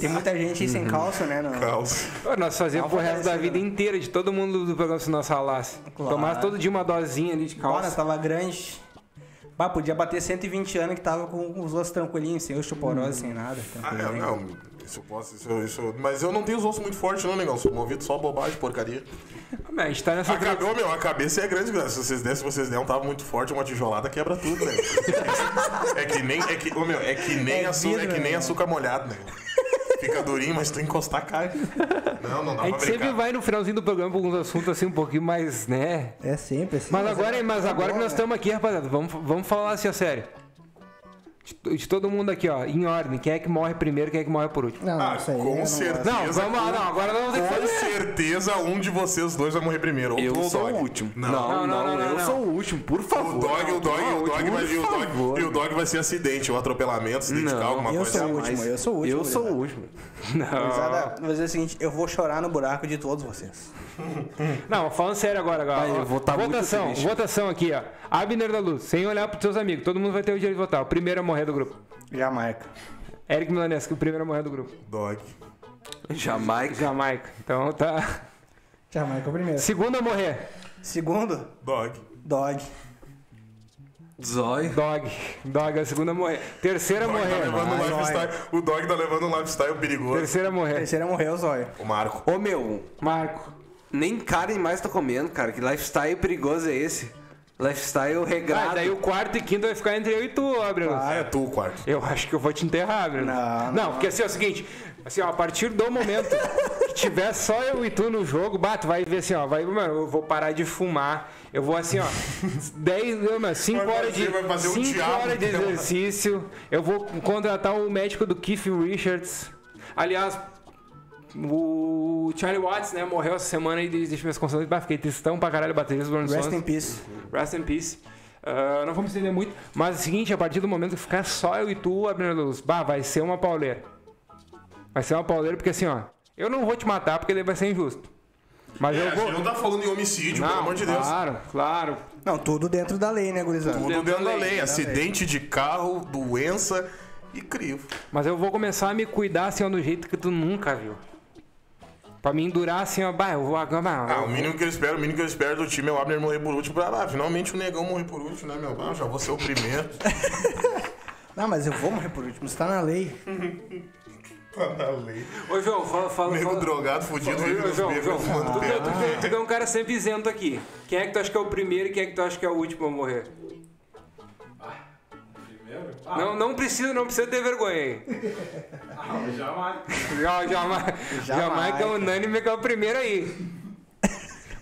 Speaker 4: Tem muita gente aí
Speaker 2: Uhum.
Speaker 4: sem cálcio, né? Não.
Speaker 1: Caos.
Speaker 2: Pô, Nós fazíamos pro resto da
Speaker 4: fazer,
Speaker 2: vida
Speaker 4: né?
Speaker 2: inteira, de todo mundo do programa, se nós ralasse.
Speaker 4: Claro.
Speaker 2: Tomasse todo dia uma dosinha ali de
Speaker 4: Bora, tá.
Speaker 2: calça.
Speaker 4: tava grande. Bah, podia bater 120 anos que tava com os ossos tranquilinhos, sem osteoporose, sem nada. Então,
Speaker 1: Ah,
Speaker 4: tranquilinho.
Speaker 1: é, não. Isso eu posso, isso, eu- isso. eu- Mas eu não tenho os ossos muito fortes, não, negão. Sou movido só a bobagem, porcaria.
Speaker 2: Mas a gente tá nessa
Speaker 1: A, cabe- ô, meu, a cabeça é grande, cara. Se vocês dessem, se vocês não tava muito forte, uma tijolada quebra tudo, né? é que nem, é que, ô, meu, é que nem,
Speaker 4: É
Speaker 1: açu- é
Speaker 4: vidro,
Speaker 1: que nem
Speaker 4: né?
Speaker 1: açúcar molhado, né? Fica durinho, mas tu encostar cai. Não, não dá
Speaker 2: A
Speaker 1: pra
Speaker 2: gente sempre
Speaker 1: brincar.
Speaker 2: vai no finalzinho do programa com alguns assuntos assim um pouquinho mais, né?
Speaker 4: É sempre assim.
Speaker 2: Mas agora, mas agora que nós
Speaker 4: bom,
Speaker 2: estamos aqui, rapaziada, vamos, vamos falar assim a sério. De, to- de todo mundo aqui, ó, em ordem. Quem é que morre primeiro, quem é que morre por último.
Speaker 4: né? Não,
Speaker 1: Ah,
Speaker 4: isso aí. eu
Speaker 1: com
Speaker 4: não
Speaker 1: certeza.
Speaker 2: Não, vamos lá, não, agora nós vamos ter que
Speaker 1: Com
Speaker 2: fazer.
Speaker 1: certeza um de vocês dois vai morrer primeiro. Ou tu
Speaker 3: Eu
Speaker 1: ou
Speaker 3: sou
Speaker 1: Dog.
Speaker 3: o último.
Speaker 1: Não.
Speaker 2: Não,
Speaker 3: Não, não,
Speaker 2: não, não,
Speaker 3: eu
Speaker 2: não.
Speaker 3: sou o último, por favor.
Speaker 1: O dog, o dog,
Speaker 3: Não,
Speaker 1: o dog,
Speaker 3: por
Speaker 1: vai, e o
Speaker 3: favor.
Speaker 1: dog, e o dog vai ser acidente, ou atropelamento, se dedicar
Speaker 3: Não,
Speaker 1: alguma
Speaker 4: eu
Speaker 1: coisa.
Speaker 4: sou o último, eu sou o último.
Speaker 3: Eu sou o
Speaker 4: gurizada.
Speaker 3: último.
Speaker 4: Gurizada, Vou fazer o seguinte, eu vou chorar no buraco de todos vocês.
Speaker 2: Não, falando sério agora, agora.
Speaker 3: Vai,
Speaker 2: ó,
Speaker 3: eu vou tá muito
Speaker 2: votação,
Speaker 3: triste.
Speaker 2: votação aqui, ó. Abner da Luz, sem olhar pros seus amigos, todo mundo vai ter o direito de votar. O primeiro a morrer do grupo.
Speaker 4: Jamaica.
Speaker 2: Eric Milanesco, o primeiro a morrer do grupo.
Speaker 1: Dog.
Speaker 3: Jamaica.
Speaker 2: Jamaica. Então tá.
Speaker 4: Jamaica é o primeiro.
Speaker 2: Segundo a morrer,
Speaker 4: Segundo,
Speaker 1: Dog.
Speaker 4: dog.
Speaker 3: Zói.
Speaker 2: Dog. Dog é o segundo a morrer. Terceiro a
Speaker 4: É,
Speaker 1: Dog tá
Speaker 2: morrer.
Speaker 1: levando um
Speaker 4: Vai,
Speaker 1: lifestyle- O dog tá levando um lifestyle perigoso.
Speaker 2: Terceiro a morrer.
Speaker 4: Terceiro é morrer o zóio.
Speaker 1: O Marco.
Speaker 3: Ô, meu,
Speaker 2: Marco.
Speaker 3: nem carne mais tô comendo, cara. Que lifestyle perigoso é esse? Lifestyle regrado.
Speaker 2: Ah, daí o quarto e quinto vai ficar entre eu e tu, ó, Breno.
Speaker 1: Ah, é tu o quarto.
Speaker 2: Eu acho que eu vou te enterrar, Breno.
Speaker 4: Não,
Speaker 2: não, porque assim é o seguinte, assim, ó, a partir do momento que tiver só eu e tu no jogo, bato, vai ver assim, ó, vai, mano, eu vou parar de fumar. Eu
Speaker 1: [LAUGHS]
Speaker 2: vou assim, ó, 10, não, mano, 5
Speaker 1: Vai
Speaker 2: horas de
Speaker 1: fazer- vai fazer um
Speaker 2: cinco
Speaker 1: diabo,
Speaker 2: horas de
Speaker 1: então.
Speaker 2: exercício. Eu vou contratar o médico do Keith Richards. Aliás, o Charlie Watts, né, morreu essa semana e deixa minhas consciências. Bah, fiquei tristão pra caralho, baterista do Rolling
Speaker 4: Rest
Speaker 2: Stones.
Speaker 4: in peace.
Speaker 2: Rest in peace. Ah, não vamos estender muito, mas é o seguinte, a partir do momento que ficar só eu e tu abrindo a luz, bah, vai ser uma pauleira. Vai ser uma pauleira porque assim, ó, eu não vou te matar porque daí vai ser injusto. Mas
Speaker 1: É,
Speaker 2: eu
Speaker 1: a gente
Speaker 2: vou.
Speaker 1: não tá falando em homicídio, pelo amor de Deus.
Speaker 2: claro, claro.
Speaker 4: Não, tudo dentro da lei, né, gurizada?
Speaker 1: Tudo dentro, da lei. Acidente de carro, doença e crivo.
Speaker 2: Mas eu vou começar a me cuidar assim, ó, do jeito que tu nunca viu. Pra mim durar assim, ó, bah, eu vou agora. bah,
Speaker 1: Ah, o
Speaker 2: eu-
Speaker 1: mínimo que eu espero, o mínimo que eu espero do time é o Abner morrer por último. Ah, finalmente o negão morrer por último, né, meu? Ah, já vou ser o
Speaker 2: [LAUGHS]
Speaker 1: primeiro.
Speaker 4: Não, mas eu vou morrer por último, isso tá na lei.
Speaker 1: tá na lei.
Speaker 2: Ô, João, fala, fala.
Speaker 1: Nego
Speaker 2: fala-
Speaker 1: drogado, fudido,
Speaker 2: Ô,
Speaker 1: vive nos
Speaker 2: João, João,
Speaker 1: becos, fumando
Speaker 2: tu, que é-
Speaker 1: pedra.
Speaker 2: tu que é- tu que é um cara sempre isento aqui. Quem é que tu acha que é o primeiro e quem é que tu acha que é o último a morrer?
Speaker 7: Ah, Primeiro?
Speaker 2: Não, não precisa, não precisa ter vergonha aí.
Speaker 7: Ah, o Jamaica.
Speaker 2: Já- Jamaica, Jamaica é unânime que é o primeiro aí.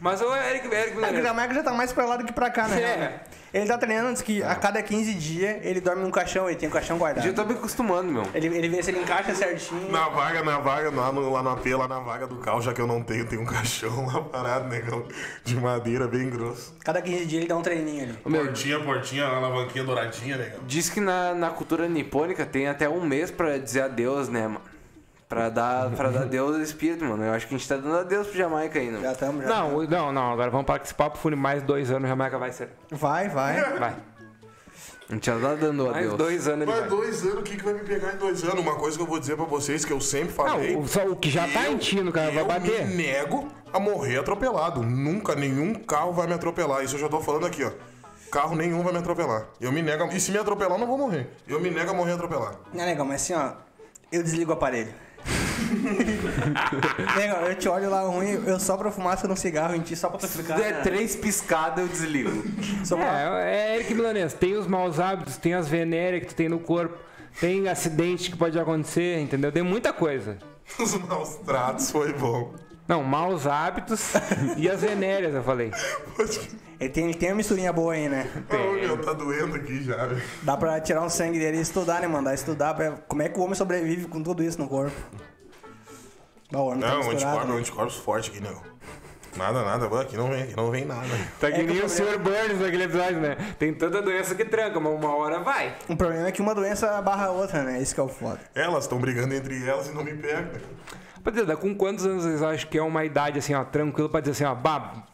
Speaker 2: Mas o Eric, Eric
Speaker 4: É, o
Speaker 2: Milanese.
Speaker 4: Jamaica já tá mais pra lá do que pra cá, né?
Speaker 2: É.
Speaker 4: Ele tá treinando antes que a cada 15 dias ele dorme num caixão, ele tem um caixão guardado.
Speaker 3: Já tô me acostumando, meu.
Speaker 4: Ele, ele vê se ele encaixa certinho.
Speaker 1: Na vaga, na vaga, lá no, lá no AP, lá na vaga do carro, já que eu não tenho, tem um [LAUGHS] caixão lá parado, negão, de madeira bem grosso.
Speaker 4: Cada 15 dias ele dá um treininho ali.
Speaker 1: Portinha, portinha, alavanquinha douradinha, negão.
Speaker 3: Diz que na, na cultura nipônica tem até um mês pra dizer adeus, né, mano? Pra dar, pra dar adeus ao espírito, mano. Eu acho que a gente tá dando adeus pro Jamaica né? ainda.
Speaker 4: Já estamos, já.
Speaker 2: Não, o- não, não, agora vamos para esse papo fune mais dois anos, Jamaica vai ser.
Speaker 4: Vai,
Speaker 2: [LAUGHS]
Speaker 4: vai.
Speaker 2: Vai.
Speaker 3: A gente já tá dando
Speaker 2: Mais
Speaker 3: adeus.
Speaker 2: dois anos ele
Speaker 1: Mas
Speaker 2: vai.
Speaker 1: dois anos, o que, que vai me pegar em dois anos? Uma coisa que eu vou dizer pra vocês, que eu sempre falei.
Speaker 2: Não, Ah, o- só o que já tá em ti, no cara, vai
Speaker 1: eu
Speaker 2: bater.
Speaker 1: me nego a morrer atropelado. Nunca nenhum carro vai me atropelar. Isso eu já tô falando aqui, ó. Carro nenhum vai me atropelar. Eu me nego. a- E se me
Speaker 4: é
Speaker 1: atropelar, eu não vou morrer. Eu me nego a morrer atropelado. [LAUGHS]
Speaker 4: Não, legal, mas assim, ó, eu desligo o aparelho. Negão, eu te olho lá ruim, eu sopro a fumaça num cigarro em ti só pra tu ficar. né?
Speaker 3: É três piscadas, eu desligo.
Speaker 4: Só pra-
Speaker 2: É, é Eric Milanês, tem os maus hábitos, tem as venérias que tu tem no corpo, tem acidente que pode acontecer, entendeu? Tem muita coisa.
Speaker 1: Os maus tratos foi bom.
Speaker 2: Não, maus hábitos e as venérias, eu falei.
Speaker 1: Pode que-
Speaker 4: Ele, tem, ele tem uma misturinha boa aí, né?
Speaker 1: Ô, meu, tá doendo aqui já, velho.
Speaker 4: Dá pra tirar um sangue dele e estudar, né, mandar estudar pra como é que o homem sobrevive com tudo isso no corpo. Bah, o homem tá
Speaker 1: Não,
Speaker 4: misturado,
Speaker 1: anticorpos,
Speaker 4: né?
Speaker 1: anticorpos forte aqui, não. Nada, nada, bom, aqui não vem, aqui não vem nada.
Speaker 2: Tá que
Speaker 4: É que
Speaker 2: nem
Speaker 4: eu
Speaker 2: o Sr. Burns naquele episódio, né? Tem tanta doença que tranca, mas uma hora vai.
Speaker 4: O problema é que uma doença barra a outra, né? Esse que é o foda.
Speaker 1: Elas estão brigando entre elas e não me pegam.
Speaker 2: Rapaziada, com quantos anos vocês acham que é uma idade assim, ó, tranquilo pra dizer assim, ó, bah,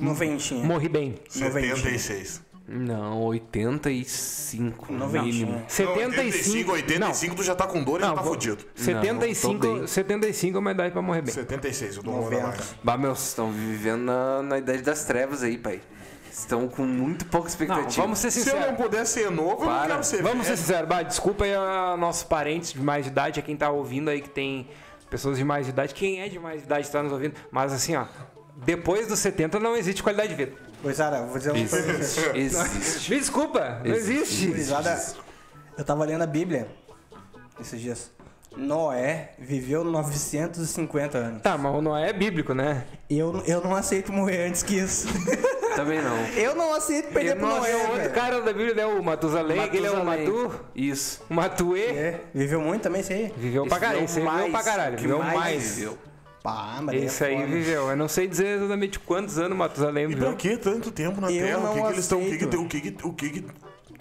Speaker 4: Noventinha.
Speaker 2: morri bem?
Speaker 4: Noventinha.
Speaker 1: 76.
Speaker 3: Não, 85. no mínimo.
Speaker 4: Noventinha.
Speaker 1: Não, 85,
Speaker 2: 75.
Speaker 1: 85, tu já tá com dor e já
Speaker 2: Não,
Speaker 1: tá
Speaker 2: vou-
Speaker 1: fudido.
Speaker 2: 75,
Speaker 3: Não, tô bem.
Speaker 2: 75 é uma idade pra morrer bem.
Speaker 1: 76, eu tô morando
Speaker 4: 90.
Speaker 1: mais.
Speaker 3: Bah, meu, vocês estão vivendo na, na idade das trevas aí, pai. Estão com muito pouca expectativa.
Speaker 2: Não, vamos ser
Speaker 1: Se eu não
Speaker 2: sinceros.
Speaker 1: puder ser novo, eu não
Speaker 3: Para.
Speaker 1: quero ser
Speaker 2: [LAUGHS] Vamos ser
Speaker 1: velho.
Speaker 2: sinceros, bah, desculpa aí a nossos parentes de mais idade, a quem tá ouvindo aí que tem pessoas de mais idade. Quem é de mais idade tá nos ouvindo, mas assim, ó, depois dos 70 não existe qualidade de vida.
Speaker 4: Gurizada, vou dizer uma coisa pra vocês.
Speaker 3: Existe.
Speaker 2: Me desculpa, não existe.
Speaker 4: Gurizada, eu tava lendo a Bíblia esses dias. Noé viveu 950 anos.
Speaker 2: Tá, mas o Noé é bíblico, né?
Speaker 4: Eu, eu não aceito morrer antes que isso. [LAUGHS]
Speaker 3: Também não.
Speaker 4: Eu não aceito perder pro
Speaker 2: Noé, o
Speaker 4: Noé,
Speaker 2: é outro
Speaker 4: cara.
Speaker 2: cara da Bíblia é o Matusalém, aquele é o
Speaker 3: Matusalém.
Speaker 2: Matu,
Speaker 3: Isso.
Speaker 2: o Matuê.
Speaker 4: É, viveu muito também, isso aí?
Speaker 2: Viveu pra
Speaker 3: Esse
Speaker 2: caralho,
Speaker 3: deu
Speaker 2: esse aí viveu pra caralho,
Speaker 3: que
Speaker 2: viveu mais.
Speaker 3: viveu.
Speaker 4: Pá, mas daí é
Speaker 2: Esse aí
Speaker 4: foda.
Speaker 2: viveu. Eu não sei dizer exatamente quantos anos o Matusalém
Speaker 1: E pra
Speaker 2: viveu.
Speaker 1: que tanto tempo na
Speaker 4: Eu
Speaker 1: Terra? O que,
Speaker 4: não
Speaker 1: que eles estão. O que, que,
Speaker 4: aceito.
Speaker 1: o que, que, o que, que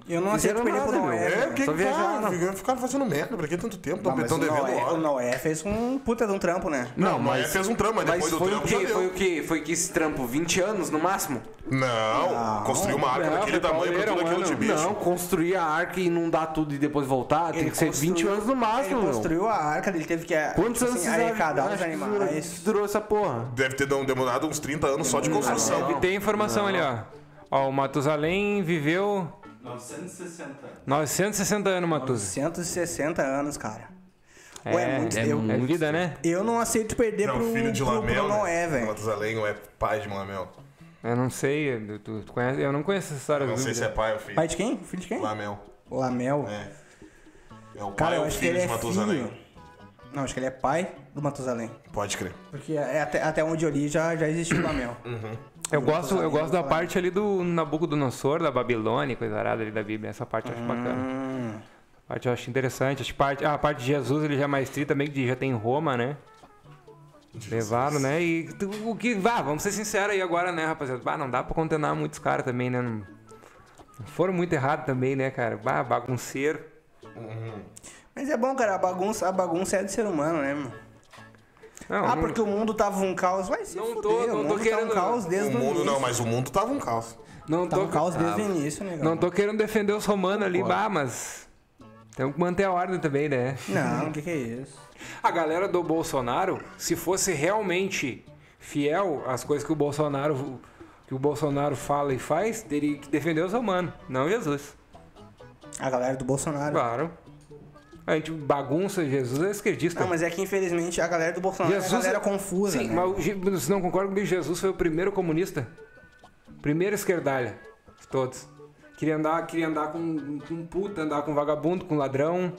Speaker 4: Eu não aceito
Speaker 3: Fizeram
Speaker 4: perder pro
Speaker 3: nada, meu.
Speaker 4: Noé.
Speaker 1: É, o
Speaker 4: velho.
Speaker 1: que
Speaker 3: só
Speaker 1: que tá?
Speaker 3: viajaram.
Speaker 1: Fica- Ficaram fazendo merda, pra que tanto tempo?
Speaker 4: Ah, mas
Speaker 1: Estão
Speaker 4: o
Speaker 1: devendo
Speaker 4: Noé- O
Speaker 1: hora.
Speaker 4: Noé fez um puta de um trampo, né?
Speaker 1: Não, mas fez um trampo, mas
Speaker 3: Mas
Speaker 1: depois do
Speaker 3: foi o
Speaker 1: trampo já
Speaker 3: quê? Foi o
Speaker 1: deu.
Speaker 3: quê? Foi que esse trampo? 20 anos no máximo?
Speaker 1: Não, construiu uma arca
Speaker 2: Não,
Speaker 1: daquele
Speaker 2: foi
Speaker 1: tamanho pra
Speaker 2: pauleira,
Speaker 1: tudo aquilo
Speaker 2: mano.
Speaker 1: de bicho.
Speaker 3: Não, construir a arca e inundar tudo e depois voltar, tem que ser 20 anos no máximo,
Speaker 4: Ele
Speaker 3: meu.
Speaker 4: construiu a arca, ele teve que
Speaker 3: Quantos anos
Speaker 4: assim,
Speaker 3: vocês
Speaker 4: arrecadar
Speaker 3: acham
Speaker 4: os
Speaker 3: que durou-
Speaker 4: animais.
Speaker 3: que durou essa porra?
Speaker 1: Deve ter demorado uns 30 anos só de construção.
Speaker 2: E tem a informação ali, ó. Ó, o Matusalém viveu
Speaker 7: 960.
Speaker 2: 960 anos, Matusa.
Speaker 4: 160 anos, cara. Ué, é muito
Speaker 2: é,
Speaker 4: tempo.
Speaker 2: é vida, né?
Speaker 4: Eu não aceito perder
Speaker 1: É
Speaker 4: pro,
Speaker 1: o filho de
Speaker 4: pro,
Speaker 1: Lamel,
Speaker 4: pro
Speaker 1: né?
Speaker 4: Noé, velho.
Speaker 1: Matusalém ou é pai de Lamel?
Speaker 2: Eu não sei, eu- tu, tu conhece, eu não conheço essa história.
Speaker 1: Não
Speaker 2: do
Speaker 1: sei se é pai ou filho.
Speaker 4: Pai de quem? Filho de quem?
Speaker 1: Lamel.
Speaker 4: Lamel.
Speaker 1: É. É o
Speaker 4: Cara,
Speaker 1: pai
Speaker 4: eu
Speaker 1: ou
Speaker 4: acho que
Speaker 1: filho de
Speaker 4: ele é
Speaker 1: Matusalém?
Speaker 4: filho. Não, acho que ele é pai do Matusalém.
Speaker 1: Pode crer.
Speaker 4: Porque é até, até onde eu li já, já existiu o
Speaker 1: [COUGHS]
Speaker 4: Lamel.
Speaker 1: Hum.
Speaker 2: Eu gosto, eu gosto da parte ali do Nabucodonosor, da Babilônia, coisa arada ali da Bíblia. Essa parte eu acho bacana.
Speaker 4: Hum.
Speaker 2: A parte eu acho interessante. Acho parte, ah, a parte de Jesus, ele já é mais tri também, que já tem em Roma, né? Levaram, né? E tu- o que. Vá, vamos ser sinceros aí agora, né, rapaziada? Bah, não dá pra condenar muitos caras também, né? Não, não foram muito errados também, né, cara? Bah, bagunceiro.
Speaker 4: Mas é bom, cara, a bagunça, a bagunça é do ser humano, né, mano?
Speaker 2: Não,
Speaker 4: Ah,
Speaker 2: não-
Speaker 4: porque o mundo tava um caos. Vai se
Speaker 2: Não tô-
Speaker 4: fuder,
Speaker 2: não
Speaker 4: o
Speaker 2: tô
Speaker 4: mundo tá um
Speaker 2: querendo-
Speaker 4: caos desde
Speaker 1: O mundo
Speaker 4: início.
Speaker 1: não, mas o mundo tava um caos.
Speaker 2: não
Speaker 4: Tá
Speaker 2: tô,
Speaker 4: um caos desde o início, né, negão.
Speaker 2: não tô querendo defender os romanos ali, bah, mas. Temos que manter a ordem também, né?
Speaker 4: Não, o que, que é isso?
Speaker 2: A galera do Bolsonaro, se fosse realmente fiel às coisas que o Bolsonaro que o Bolsonaro fala e faz, teria que defender os romanos, não Jesus.
Speaker 4: A galera do Bolsonaro.
Speaker 2: Claro. A gente bagunça Jesus, é esquerdista.
Speaker 4: Não, mas é que infelizmente a galera do Bolsonaro é a galera confusa.
Speaker 2: Sim,
Speaker 4: né?
Speaker 2: mas o Je- você não concorda comigo? Jesus foi o primeiro comunista. Primeiro esquerdalha. De todos. Queria andar, queria andar com, com puta, andar com um vagabundo, com ladrão.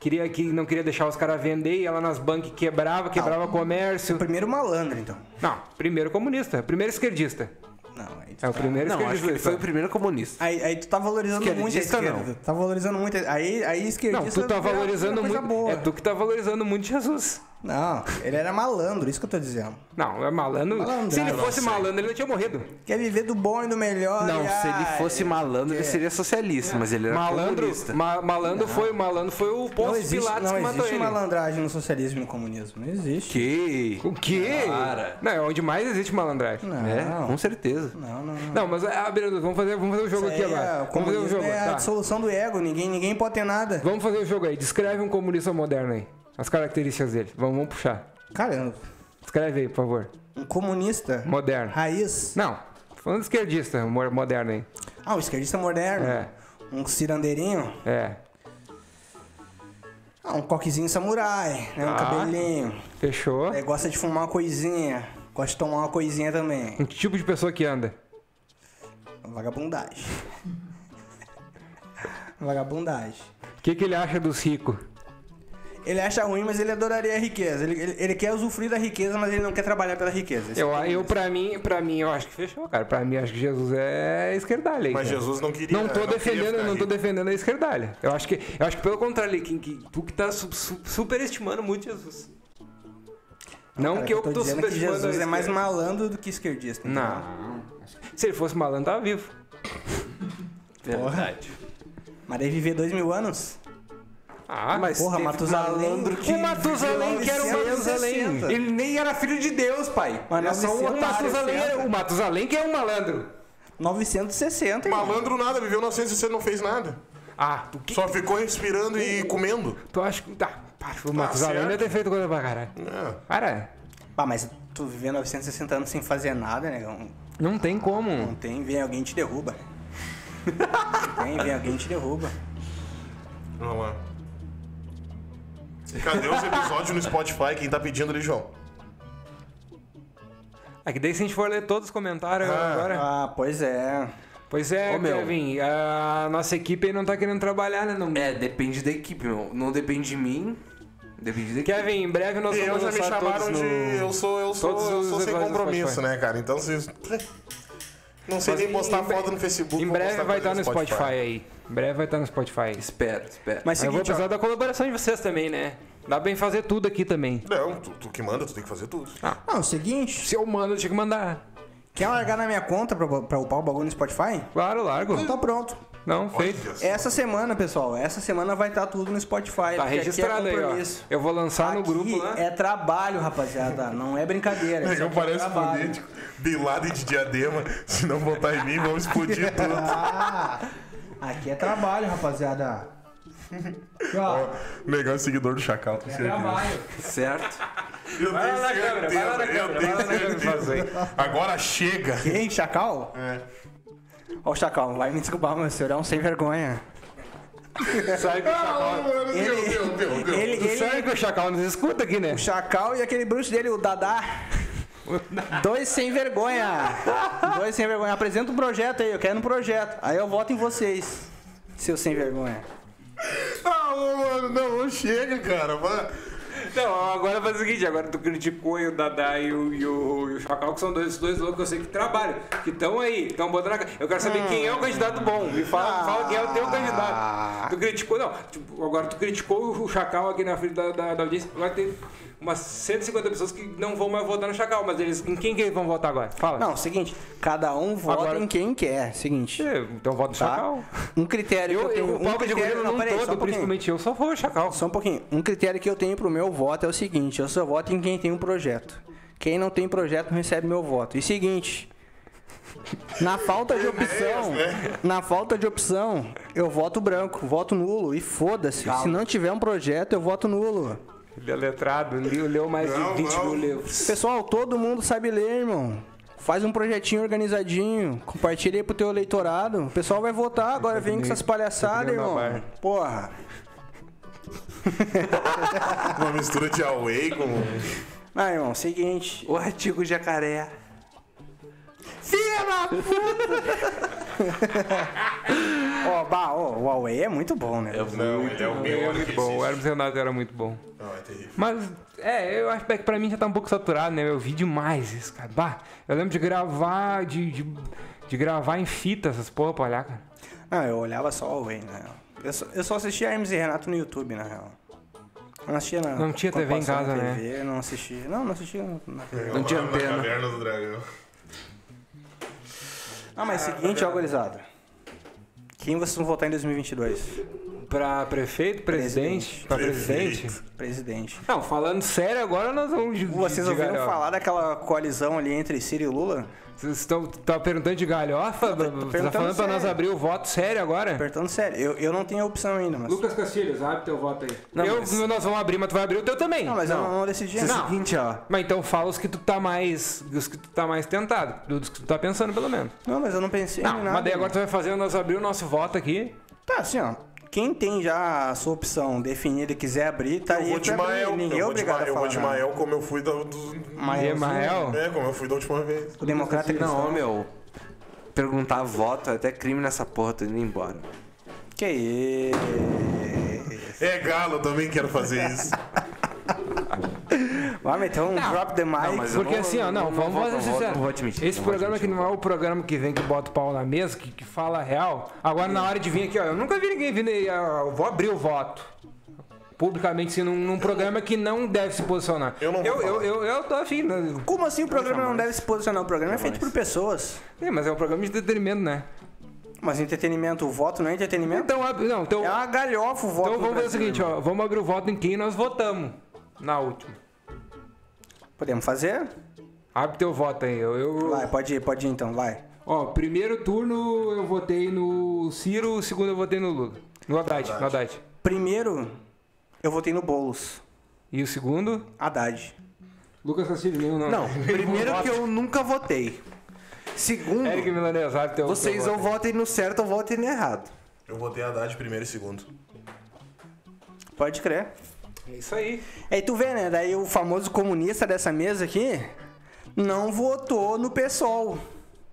Speaker 2: Queria que não queria deixar os caras vender, ia lá nas bancas e quebrava, quebrava comércio.
Speaker 4: O primeiro malandro, então.
Speaker 2: Não, primeiro comunista, primeiro esquerdista.
Speaker 4: Não, aí tu,
Speaker 2: É o primeiro
Speaker 3: Não, acho
Speaker 2: esquerdista.
Speaker 3: que ele foi o primeiro comunista.
Speaker 4: aí, aí tu tá valorizando muito a
Speaker 3: Esquerdista,
Speaker 4: esquerda.
Speaker 3: não.
Speaker 4: Tá valorizando muito. a- Aí, aí esquerdista.
Speaker 2: Não, tu tá
Speaker 4: virou- virou
Speaker 2: valorizando
Speaker 4: coisa
Speaker 2: muito.
Speaker 4: Boa.
Speaker 2: É tu que tá valorizando muito Jesus.
Speaker 4: Não, ele era malandro, isso que eu tô dizendo.
Speaker 2: Não, é malandro.
Speaker 4: Malandragem.
Speaker 2: Se ele
Speaker 4: Eu
Speaker 2: fosse malandro, ele não tinha morrido.
Speaker 4: Quer viver do bom e do melhor.
Speaker 3: Não,
Speaker 4: e,
Speaker 3: se ele
Speaker 4: ai,
Speaker 3: fosse malandro, ele seria socialista, mas
Speaker 4: É
Speaker 3: ele era
Speaker 2: Malandro,
Speaker 3: comunista.
Speaker 2: ma- malandro foi, malandro foi o
Speaker 4: um Não
Speaker 2: Ponce
Speaker 4: existe,
Speaker 2: Pilatos
Speaker 4: não
Speaker 2: que matou
Speaker 4: existe
Speaker 2: ele.
Speaker 4: malandragem no socialismo e no comunismo. Não existe.
Speaker 3: Que?
Speaker 2: O quê?
Speaker 3: Para.
Speaker 2: Não, é onde mais existe malandragem.
Speaker 4: Não,
Speaker 3: É,
Speaker 4: não,
Speaker 3: com certeza.
Speaker 4: não, não.
Speaker 2: Não, mas ah, beleza, vamos fazer, vamos fazer o jogo
Speaker 4: Isso
Speaker 2: aqui
Speaker 4: aí é-
Speaker 2: agora.
Speaker 4: o
Speaker 2: vamos fazer o
Speaker 4: comunismo
Speaker 2: jogo.
Speaker 4: é a
Speaker 2: tá.
Speaker 4: dissolução do ego, ninguém, ninguém pode ter nada.
Speaker 2: Vamos fazer o jogo aí. Descreve um comunista moderno aí. As características dele. Vamos, vamos puxar.
Speaker 4: Cara,
Speaker 2: Descreve aí, por favor.
Speaker 4: um comunista
Speaker 2: Moderno.
Speaker 4: raiz.
Speaker 2: Não, falando de esquerdista mo- moderno aí.
Speaker 4: Ah, um esquerdista moderno.
Speaker 2: É.
Speaker 4: Um cirandeirinho.
Speaker 2: É.
Speaker 4: Ah, Ah, um coquezinho samurai, né? Um
Speaker 2: Ah.
Speaker 4: cabelinho.
Speaker 2: Fechou.
Speaker 4: É, gosta de fumar uma coisinha. Gosta de tomar uma coisinha também.
Speaker 2: Um tipo de pessoa que anda.
Speaker 4: Vagabundagem. Vagabundagem.
Speaker 2: O que, que ele acha dos ricos?
Speaker 4: Ele acha ruim, mas ele adoraria a riqueza. Ele, ele, ele quer usufruir da riqueza, mas ele não quer trabalhar pela riqueza. Esse
Speaker 2: Eu,
Speaker 4: é o problema.
Speaker 2: eu pra mim, pra mim, eu acho que fechou, cara. Pra mim, acho que Jesus é esquerdalha. aí,
Speaker 1: Mas
Speaker 2: cara.
Speaker 1: Jesus não queria.
Speaker 2: Não tô
Speaker 1: queria
Speaker 2: defendendo,
Speaker 1: ficar
Speaker 2: não tô
Speaker 1: rico.
Speaker 2: defendendo a esquerdalha. Eu acho que, eu acho que pelo contrário, Liquim, que tu que tá su- su- superestimando muito Jesus. Não
Speaker 4: Cara,
Speaker 2: que eu
Speaker 4: tô
Speaker 2: tô, tô
Speaker 4: dizendo que
Speaker 2: superestimando.
Speaker 4: Jesus
Speaker 2: a
Speaker 4: é mais um-
Speaker 2: esquerda.
Speaker 4: malandro do que esquerdista.
Speaker 2: Não. Se ele fosse malandro, tava vivo.
Speaker 3: Verdade.
Speaker 4: Mas daí viver dois mil anos?
Speaker 2: Ah, mas
Speaker 4: Porra,
Speaker 3: teve
Speaker 4: Matusalém.
Speaker 3: malandro que
Speaker 2: o Matusalém que era o
Speaker 4: 1960.
Speaker 2: Matusalém. Ele nem era filho de Deus, pai.
Speaker 4: Mas
Speaker 2: Era só um
Speaker 4: 960.
Speaker 2: Matusalém
Speaker 4: assim,
Speaker 2: era- o Matusalém que é um malandro.
Speaker 4: 960, irmão.
Speaker 1: Malandro nada, viveu 960 e não fez nada.
Speaker 2: Ah, tu que
Speaker 1: Só ficou respirando e comendo.
Speaker 2: tu acha que tá, pá, o Matusalém
Speaker 1: certo.
Speaker 2: deve ter feito coisa pra caralho.
Speaker 1: É.
Speaker 2: Cara,
Speaker 4: Pá, mas tu viver 960 anos sem fazer nada, negão.
Speaker 2: não tem como.
Speaker 4: Não tem, vem alguém e te derruba. tem, vem alguém e te derruba.
Speaker 1: Vamos lá. Cadê os episódios no Spotify? Quem tá pedindo ali, João?
Speaker 2: É que daí se a gente for ler todos os comentários
Speaker 1: Ah,
Speaker 2: agora.
Speaker 4: Ah, pois é.
Speaker 2: Pois é,
Speaker 3: Ô, meu.
Speaker 2: Kevin, a nossa equipe aí não tá querendo trabalhar, né? Não...
Speaker 3: É, depende da equipe, meu. Não depende de mim. Depende da equipe.
Speaker 2: Kevin, em breve nós
Speaker 1: Eu
Speaker 2: vamos
Speaker 1: já me
Speaker 2: lançar todos
Speaker 1: chamaram de.
Speaker 2: no...
Speaker 1: Eu sou, eu sou,
Speaker 2: todos
Speaker 1: eu
Speaker 2: os
Speaker 1: sou sem
Speaker 2: episódios do
Speaker 1: compromisso,
Speaker 2: Spotify.
Speaker 1: né, cara? Então vocês. Não sei nem postar foto no Facebook.
Speaker 2: Em
Speaker 1: vou
Speaker 2: breve
Speaker 1: postar
Speaker 2: vai
Speaker 1: coisa
Speaker 2: estar no Spotify. aí. Em breve vai estar no Spotify.
Speaker 3: Espero, espero.
Speaker 4: Mas
Speaker 2: Mas eu vou
Speaker 4: seguinte, ó,
Speaker 2: precisar da colaboração de vocês também, né? Dá pra bem fazer tudo aqui também.
Speaker 1: Não, tu, tu que manda, tu tem que fazer tudo.
Speaker 4: não, é o seguinte,
Speaker 2: Se eu mando, eu tinha que mandar.
Speaker 4: quer largar na minha conta pra, pra upar o bagulho no Spotify?
Speaker 2: Claro, largo.
Speaker 4: Então tá pronto.
Speaker 2: Não, feito.
Speaker 1: Olha só.
Speaker 4: Essa semana, pessoal, essa semana vai estar tudo no Spotify.
Speaker 2: Tá
Speaker 4: porque aqui é
Speaker 2: registrado aí, ó.
Speaker 4: compromisso.
Speaker 2: Eu vou lançar no
Speaker 4: Aqui
Speaker 2: grupo né? lá.
Speaker 4: É trabalho, rapaziada. Não é brincadeira. Isso
Speaker 1: Negão
Speaker 4: aqui é
Speaker 1: um parece
Speaker 4: trabalho.
Speaker 1: político. Bin Laden de diadema. Se não botar em mim, vão explodir tudo.
Speaker 4: Ah, aqui é trabalho, [LAUGHS] rapaziada. Aqui, ó.
Speaker 1: Negão é seguidor do Chacal, com certeza.
Speaker 3: Certo?
Speaker 1: Eu tenho
Speaker 2: na câmera, vai lá na
Speaker 1: certeza, eu
Speaker 2: câmera, vai lá na câmera
Speaker 1: tenho certeza. Agora chega.
Speaker 4: Quem? Chacal? É. Ó, o Chacal, vai me desculpar, mas o senhor é um sem vergonha.
Speaker 2: Sabe que o Chacal,
Speaker 1: Meu Deus, meu Deus.
Speaker 4: Ele,
Speaker 2: tu
Speaker 4: ele,
Speaker 2: sabe que o Chacal nos escuta aqui, né?
Speaker 4: o Chacal e aquele bruxo dele, o Dadá. Dois sem vergonha. Dois sem vergonha. Apresenta um projeto aí, eu quero um projeto. Aí eu voto em vocês, seu sem vergonha.
Speaker 1: Ah, ô, mano, não, ô, chega, cara. vai.
Speaker 2: Não, Então, agora faz o seguinte, agora tu criticou e o Dadá e o, e o, e o Chacal, que são dois, dois loucos que eu sei que trabalham, que estão aí, estão botando na... ca- Eu quero saber quem é o candidato bom, me fala, me fala quem é o teu candidato. Tu criticou, não, tipo, agora tu criticou o Chacal aqui na frente da, da, da audiência, agora tem umas 150 pessoas que não vão mais votar no Chacal, mas eles, em quem que eles vão votar agora? Fala.
Speaker 4: Não, seguinte, cada um vota
Speaker 2: Agora-
Speaker 4: em quem quer. Seguinte,
Speaker 2: É, Então vota no
Speaker 4: tá?
Speaker 2: Chacal.
Speaker 4: Um critério
Speaker 2: Eu,
Speaker 4: que eu
Speaker 2: eu,
Speaker 4: tenho,
Speaker 2: o palco
Speaker 4: um
Speaker 2: de
Speaker 4: critério,
Speaker 2: governo não
Speaker 4: peraí, só
Speaker 2: todo,
Speaker 4: um pouquinho.
Speaker 2: principalmente eu, só vou o Chacal.
Speaker 4: Só um pouquinho. Um critério que eu tenho pro meu voto é o seguinte: eu só voto em quem tem um projeto. Quem não tem projeto não recebe meu voto. E seguinte. Na falta
Speaker 2: É
Speaker 4: de opção,
Speaker 2: né?
Speaker 4: na falta de opção, eu voto branco, voto nulo e foda-se. Se não tiver um projeto, eu voto nulo.
Speaker 2: Ele é letrado, leu, leu mais
Speaker 1: Não,
Speaker 2: de 20
Speaker 1: não.
Speaker 2: mil livros.
Speaker 4: Pessoal, todo mundo sabe ler, irmão. Faz um projetinho organizadinho, compartilha aí pro teu eleitorado. O pessoal vai votar, agora vem com essas palhaçadas,
Speaker 2: tô querendo
Speaker 4: irmão.
Speaker 2: na barra.
Speaker 4: Porra.
Speaker 1: Uma mistura de Away com.
Speaker 4: Ah, irmão, seguinte.
Speaker 3: O artigo jacaré.
Speaker 4: Filha da puta! Ó, bah, ó, o Huawei é muito bom, né?
Speaker 1: Não, ele é o pior que
Speaker 2: Bom, o
Speaker 1: existe.
Speaker 2: Hermes Renato era muito bom.
Speaker 1: Não, é terrível.
Speaker 2: Mas, é, eu acho que pra mim já tá um pouco saturado, né? Eu vi demais isso, cara. Bah, eu lembro de gravar, de, de, de gravar em fita essas porra pra olhar, cara.
Speaker 4: Ah, eu olhava só o Huawei, né? Eu só, eu só assistia Hermes e Renato no YouTube, na real. Eu Não assistia na,
Speaker 2: Não tinha
Speaker 4: quando
Speaker 2: TV em
Speaker 4: passava
Speaker 2: casa,
Speaker 4: na
Speaker 2: né?
Speaker 4: TV, Não assistia. Não, não assistia. na- na-
Speaker 1: Não
Speaker 3: tinha antena.
Speaker 1: Caverna do Dragão.
Speaker 4: Ah, mas seguinte, ó, gurizada. Quem vocês vão votar em 2022?
Speaker 2: Pra prefeito, presidente, pra presidente.
Speaker 4: Presidente.
Speaker 2: Não, falando sério agora, nós vamos de,
Speaker 4: Vocês
Speaker 2: de
Speaker 4: ouviram
Speaker 2: galhofa.
Speaker 4: falar daquela coalizão ali entre Ciro e Lula?
Speaker 2: Vocês estão tá perguntando de galhofa? Tá
Speaker 4: perguntando
Speaker 2: falando pra nós
Speaker 4: sério.
Speaker 2: abrir o voto sério agora?
Speaker 4: Apertando sério, eu, eu não tenho a opção ainda, mas.
Speaker 2: Lucas Castilhos, abre teu voto aí.
Speaker 3: Não,
Speaker 2: eu,
Speaker 3: mas-
Speaker 2: Nós vamos abrir, mas tu vai abrir o teu também.
Speaker 4: Não, mas eu não, não decidi
Speaker 3: É
Speaker 4: ainda.
Speaker 3: o seguinte, ó.
Speaker 2: Mas então fala os que tu tá mais. Os que tu tá mais tentado. Dos que tu tá pensando, pelo menos.
Speaker 4: Não, mas eu não pensei em
Speaker 2: Não,
Speaker 4: nada.
Speaker 2: mas daí agora tu vai fazer, nós abrir o nosso voto aqui.
Speaker 4: Tá, assim, ó. Quem tem já a sua opção definida e quiser abrir, tá
Speaker 1: Eu
Speaker 4: aí.
Speaker 1: vou de
Speaker 4: pra abrir.
Speaker 1: Mael. Eu
Speaker 4: Ninguém é
Speaker 1: vou de
Speaker 4: obrigado
Speaker 1: Mael, eu
Speaker 4: a
Speaker 1: vou
Speaker 4: falar.
Speaker 1: de
Speaker 4: nada.
Speaker 1: Mael como eu fui da, do-
Speaker 4: Mael,
Speaker 2: Emael?
Speaker 1: É, como eu fui da última vez.
Speaker 4: o democrata cristão.
Speaker 3: Não, meu. Perguntar voto é até crime nessa porra, tô indo embora.
Speaker 4: Que isso?
Speaker 1: É galo, eu também quero fazer isso.
Speaker 4: Vai meter um drop the mic.
Speaker 3: Não, mas eu
Speaker 2: Porque assim, ó, não,
Speaker 3: não
Speaker 2: vamos
Speaker 3: vou-
Speaker 2: fazer
Speaker 3: não vou-
Speaker 2: sincero.
Speaker 3: não vou admitir,
Speaker 2: Esse
Speaker 3: não vou
Speaker 2: programa aqui
Speaker 3: admitir,
Speaker 2: não é o programa que vem que bota o pau na mesa, que, que fala a real. Agora na hora de vir aqui, ó, eu nunca vi ninguém vindo aí, ó, eu vou abrir o voto. Publicamente, assim, num, num programa que não deve se posicionar.
Speaker 1: Eu não vou
Speaker 2: eu, eu,
Speaker 1: falar.
Speaker 2: eu, eu tô afim, né?
Speaker 4: Como assim o programa não deve se posicionar? O programa é feito por pessoas.
Speaker 2: É, mas é um programa de entretenimento, né?
Speaker 4: Mas entretenimento, o voto não é entretenimento?
Speaker 2: Então, ab- não, então,
Speaker 4: É
Speaker 3: Ah,
Speaker 4: uma galhofa o voto.
Speaker 2: então
Speaker 4: no
Speaker 2: vamos fazer o
Speaker 4: Brasil,
Speaker 2: seguinte,
Speaker 4: irmão.
Speaker 2: ó, vamos abrir o voto em quem nós votamos na última.
Speaker 4: Podemos fazer?
Speaker 2: Abre teu voto aí, eu... eu-
Speaker 4: Vai, pode ir, pode ir então, vai.
Speaker 2: Ó, primeiro turno eu votei no Ciro, segundo eu votei no Lula. No Haddad, no Haddad.
Speaker 4: Primeiro, eu votei no Boulos.
Speaker 2: E o segundo?
Speaker 4: Haddad.
Speaker 2: Lucas Castilho, nenhum não. [LAUGHS]
Speaker 3: Não, primeiro que eu nunca votei. Segundo,
Speaker 2: Eric Milanese, sabe teu
Speaker 3: vocês
Speaker 2: teu
Speaker 3: ou
Speaker 2: voto.
Speaker 3: votem no certo ou votem no errado.
Speaker 1: Eu botei Haddad primeiro e segundo.
Speaker 4: Pode crer.
Speaker 2: É isso aí.
Speaker 4: Aí tu vê, né? Daí o famoso comunista dessa mesa aqui não votou no PSOL.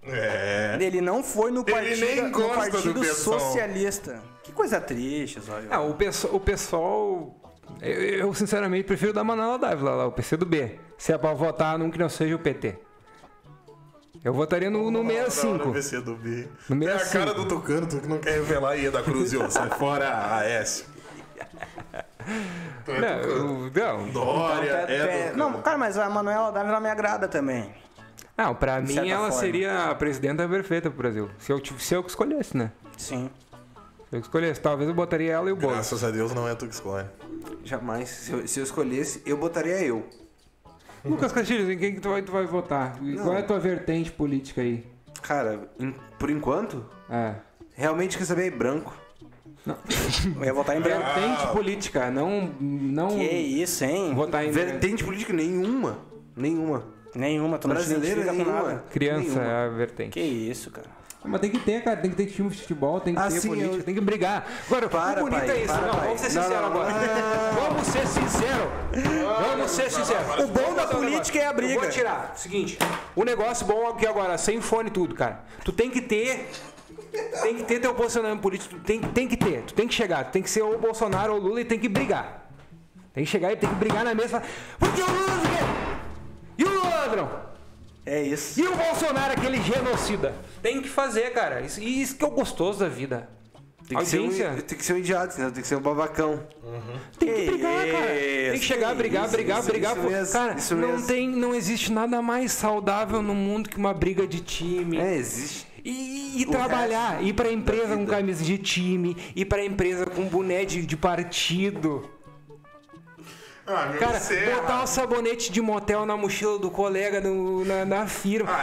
Speaker 1: É.
Speaker 4: Ele não foi no partido,
Speaker 1: nem
Speaker 4: no
Speaker 1: gosta do
Speaker 4: partido
Speaker 1: PSOL.
Speaker 4: Socialista. Que coisa triste, só.
Speaker 2: Não, o pessoal. O pessoal eu, eu, sinceramente prefiro dar Manoela Dávila lá, o PC do B. Se é pra votar num que não seja o PT. Eu votaria no, no
Speaker 1: Na hora
Speaker 2: 65.
Speaker 1: VC do B.
Speaker 2: No
Speaker 1: Tem a
Speaker 2: 65.
Speaker 1: cara do Tucano, tu que não quer revelar aí da Cruz, ô. Sai fora, Aécio. Tu é
Speaker 2: Não,
Speaker 1: Tucano.
Speaker 2: eu- não.
Speaker 1: Dória é
Speaker 4: É,
Speaker 1: Tucano.
Speaker 4: não, cara, mas a Manuela Dávila me agrada também.
Speaker 2: não, pra mim
Speaker 4: certa
Speaker 2: ela
Speaker 4: forma.
Speaker 2: seria a presidenta perfeita pro Brasil. Se eu, tive- se eu que escolhesse, né?
Speaker 4: Sim.
Speaker 2: Se eu que escolhesse, talvez eu botaria ela e o Boulos.
Speaker 1: Graças a Deus não é tu que escolhe.
Speaker 3: Jamais. Se eu, se eu escolhesse, eu botaria eu.
Speaker 2: [LAUGHS] Lucas Castilho, em quem que tu vai, tu vai votar? E Qual é a tua vertente política aí?
Speaker 3: Cara, em- por enquanto,
Speaker 4: Ah.
Speaker 2: É.
Speaker 3: realmente quer saber é branco.
Speaker 4: Eu ia votar em branco.
Speaker 2: Vertente política, não. não
Speaker 4: Que isso, hein?
Speaker 2: votar em
Speaker 3: Vertente política nenhuma. Nenhuma.
Speaker 4: Nenhuma, tu não se
Speaker 3: Brasileira
Speaker 4: identifica com
Speaker 3: nenhuma.
Speaker 4: nada.
Speaker 2: criança
Speaker 3: Nenhuma.
Speaker 2: é a vertente.
Speaker 4: Que isso, cara.
Speaker 2: Mas tem que ter, cara, tem que ter time de futebol, tem que
Speaker 3: Ah,
Speaker 2: ter
Speaker 3: sim,
Speaker 2: política,
Speaker 3: eu-
Speaker 2: tem que brigar. Agora,
Speaker 3: Para,
Speaker 2: o bonito
Speaker 3: pai,
Speaker 2: é isso.
Speaker 3: para,
Speaker 2: não,
Speaker 3: pai.
Speaker 2: vamos ser
Speaker 3: Não,
Speaker 2: sinceros
Speaker 3: não,
Speaker 2: agora. Vamos ser sinceros. Vamos ser sinceros.
Speaker 4: O bom da política é a briga.
Speaker 2: Eu vou tirar. Seguinte, o negócio bom aqui agora, sem fone e tudo, cara. Tu tem que ter. Tem que ter teu posicionamento político, tu tem, tem que ter, tu tem que chegar, tu tem que ser ou Bolsonaro ou Lula e tem que brigar. Tem que chegar e tem que brigar na mesa e falar, porque o Lula não sei o quê? e o Lula, ladrão?
Speaker 4: É isso.
Speaker 2: E o Bolsonaro, aquele genocida? Tem que fazer, cara. Isso, e isso que é o gostoso da vida.
Speaker 3: Tem que, ser um,
Speaker 2: Audiência.
Speaker 3: tem que ser um idiota, né? Tem que ser um babacão.
Speaker 2: Tem que brigar, cara. Tem que chegar, brigar,
Speaker 3: isso,
Speaker 2: brigar,
Speaker 3: isso,
Speaker 2: brigar.
Speaker 3: isso
Speaker 2: pô.
Speaker 3: mesmo,
Speaker 2: cara,
Speaker 3: isso
Speaker 2: não
Speaker 3: mesmo.
Speaker 2: tem, não existe nada mais saudável no mundo que uma briga de time.
Speaker 3: É, existe.
Speaker 2: E, e
Speaker 3: O
Speaker 2: trabalhar, ir pra empresa com
Speaker 3: vida.
Speaker 2: camisa de time, ir pra empresa com boné de, de partido.
Speaker 1: Ah, meu
Speaker 2: Cara,
Speaker 3: é
Speaker 1: serra.
Speaker 2: botar o sabonete de motel na mochila do colega no- na, na firma. É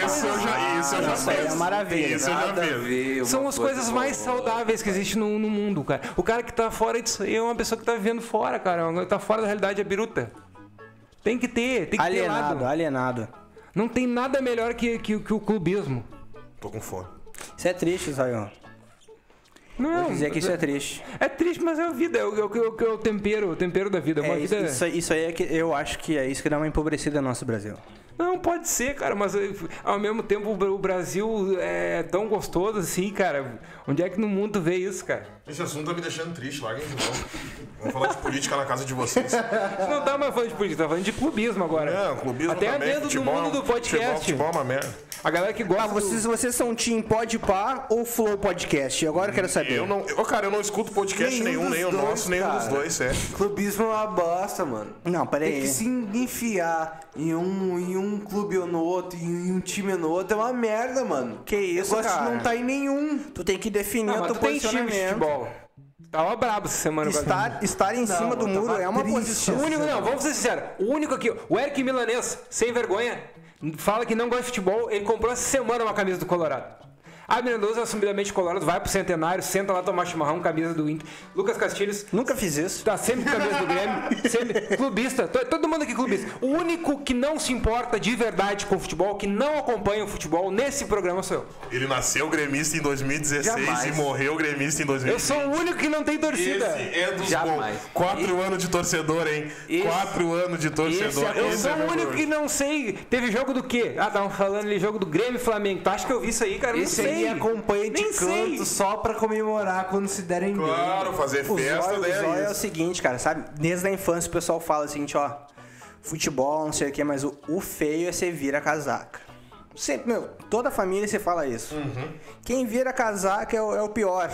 Speaker 1: Ah, isso eu já, isso eu já
Speaker 4: Isso aí é
Speaker 1: fiz.
Speaker 4: maravilha,
Speaker 1: Isso eu já
Speaker 3: Nada a
Speaker 1: fiz.
Speaker 3: ver uma
Speaker 2: São as
Speaker 3: coisa
Speaker 2: coisas
Speaker 3: com a
Speaker 2: mais
Speaker 3: outra.
Speaker 2: saudáveis que existe no, no mundo, cara. O cara que tá fora disso aí é uma pessoa que tá vivendo fora, cara. Uma- Tá fora da realidade, é biruta. Tem que ter, tem que ter
Speaker 4: Alienado,
Speaker 2: lado.
Speaker 4: alienado.
Speaker 2: Não tem nada melhor que, que, que o clubismo.
Speaker 1: Tô com fome.
Speaker 4: Isso é triste, Zaion.
Speaker 2: Não,
Speaker 4: Vou dizer que isso é triste.
Speaker 2: é triste, mas é a vida, é o, é o- é o- é o tempero, o tempero da vida. é Uma
Speaker 4: É, isso,
Speaker 2: vida...
Speaker 4: isso, isso aí é que eu acho que é isso que dá uma empobrecida no nosso Brasil.
Speaker 2: Não, pode ser, cara, mas eh, ao mesmo tempo o Bra- o Brasil é tão gostoso assim, cara. Onde é que no mundo vê isso, cara?
Speaker 1: Esse assunto tá me deixando triste, larga de novo. Vamos falar de política na casa de vocês.
Speaker 2: Você não tá mais falando de política, tá falando de clubismo agora.
Speaker 1: Não, clubismo
Speaker 2: Até
Speaker 1: também,
Speaker 2: dentro
Speaker 1: futebol,
Speaker 2: do mundo do
Speaker 1: Futebol,
Speaker 2: podcast.
Speaker 1: futebol é uma merda.
Speaker 2: A galera que gosta.
Speaker 4: Ah, vocês, vocês são Team Podpar ou Flow Podcast? Agora eu quero saber.
Speaker 1: Eu não, eu, cara, eu não escuto podcast nenhum,
Speaker 3: Nenhum dos
Speaker 1: nem o
Speaker 3: dois,
Speaker 1: nosso, nem um dos
Speaker 3: cara.
Speaker 1: dois, sério.
Speaker 3: Clubismo é uma bosta, mano.
Speaker 2: Hum,
Speaker 4: Não, peraí.
Speaker 2: é.
Speaker 3: Tem que se enfiar em um, em um clube ou no outro, em um time ou no outro. É uma merda, mano.
Speaker 4: Que isso,
Speaker 3: Eu gosto
Speaker 4: cara.
Speaker 3: de não tá em nenhum.
Speaker 4: Tu tem que definir
Speaker 2: Não,
Speaker 4: o
Speaker 2: Ah, mas
Speaker 4: teu
Speaker 2: tu tem time de
Speaker 4: posicionamento.
Speaker 2: futebol. né, Tava brabo essa semana. com a
Speaker 4: Estar, estar em cima
Speaker 2: tá
Speaker 3: eu
Speaker 4: do muro
Speaker 3: tava
Speaker 4: é uma
Speaker 3: triste
Speaker 2: O
Speaker 4: posição.
Speaker 2: único, não, vamos ser sinceros. O único aqui, o Eric Milanês, sem vergonha, fala que não gosta de futebol, ele comprou essa semana uma camisa do Colorado. Ah, Mendonça, assumidamente colorado, vai pro centenário, senta lá tomar chimarrão, camisa do Inter. Lucas Castilhos,
Speaker 4: Nunca fiz isso.
Speaker 2: Tá sempre com a camisa do Grêmio, sempre clubista, to- todo mundo aqui clubista. O único que não se importa de verdade com o futebol, que não acompanha o futebol nesse programa sou eu.
Speaker 1: Ele nasceu gremista em 2016 e
Speaker 3: Jamais.
Speaker 1: morreu gremista em 2020.
Speaker 2: Eu sou o único que não tem
Speaker 1: Esse
Speaker 2: torcida.
Speaker 1: é dos
Speaker 3: Jamais.
Speaker 1: bons. Quatro anos de torcedor, hein?
Speaker 3: Esse-
Speaker 1: Quatro anos de
Speaker 3: Esse
Speaker 1: torcedor.
Speaker 3: é-
Speaker 2: Eu
Speaker 1: Esse
Speaker 2: sou
Speaker 1: é
Speaker 2: o único
Speaker 1: vergonhoso.
Speaker 2: que não sei. Teve jogo do quê? Ah, estavam falando ali jogo do Grêmio e Flamengo. Tu acha que eu vi isso aí, cara? Eu
Speaker 3: Esse
Speaker 2: não sei.
Speaker 3: aí acompanha de
Speaker 2: Nem sei.
Speaker 3: canto só pra comemorar quando se derem bem.
Speaker 1: Claro, fazer
Speaker 4: O
Speaker 1: festa,
Speaker 4: zóio, o zóio
Speaker 1: né?
Speaker 4: é o
Speaker 1: Isso.
Speaker 4: seguinte, cara, sabe? Desde a infância o pessoal fala o seguinte, ó. Futebol, não sei o que, mas o, o feio é você vira casaca. Sempre, meu, toda família você fala isso. Quem vira casaca é o, é o pior.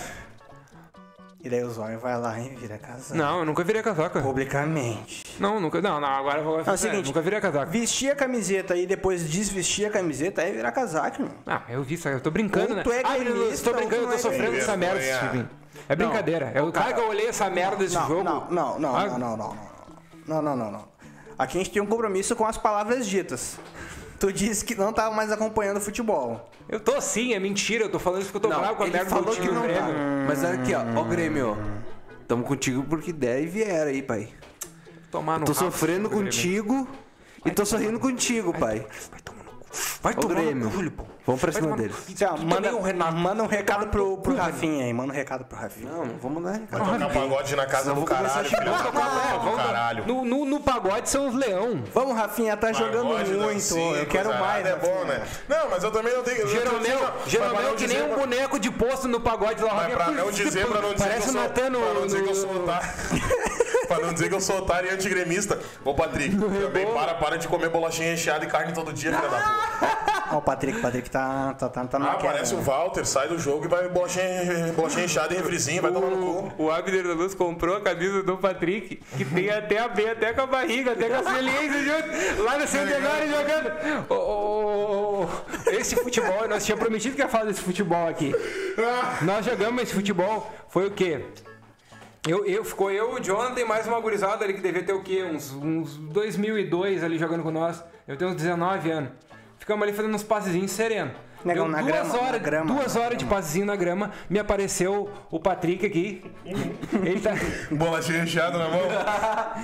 Speaker 4: E daí o zóio vai lá e vira casaca.
Speaker 2: Não, eu nunca virei casaca.
Speaker 4: Publicamente.
Speaker 2: Não, nunca. Não, não, agora eu vou.
Speaker 4: É o seguinte,
Speaker 2: nunca virei casaca.
Speaker 4: vestir a camiseta e depois desvestir a camiseta aí virar casaca, irmão.
Speaker 2: Ah, eu vi isso aí. Eu tô brincando,
Speaker 4: Ou
Speaker 2: né?
Speaker 4: tu é
Speaker 2: ah, Mendonça, eu
Speaker 4: gremista,
Speaker 2: tô
Speaker 4: ou tu
Speaker 2: brincando, eu
Speaker 4: não
Speaker 2: tô
Speaker 4: é
Speaker 2: sofrendo
Speaker 1: gremista.
Speaker 2: essa merda desse
Speaker 1: Vergonha.
Speaker 2: time. É brincadeira. É o cara que eu olhei essa merda desse
Speaker 4: não,
Speaker 2: jogo.
Speaker 4: Não, não, não,
Speaker 2: Ah,
Speaker 4: não, não, não, não, não, não, não, não. Aqui a gente tem um compromisso com as palavras ditas. Tu disse que não tava mais acompanhando futebol.
Speaker 2: Eu tô sim, é mentira. Eu tô falando isso porque eu tô
Speaker 3: Não,
Speaker 2: bravo com a
Speaker 3: ele
Speaker 2: merda
Speaker 3: falou
Speaker 2: do time
Speaker 3: que não
Speaker 2: do
Speaker 3: tá.
Speaker 2: Grêmio.
Speaker 3: Mas olha aqui, ó. Ó, Grêmio. Tamo contigo porque der e vier aí, pai.
Speaker 2: Tomar no
Speaker 3: Tô
Speaker 2: rabo,
Speaker 3: sofrendo
Speaker 2: do Grêmio.
Speaker 3: contigo e tô sorrindo contigo, pai.
Speaker 2: Vai tomar no cu. Vai
Speaker 3: Ô,
Speaker 2: tomar
Speaker 3: Grêmio.
Speaker 2: no cu, Lipão.
Speaker 3: Vamos pra
Speaker 2: Vai tomar
Speaker 3: cima
Speaker 2: no
Speaker 3: deles.
Speaker 2: cu.
Speaker 4: Assim, ó,
Speaker 2: Tu
Speaker 4: manda,
Speaker 2: também é um Renato.
Speaker 4: manda um recado pro, pro Rafinha aí, manda um recado pro Rafinha.
Speaker 3: Não, vamos lá.
Speaker 1: Vai tocar pagode na casa do caralho, filho.
Speaker 2: Vamos
Speaker 1: da
Speaker 2: tocar
Speaker 1: puta
Speaker 2: é,
Speaker 1: do
Speaker 2: vamos tocar-
Speaker 1: caralho.
Speaker 2: No, no, no pagode são os leão.
Speaker 4: Vamos, Rafinha, tá jogando
Speaker 1: Pagode,
Speaker 4: muito.
Speaker 1: dancinha,
Speaker 4: Eu quero
Speaker 1: coisa
Speaker 4: mais.
Speaker 1: arada É
Speaker 4: Rafinha.
Speaker 1: bom, né? Não, mas eu também não tenho. eu não tenho-
Speaker 2: Jeromel,
Speaker 1: mas pra
Speaker 2: Jeromel
Speaker 1: não
Speaker 2: que nem
Speaker 1: dizer-
Speaker 2: um boneco de posto no pagode lá.
Speaker 1: Mas
Speaker 2: Roger.
Speaker 1: pra não dizer, pra não dizer
Speaker 2: Parece
Speaker 1: que eu
Speaker 2: o
Speaker 1: sou,
Speaker 2: Natan no-
Speaker 1: pra não dizer que eu sou
Speaker 2: no-
Speaker 1: otário. [LAUGHS] pra não dizer que eu sou otário e antigremista. Ô, Patrick, também para, para de comer bolachinha recheada e carne todo dia, filha da puta.
Speaker 4: Ó, o Patrick, o Patrick tá, tá, tá, tá na
Speaker 1: Ah,
Speaker 4: queda,
Speaker 1: parece
Speaker 4: né?
Speaker 1: o Walter, sai do jogo e vai bolachinha, bolachinha recheada e refrizinho, vai tomar no cu.
Speaker 2: O Abner da Luz comprou a camisa do Patrick, que tem até a B, até com a barriga, até com as saliência junto, lá no centenário jogando. Ô, ô, ô, ô, ô, esse futebol, nós tínhamos prometido que ia falar desse futebol aqui. Nós jogamos esse futebol, foi o quê? Eu, eu, ficou eu, o Jonathan e mais uma gurizada ali que devia ter o quê? Uns, uns 2002 ali jogando com nós. Eu tenho uns 19 anos. Ficamos ali fazendo uns passezinhos sereno.
Speaker 4: Negão,
Speaker 2: Deu
Speaker 4: na
Speaker 2: duas
Speaker 4: grama,
Speaker 2: horas,
Speaker 4: na grama,
Speaker 2: duas
Speaker 4: na
Speaker 2: horas de passezinho na grama, me apareceu o Patrick aqui. Ele tá
Speaker 1: Uh. Bolachinha recheada na mão [LAUGHS]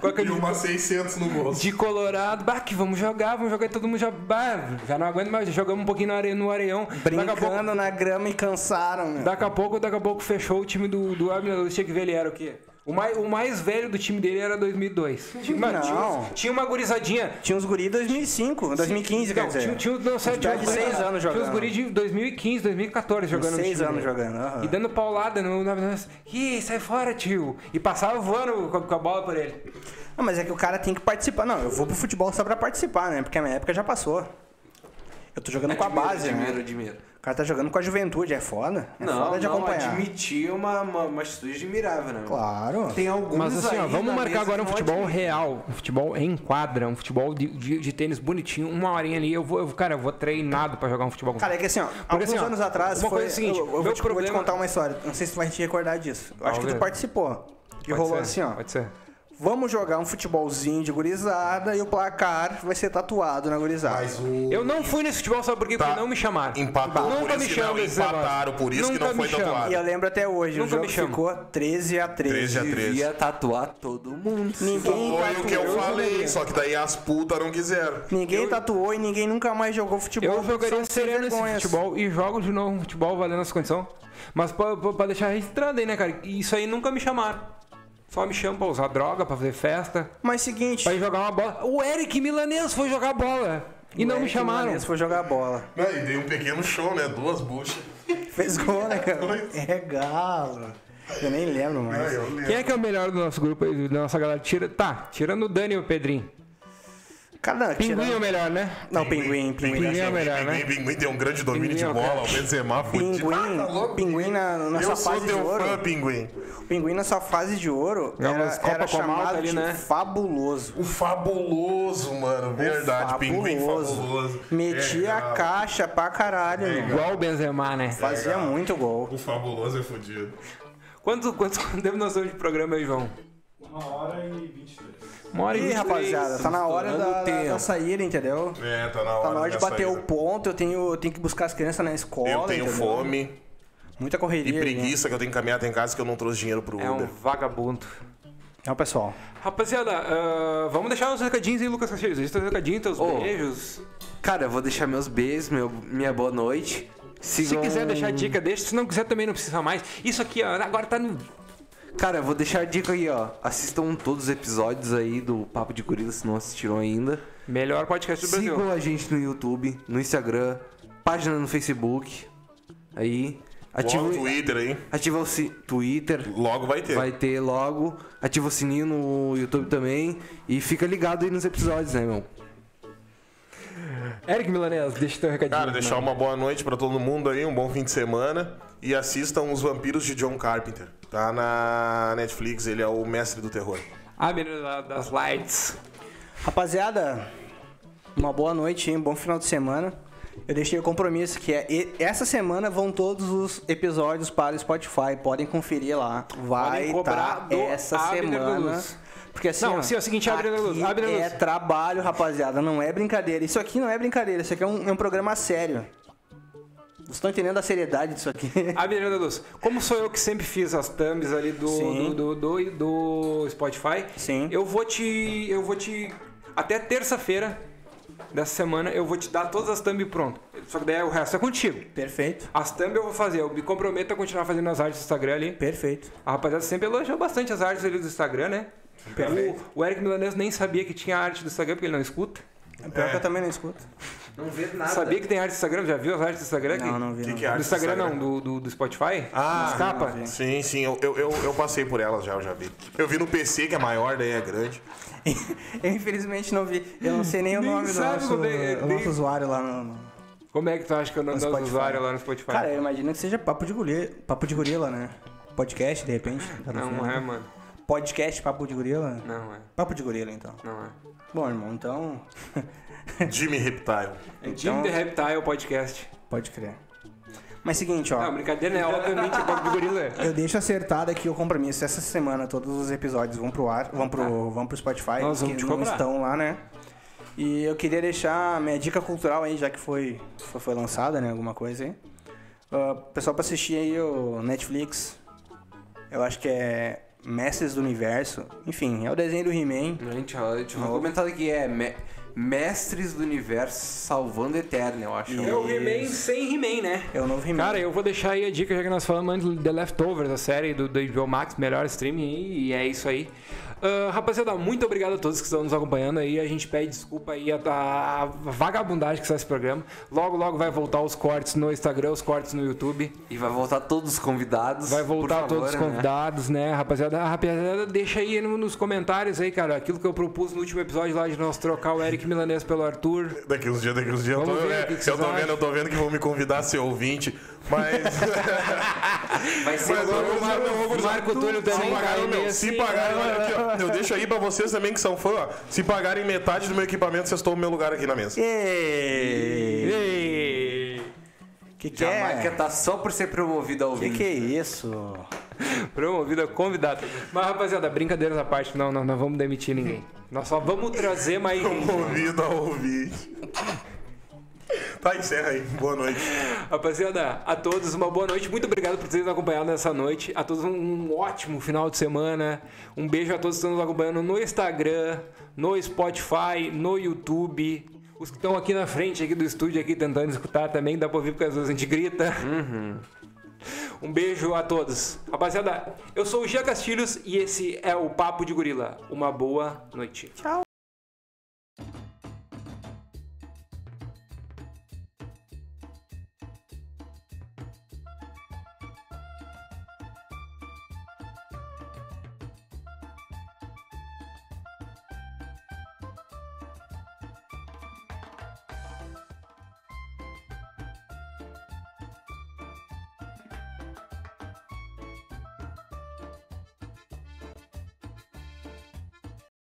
Speaker 2: com
Speaker 1: e
Speaker 2: aquele
Speaker 1: uma 600 no bolso.
Speaker 2: de Colorado. Bah, que vamos jogar, vamos jogar e todo mundo já. Bah, já não aguento mais, já jogamos um pouquinho no, are, no areião. Daqui a pouco-
Speaker 4: Brincando na grama e cansaram, meu.
Speaker 2: Daqui a pouco, daqui a pouco fechou o time do, do Abner Luz, tinha que ver ele era o quê? O mais, o mais velho do time dele era 2002. Tinha, uma-
Speaker 4: Não.
Speaker 2: tinha, uns- tinha uma gurizadinha.
Speaker 4: Tinha uns guri em 2005, 2015, quer
Speaker 2: Não,
Speaker 4: dizer.
Speaker 2: tinha, um tinha uns- não, sério, tinha uns
Speaker 4: de
Speaker 2: guri-
Speaker 4: seis
Speaker 2: Tinha
Speaker 4: anos jogando.
Speaker 2: uns guri de 2015, 2014 jogando no
Speaker 4: seis
Speaker 2: time
Speaker 4: anos
Speaker 2: dele.
Speaker 4: jogando, Ah. aham.
Speaker 2: E dando paulada no... na- na- Ih, sai fora, tio. E passava voando com a, com a bola por ele.
Speaker 4: Ah, mas é que o cara tem que participar. Não, eu vou pro futebol só pra participar, né? Porque a minha época já passou. Eu tô
Speaker 2: É
Speaker 4: jogando com a base,
Speaker 3: É Admiro,
Speaker 4: né?
Speaker 3: admiro.
Speaker 4: O cara tá jogando com a juventude, é foda. É
Speaker 3: Não,
Speaker 4: foda de
Speaker 3: não,
Speaker 4: acompanhar.
Speaker 3: admitir é uma, uma, uma atitude admirável, né?
Speaker 4: Claro.
Speaker 3: Tem alguns
Speaker 2: Mas assim, ó,
Speaker 3: aí na
Speaker 2: vamos
Speaker 3: mesa
Speaker 2: marcar agora um
Speaker 3: que não
Speaker 2: futebol
Speaker 3: admitem.
Speaker 2: real, um futebol em quadra, um futebol de, de- de tênis bonitinho, uma horinha ali. Eu vou, eu, vou- cara, eu vou treinado pra jogar um futebol. com-
Speaker 4: Cara, é que assim, ó, alguns
Speaker 2: assim, ó,
Speaker 4: anos atrás
Speaker 2: uma
Speaker 4: foi.
Speaker 2: coisa é o seguinte,
Speaker 4: eu,
Speaker 2: meu
Speaker 4: eu vou, te, vou te
Speaker 2: problema-
Speaker 4: contar uma história. Não sei se tu vai te recordar disso. Eu acho que
Speaker 2: Talvez.
Speaker 4: tu participou. Que
Speaker 2: Pode
Speaker 4: rolou
Speaker 2: ser,
Speaker 4: assim, ó.
Speaker 2: Pode ser.
Speaker 4: Vamos jogar um futebolzinho de gurizada e o placar vai ser tatuado na gurizada.
Speaker 2: Eu não fui nesse futebol, sabe por quê? Porque não me chamaram.
Speaker 1: Tá. Empatou,
Speaker 2: Nunca
Speaker 1: por
Speaker 2: me
Speaker 1: isso que
Speaker 2: chamam
Speaker 1: não,
Speaker 2: desse negócio.
Speaker 1: empataram, por isso que
Speaker 2: Nunca
Speaker 1: não foi
Speaker 2: me chamam.
Speaker 1: tatuado.
Speaker 4: E eu lembro até hoje,
Speaker 2: Nunca
Speaker 4: o
Speaker 2: me
Speaker 4: jogo
Speaker 2: chama.
Speaker 4: ficou 13 a 13.
Speaker 1: 13 a 13.
Speaker 3: Devia tatuar todo mundo.
Speaker 4: Ninguém
Speaker 1: Foi o que eu
Speaker 4: tatuou,
Speaker 1: falei, só que daí as putas não quiseram.
Speaker 4: ninguém tatuou e ninguém nunca mais jogou futebol.
Speaker 2: Eu jogaria
Speaker 4: São sem
Speaker 2: sereno esse
Speaker 4: vergonhas.
Speaker 2: futebol e jogo de novo um futebol valendo as condições. Mas pra, pra- pra deixar registrado aí, né, cara? Isso aí nunca me chamaram. Só me chamam pra usar droga, pra fazer festa,
Speaker 4: Mas seguinte,
Speaker 2: pra ir jogar uma bola. O Eric Milanês foi jogar bola e não me chamaram.
Speaker 4: Foi jogar bola.
Speaker 1: Não, e dei um pequeno show, né? Duas buchas.
Speaker 4: Fez gol, né, cara? É galo. Eu nem lembro mais.
Speaker 1: Eu lembro.
Speaker 2: Quem é que é o melhor do nosso grupo aí, da nossa galera? Tira, tá, tirando o Dani e o Pedrinho.
Speaker 4: Cara, não,
Speaker 2: Pinguim é o
Speaker 4: tirando...
Speaker 2: melhor, né?
Speaker 4: Não, pinguim, pinguim. assim.
Speaker 2: Pinguim é o melhor, né?
Speaker 1: Pinguim, Pinguim tem um grande domínio
Speaker 2: Pinguim é
Speaker 1: de
Speaker 2: o
Speaker 1: bola,
Speaker 2: cara.
Speaker 1: o Benzema fudido.
Speaker 4: Pinguim,
Speaker 1: Ah, tá louco.
Speaker 4: pinguim na na
Speaker 1: Eu
Speaker 4: sua
Speaker 1: sou
Speaker 4: fase de
Speaker 1: teu
Speaker 4: ouro.
Speaker 1: fã, Pinguim.
Speaker 4: Pinguim na sua fase de ouro
Speaker 2: Não,
Speaker 4: era,
Speaker 2: mas É Copa
Speaker 4: era
Speaker 2: com a malta
Speaker 4: chamado
Speaker 2: ali,
Speaker 4: de
Speaker 2: né?
Speaker 4: fabuloso.
Speaker 1: O fabuloso, mano. Verdade, Pinguim fabuloso.
Speaker 4: Metia
Speaker 1: É,
Speaker 4: a
Speaker 1: cara,
Speaker 4: caixa pra caralho, irmão.
Speaker 2: Igual o Benzema, né?
Speaker 4: Fazia muito gol.
Speaker 1: O fabuloso é fudido.
Speaker 2: [LAUGHS] Quanto, quanto, quanto tempo nós estamos de programa aí, João?
Speaker 7: Uma hora e 23.
Speaker 2: Uma hora e
Speaker 4: Ih,
Speaker 2: vinte e três.
Speaker 4: rapaziada, tá na hora
Speaker 3: estourando
Speaker 4: da,
Speaker 3: o
Speaker 4: da,
Speaker 3: tempo.
Speaker 4: da saída, entendeu?
Speaker 1: É, tá na hora.
Speaker 4: Tá na hora de
Speaker 1: dessa
Speaker 4: bater
Speaker 1: ida.
Speaker 4: o ponto, eu tenho, eu tenho que buscar as crianças na escola.
Speaker 1: Eu tenho
Speaker 4: entendeu?
Speaker 1: fome
Speaker 4: Muita
Speaker 1: e
Speaker 4: correria. aí, né?
Speaker 1: preguiça que eu tenho que caminhar até em casa que eu não trouxe dinheiro pro Uber.
Speaker 2: É um vagabundo.
Speaker 4: Então, pessoal,
Speaker 2: Rapaziada, ah, vamos deixar os recadinhos aí, Lucas Castilhos. Deixa os recadinhos, teus
Speaker 3: Ô.
Speaker 2: beijos.
Speaker 3: Cara, eu vou deixar meus beijos, meu, minha boa noite.
Speaker 2: Se
Speaker 3: Sigam-
Speaker 2: quiser deixar dica, deixa. Se não quiser, também não precisa mais. Isso aqui, ó, agora tá no.
Speaker 3: Cara, eu vou deixar a dica aí, ó. Assistam todos os episódios aí do Papo de Gorila, se não assistiram ainda.
Speaker 2: Melhor podcast do Brasil.
Speaker 3: Sigam a gente no YouTube, no Instagram, página no Facebook. Aí. Ativa,
Speaker 1: Logo o Twitter aí.
Speaker 3: ativa o si- Twitter.
Speaker 1: Logo vai ter.
Speaker 3: [LAUGHS] Vai ter logo. Ativa o sininho no YouTube também. E fica ligado aí nos episódios, né, meu?
Speaker 2: Eric Milanese, deixa teu recadinho.
Speaker 1: Cara, deixar uma boa noite pra todo mundo aí, um bom fim de semana. E assistam Os Vampiros de John Carpenter. Tá na Netflix, ele é o mestre do terror.
Speaker 2: A menina da- Ah, das lights.
Speaker 4: rapaziada, uma boa noite, hein? um bom final de semana. Eu deixei o compromisso que é e- essa semana vão todos os episódios para o Spotify, podem conferir lá. Vai
Speaker 2: Podem cobrar
Speaker 4: tá
Speaker 2: do
Speaker 4: essa
Speaker 2: Abner
Speaker 4: semana.
Speaker 2: Luz.
Speaker 4: Porque assim,
Speaker 2: Não,
Speaker 4: ó,
Speaker 2: assim, é o seguinte, Abner
Speaker 4: aqui
Speaker 2: Luz, Abner Luz.
Speaker 4: é trabalho, rapaziada, não é brincadeira. Isso aqui não é brincadeira, isso aqui é um, é um programa sério. Vocês estão entendendo a seriedade disso
Speaker 2: [LAUGHS]
Speaker 4: aqui?
Speaker 2: A menina da luz. Como sou eu que sempre fiz as thumbs ali do,
Speaker 4: Sim.
Speaker 2: do, do, do, do Spotify,
Speaker 4: Sim.
Speaker 2: eu vou te. Eu vou te. Até terça-feira dessa semana eu vou te dar todas as thumbs pronto. Só que daí o resto é contigo.
Speaker 4: Perfeito,
Speaker 2: As thumbs eu vou fazer, eu me comprometo a continuar fazendo as artes do Instagram ali.
Speaker 4: perfeito.
Speaker 2: A rapaziada sempre elogiou bastante as artes ali do Instagram, né? O, o Eric Milanese nem sabia que tinha arte do Instagram, porque ele não escuta.
Speaker 4: Pior que eu também não escuto. Tá
Speaker 3: Não vê nada.
Speaker 2: Sabia que tem arte do Instagram? Já viu as artes do Instagram aqui?
Speaker 4: Não, não vi.
Speaker 1: O que,
Speaker 4: não.
Speaker 1: que é arte
Speaker 2: Do Instagram não, do, do, do Spotify?
Speaker 1: Ah,
Speaker 2: As capas?
Speaker 1: Sim, sim, eu, eu, eu, eu passei por elas já, eu já vi. Eu vi no PC, que é maior, daí é
Speaker 2: [LAUGHS]
Speaker 1: grande.
Speaker 4: Eu [LAUGHS] infelizmente não vi. Eu não sei nem o
Speaker 2: é? Nem
Speaker 4: nome do
Speaker 2: sabe
Speaker 4: nosso,
Speaker 2: como é-
Speaker 4: do nosso usuário lá no. no-
Speaker 2: Como é que tu acha que é o nome
Speaker 4: No
Speaker 2: dos
Speaker 4: Spotify.
Speaker 2: usuários lá no Spotify?
Speaker 4: Cara, é eu imagino que seja papo de gorila, papo de gorila, né? Podcast, de repente. tá no
Speaker 2: não,
Speaker 4: final.
Speaker 2: é, mano.
Speaker 4: Podcast, papo de gorila?
Speaker 2: Não é,
Speaker 4: Papo de gorila, então.
Speaker 2: não é.
Speaker 4: Bom, irmão, então. [LAUGHS]
Speaker 1: Jimmy Reptile.
Speaker 2: É Jim the Reptile Podcast.
Speaker 4: Pode crer. Mas seguinte,
Speaker 2: Não,
Speaker 4: ó.
Speaker 2: brincadeira, né? Obviamente é Bob do Gorila. [LAUGHS]
Speaker 4: Eu deixo acertado aqui o compromisso. Essa semana todos os episódios vão pro ar, vão pro, vão pro Spotify,
Speaker 2: Ah. Nós vamos
Speaker 4: que
Speaker 2: te
Speaker 4: não
Speaker 2: cobrar.
Speaker 4: estão lá, né? E eu queria deixar minha dica cultural aí, já que foi, foi, foi lançada, né? Alguma coisa aí. Ah, pessoal, pra assistir aí o Netflix, eu acho que é Mestres do Universo. Enfim, é o desenho do He-Man.
Speaker 3: A gente, ó, a gente vai comentar aqui, é me- Mestres do Universo Salvando Eterno, eu acho.
Speaker 2: É o He-Man sem He-Man, né?
Speaker 4: É o novo He-Man.
Speaker 2: Cara, eu vou deixar aí a dica, já que nós falamos antes do The Leftovers, a série do, do HBO Max, melhor streaming, aí, e é isso aí. Ah, rapaziada, muito obrigado a todos que estão nos acompanhando aí. A gente pede desculpa aí a, a- a vagabundagem que está esse programa. Logo, logo vai voltar os cortes no Instagram, os cortes no YouTube.
Speaker 3: E vai voltar todos os convidados.
Speaker 2: Vai
Speaker 3: por
Speaker 2: voltar
Speaker 3: favor,
Speaker 2: todos os
Speaker 3: né?
Speaker 2: convidados, né, rapaziada? A rapaziada, deixa aí no- nos comentários aí, cara, aquilo que eu propus no último episódio lá de nós trocar o Eric Milanês pelo Arthur.
Speaker 1: Daqui uns dias, daqui uns dias. Eu tô,
Speaker 2: Vamos ver
Speaker 1: é,
Speaker 2: o que que
Speaker 1: eu
Speaker 2: vocês
Speaker 1: tô
Speaker 2: acham.
Speaker 1: vendo, eu tô vendo que vão me convidar a ser ouvinte,
Speaker 2: [LAUGHS]
Speaker 1: mas. [LAUGHS]
Speaker 3: Vai ser
Speaker 1: Mas
Speaker 3: agora
Speaker 1: eu vou- eu vou-
Speaker 2: Marco Túlio
Speaker 1: Se
Speaker 2: também
Speaker 1: pagarem,
Speaker 2: caiu
Speaker 1: meu,
Speaker 2: nesse.
Speaker 1: se pagarem, olha aqui, ó. Eu deixo aí pra vocês também que são fã, ó. Se pagarem metade do meu equipamento, vocês tomam meu lugar aqui na mesa.
Speaker 4: Ei!
Speaker 2: Ei!
Speaker 4: Que que
Speaker 3: Jamaica
Speaker 4: é?
Speaker 3: tá só por ser promovido ao
Speaker 4: Que
Speaker 3: vivo.
Speaker 4: que é isso?
Speaker 2: Promovida convidada. Mas, rapaziada, brincadeiras à parte, não, não, não vamos demitir ninguém. Nós só vamos trazer mais.
Speaker 3: [LAUGHS]
Speaker 2: gente.
Speaker 1: Convido a ouvinte. Tá, encerra aí. Boa noite.
Speaker 2: Rapaziada, a todos uma boa noite. Muito obrigado por terem nos acompanhado nessa noite. A todos um, um ótimo final de semana. Um beijo a todos que estão nos acompanhando no Instagram, no Spotify, no YouTube. Os que estão aqui na frente aqui do estúdio aqui tentando escutar também, dá pra ouvir porque às vezes a gente grita. [LAUGHS] Um beijo a todos. Rapaziada, eu sou o Gia Castilhos e esse é o Papo de Gorila. Uma boa noite.